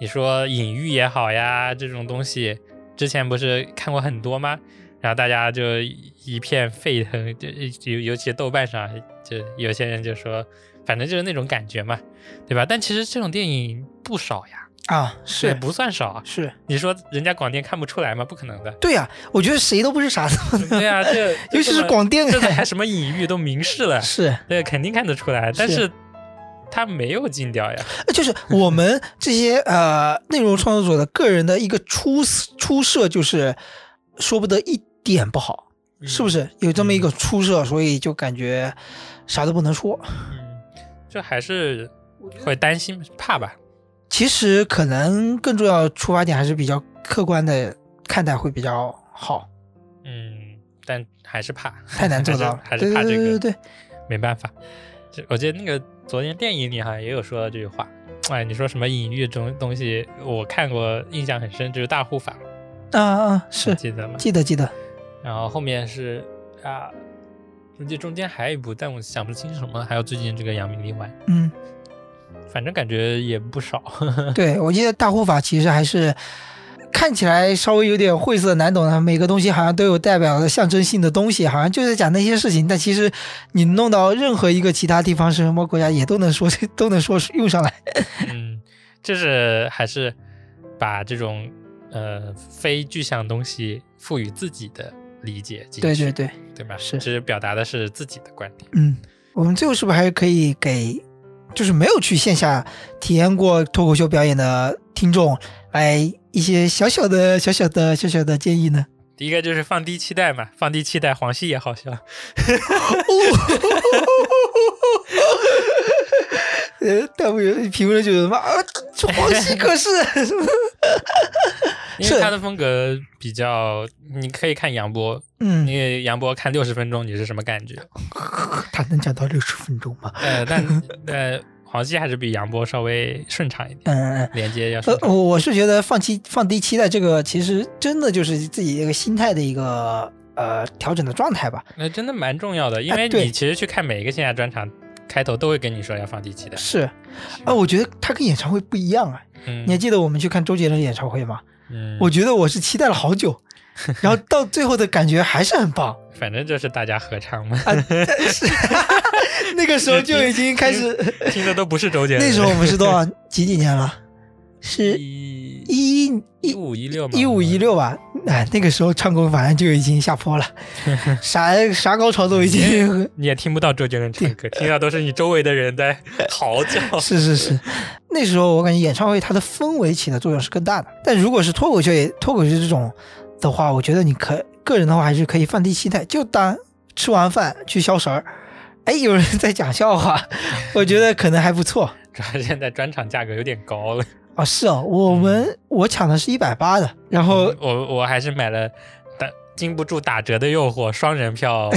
Speaker 1: 你说隐喻也好呀，这种东西之前不是看过很多吗？然后大家就一片沸腾，就尤尤其豆瓣上，就有些人就说，反正就是那种感觉嘛，对吧？但其实这种电影不少呀，
Speaker 2: 啊，
Speaker 1: 也
Speaker 2: 是
Speaker 1: 不算少啊。
Speaker 2: 是，。
Speaker 1: 你说人家广电看不出来吗？不可能的
Speaker 2: 对呀、啊我觉得谁都不是傻子，
Speaker 1: 对啊，这
Speaker 2: 尤其
Speaker 1: 这
Speaker 2: 是
Speaker 1: 么
Speaker 2: 广电
Speaker 1: 这还什么隐喻都明示了，
Speaker 2: 是，
Speaker 1: 对，肯定看得出来。但
Speaker 2: 是
Speaker 1: 是他没有禁掉呀，
Speaker 2: 呃就是我们这些呃内容创作者的个人的一个出出色，就是说不得一点不好， 是不
Speaker 1: 是？
Speaker 2: 是有这么一个出色，所以就感觉啥都不能说。
Speaker 1: 嗯，这还是会担心怕吧？
Speaker 2: 其实可能更重要的出发点还是比较客观的看待会比较好，
Speaker 1: 嗯，但还是怕，。
Speaker 2: 太难做到了
Speaker 1: 还是
Speaker 2: 对
Speaker 1: 还是怕
Speaker 2: 对
Speaker 1: 这
Speaker 2: 对
Speaker 1: 个，
Speaker 2: 对对，
Speaker 1: 没办法。这我记得那个昨天电影里好像也有说到这句话，哎，你说什么隐喻这种东西，我看过，印象很深，就是大护法，
Speaker 2: 啊啊
Speaker 1: 你
Speaker 2: 是，
Speaker 1: 记得吗？
Speaker 2: 记得记得，
Speaker 1: 然后后面是啊，我记得中间还有一部，但我想不清什么了，还有最近这个《扬名立万
Speaker 2: 嗯，》，
Speaker 1: 反正感觉也不少。
Speaker 2: 对我记得大护法其实还是。看起来稍微有点晦涩难懂的，每个东西好像都有代表的象征性的东西，好像就在讲那些事情。但其实你弄到任何一个其他地方，什么国家也都能说，都能说用上来。
Speaker 1: 嗯，就是还是把这种呃非具象东西赋予自己的理解进去，
Speaker 2: 对对对，
Speaker 1: 对吧？
Speaker 2: 是
Speaker 1: 只是表达的是自己的观点。
Speaker 2: 嗯，我们最后是不是还可以给，就是没有去线下体验过脱口秀表演的听众，来一些小小的、小小的、小小的建议呢？
Speaker 1: 第一个就是放低期待嘛，放低期待，黄西也好 笑。
Speaker 2: 呃，弹幕有评论就有 妈啊，这黄西可 是
Speaker 1: 嗯因为他的风格比较，你可以看杨波，因
Speaker 2: 嗯，
Speaker 1: 为杨波看六十分钟你是什么感觉？
Speaker 2: 他能讲到六十分钟吗？
Speaker 1: 呃，但呃，黄西还是比杨波稍微顺畅一点，
Speaker 2: 嗯嗯。嗯
Speaker 1: 连接要
Speaker 2: 呃
Speaker 1: 顺，畅。
Speaker 2: 我我是觉得放弃放低期待，这个其实真的就是自己一个心态的一个呃调整的状态吧。
Speaker 1: 那、真的蛮重要的，因为
Speaker 2: 哎对
Speaker 1: 你其实去看每一个线下专场，开头都会跟你说要放低期待。
Speaker 2: 是，啊，我觉得他跟演唱会不一样啊。
Speaker 1: 嗯
Speaker 2: 你还记得我们去看周杰伦演唱会吗？
Speaker 1: 嗯，
Speaker 2: 我觉得我是期待了好久， 然后到最后的感觉还是很棒。
Speaker 1: 反正就是大家合唱嘛，
Speaker 2: 哎是，那个时候就已经开始。
Speaker 1: 听的都不是周杰伦。
Speaker 2: 那时候我们是多少几几年了？是
Speaker 1: 一
Speaker 2: 一一
Speaker 1: 一
Speaker 2: 一
Speaker 1: 五一六嘛，
Speaker 2: 一五一六吧？哎，那个时候唱功反正就已经下坡了，啥啥高潮都已经。
Speaker 1: 你也听不到周杰伦唱歌，听到都是你周围的人在嚎叫。
Speaker 2: 是是是，那时候我感觉演唱会它的氛围起的作用是更大的。但如果是脱口秀也，脱口秀这种的话，我觉得你可个人的话还是可以放低期待，就当吃完饭去消食儿。哎，有人在讲笑话，我觉得可能还不错。
Speaker 1: 主要现在专场价格有点高了，
Speaker 2: 哦，是哦，我们我抢的是一百八的，然后
Speaker 1: 我我我还是买了打经不住打折的诱惑，双人 票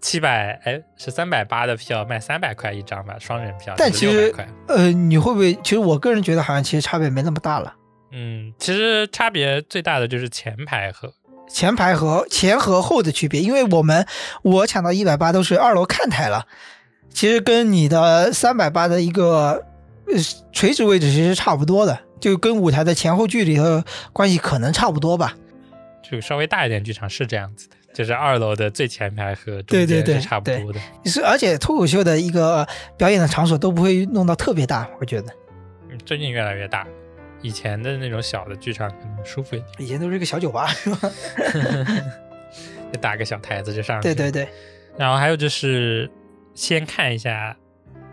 Speaker 1: 七百哎是三百八的票卖三百块一张吧，双人票
Speaker 2: 但
Speaker 1: 是
Speaker 2: 其
Speaker 1: 600
Speaker 2: 实
Speaker 1: 块
Speaker 2: 呃，你会不会？其实我个人觉得好像其实差别没那么大了。
Speaker 1: 嗯，其实差别最大的就是前排和
Speaker 2: 前排和前和后的区别，因为我们我抢到一百八都是二楼看台了，其实跟你的三百八的一个呃垂直位置其实差不多的，就跟舞台的前后距离的关系可能差不多吧。
Speaker 1: 就稍微大一点剧场是这样子的，就是二楼的最前排和中
Speaker 2: 对对
Speaker 1: 间
Speaker 2: 对
Speaker 1: 是差不
Speaker 2: 对
Speaker 1: 多的。
Speaker 2: 是，而且脱口秀的一个表演的场所都不会弄到特别大，我觉得
Speaker 1: 嗯最近越来越大，以前的那种小的剧场可能舒服一点，
Speaker 2: 以前都是一个小酒吧，是吧？
Speaker 1: 就搭个小台子就上去。
Speaker 2: 对对。对，
Speaker 1: 然后还有就是先看一下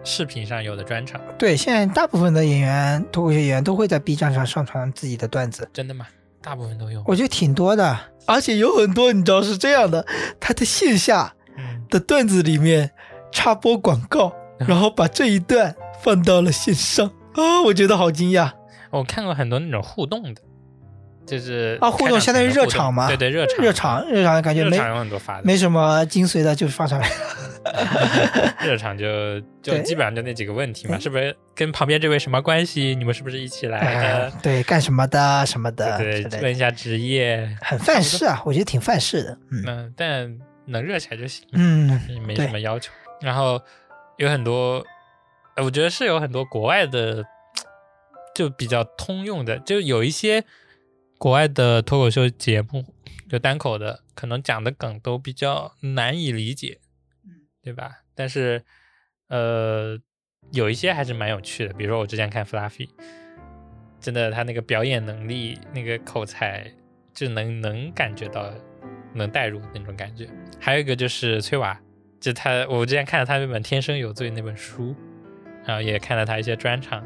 Speaker 1: 视频上有的专场，
Speaker 2: 对，现在大部分的演员脱口秀演员都会在 B 站上上传自己的段子，
Speaker 1: 真的吗？大部分都有。
Speaker 2: 我觉得挺多的，而且有很多你知道是这样的，他在线下。
Speaker 1: 嗯，
Speaker 2: 的段子里面插播广告，然后把这一段放到了线上啊，我觉得好惊讶。
Speaker 1: 我看过很多那种互动的，就是
Speaker 2: 啊互动
Speaker 1: 开场
Speaker 2: 相当于
Speaker 1: 前的互
Speaker 2: 热场
Speaker 1: 动
Speaker 2: 嘛
Speaker 1: 对对，热场
Speaker 2: 热场热场感觉
Speaker 1: 热
Speaker 2: 没
Speaker 1: 场有很多发的，
Speaker 2: 没什么精髓的，就是放上 来。
Speaker 1: 热场就就
Speaker 2: 对嗯
Speaker 1: 基本上就那几个问题嘛，是不是跟旁边这位什么关系？你们是不是一起来
Speaker 2: 哎
Speaker 1: 的？
Speaker 2: 对，干什么的什么哎的
Speaker 1: 对
Speaker 2: 之
Speaker 1: 对，问
Speaker 2: 类的，
Speaker 1: 一下职业，
Speaker 2: 很范式啊，我觉得挺范式的。嗯
Speaker 1: 嗯，但能热起来就行。
Speaker 2: 嗯，
Speaker 1: 也没
Speaker 2: 对
Speaker 1: 什么要求。然后有很多，呃我觉得是有很多国外的，就比较通用的，就有一些国外的脱口秀节目，就单口的，可能讲的梗都比较难以理解，
Speaker 2: 嗯
Speaker 1: 对吧？但是，呃，有一些还是蛮有趣的，比如说我之前看 Fluffy，真的他那个表演能力、那个口才，就能能感觉到能带入那种感觉。还有一个就是崔娃，就他我之前看了他那本《天生有罪》那本书，然后也看了他一些专场，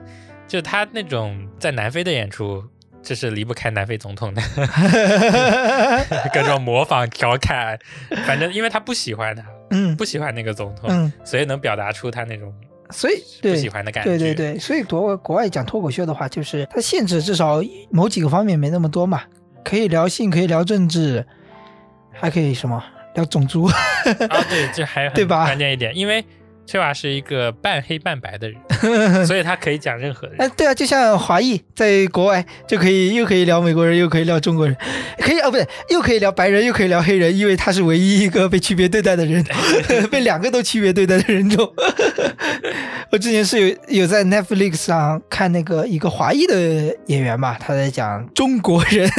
Speaker 1: 就他那种在南非的演出，这是离不开南非总统 的
Speaker 2: 嗯
Speaker 1: 各种模仿、调侃，反正因为他不喜欢他，
Speaker 2: 嗯
Speaker 1: 不喜欢那个总统，
Speaker 2: 嗯，
Speaker 1: 所以能表达出他那种
Speaker 2: 所以
Speaker 1: 不
Speaker 2: 对
Speaker 1: 喜欢的感觉。
Speaker 2: 对对对，所以国国外讲脱口秀的话，就是它限制至少某几个方面没那么多嘛，可以聊性，可以聊政治，还可以什么聊种族。
Speaker 1: 啊，对，这还很
Speaker 2: 对吧
Speaker 1: 关键一点，因为崔娃是一个半黑半白的人， 所以他可以讲任何
Speaker 2: 哎，
Speaker 1: 人。
Speaker 2: 对啊，就像华裔在国外就可以又可以聊美国人，又可以聊中国人，可以哦，不对，又可以聊白人，又可以聊黑人，因为他是唯一一个被区别对待的人，被两个都区别对待的人种。我之前是有有在 Netflix 上看那个一个华裔的演员嘛，他在讲中国人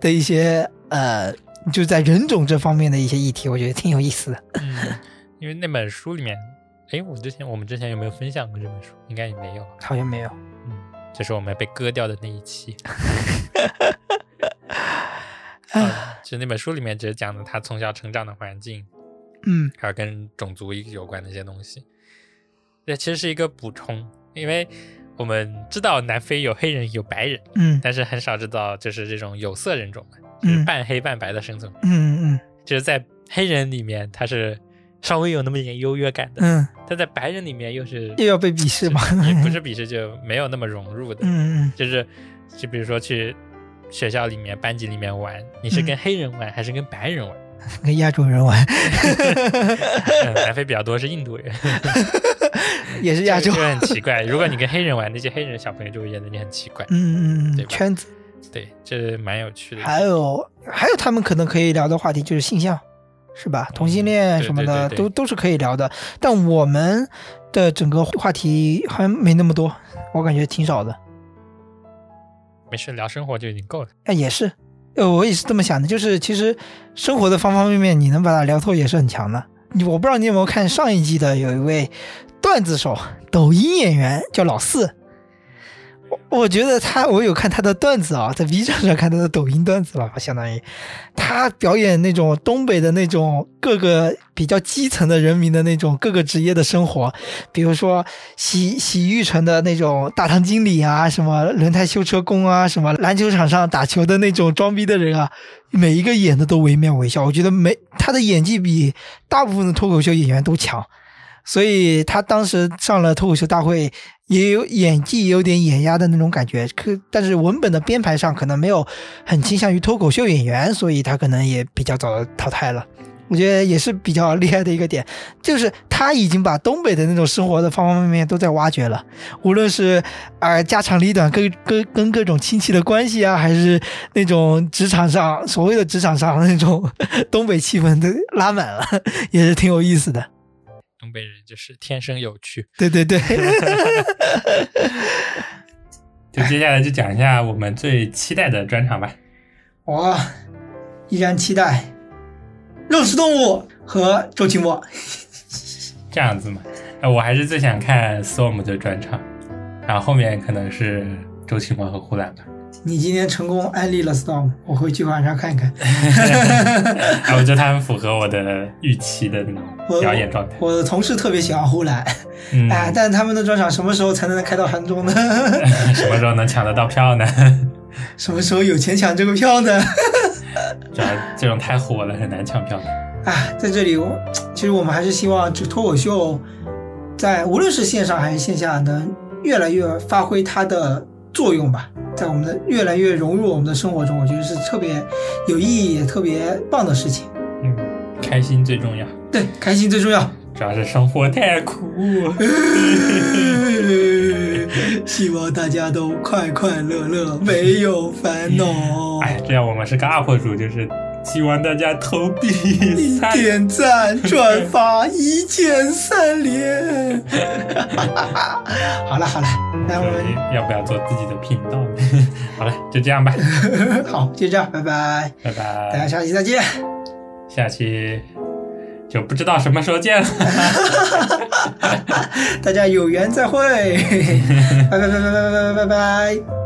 Speaker 2: 的一些呃，就在人种这方面的一些议题，我觉得挺有意思的。
Speaker 1: 嗯，因为那本书里面，哎，我之前我们之前有没有分享过这本书？应该也没有。
Speaker 2: 好像没有。
Speaker 1: 嗯，这是我们被割掉的那一 期。啊，就那本书里面只是讲的他从小成长的环境，
Speaker 2: 嗯
Speaker 1: 还有跟种族有关的一些东西。这其实是一个补充，因为我们知道南非有黑人有白人，
Speaker 2: 嗯
Speaker 1: 但是很少知道就是这种有色人种嘛，就是
Speaker 2: 嗯
Speaker 1: 半黑半白的生存，
Speaker 2: 嗯嗯
Speaker 1: 就是在黑人里面他是稍微有那么一点优越感的，
Speaker 2: 嗯，
Speaker 1: 但在白人里面又是
Speaker 2: 又要被鄙视吗？
Speaker 1: 也不是 鄙视，就没有那么融入的，
Speaker 2: 嗯嗯。
Speaker 1: 就是就比如说去学校里面班级里面玩，你
Speaker 2: 嗯
Speaker 1: 是跟黑人玩还是跟白人 玩？
Speaker 2: 跟亚洲人玩，
Speaker 1: 嗯南非比较多是印度 人，
Speaker 2: 也是亚洲
Speaker 1: 就。很奇怪。如果你跟黑人玩，那些黑人小朋友就会觉得你很奇怪。
Speaker 2: 嗯嗯
Speaker 1: 对
Speaker 2: 嗯，
Speaker 1: 吧
Speaker 2: 圈子，
Speaker 1: 对，这蛮有趣的。
Speaker 2: 还有还有，他们可能可以聊的话题就是性向，是吧？同性恋
Speaker 1: 嗯对
Speaker 2: 什么的
Speaker 1: 对对对
Speaker 2: 都都是可以聊的，但我们的整个话题好像没那么多，我感觉挺少的。
Speaker 1: 没事，聊生活就已经够了。
Speaker 2: 哎，也是，呃，我也是这么想的，就是其实生活的方方面面，你能把它聊透也是很强的。你我不知道你有没有看上一季的，有一位段子手，抖音演员叫老四。我我觉得他，我有看他的段子啊，在 B 站上看他的抖音段子吧，相当于他表演那种东北的那种各个比较基层的人民的那种各个职业的生活，比如说洗洗浴城的那种大堂经理啊，什么轮胎修车工啊，什么篮球场上打球的那种装逼的人啊，每一个演的都惟妙惟肖。我觉得没他的演技比大部分的脱口秀演员都强，所以他当时上了脱口秀大会，也有演技有点演压的那种感觉。可但是文本的编排上可能没有很倾向于脱口秀演员，所以他可能也比较早的淘汰了。我觉得也是比较厉害的一个点，就是他已经把东北的那种生活的方方面面都在挖掘了，无论是呃家长里短跟跟跟各种亲戚的关系啊，还是那种职场上所谓的职场上那种东北气氛都拉满了， 也是挺有意思的。
Speaker 1: 东北人就是天生有趣。
Speaker 2: 对对对，
Speaker 1: 就接下来就讲一下我们最期待的专场吧。
Speaker 2: 我依然期待肉食动物和周奇墨。
Speaker 1: 这样子嘛，呃我还是最想看 Storm 的专场，然后后面可能是周奇墨和呼兰吧。
Speaker 2: 你今天成功安利了 Storm，我回去晚上看看。
Speaker 1: 啊，我觉得他们符合我的预期的那种表演状态。
Speaker 2: 我的同事特别喜欢呼兰，
Speaker 1: 嗯，
Speaker 2: 哎，但他们的专场什么时候才能开到杭州呢？
Speaker 1: 什么时候能抢得到票呢？
Speaker 2: 什么时候有钱抢这个票呢？
Speaker 1: 主要这种太火了，很难抢票。
Speaker 2: 啊，在这里我其实我们还是希望这脱口秀在无论是线上还是线下，能越来越发挥它的作用吧，在我们的越来越融入我们的生活中，我觉得是特别有意义也特别棒的事情。
Speaker 1: 嗯，开心最重要，
Speaker 2: 对，开心最重要。
Speaker 1: 主要是生活太苦。
Speaker 2: 希望大家都快快乐乐，没有烦恼。
Speaker 1: 哎哎，这样我们是个 UP 主，就是希望大家投 币三
Speaker 2: 点赞、转发，一键三连。 好了好了，那我们
Speaker 1: 要不要做自己的频道 呢？好了，就这样吧，
Speaker 2: 好就这样，拜拜，
Speaker 1: 拜
Speaker 2: 大家
Speaker 1: 拜，
Speaker 2: 下期再见。
Speaker 1: 下期就不知道什么时候见了，
Speaker 2: 大家有缘再会，拜拜拜拜拜拜拜拜。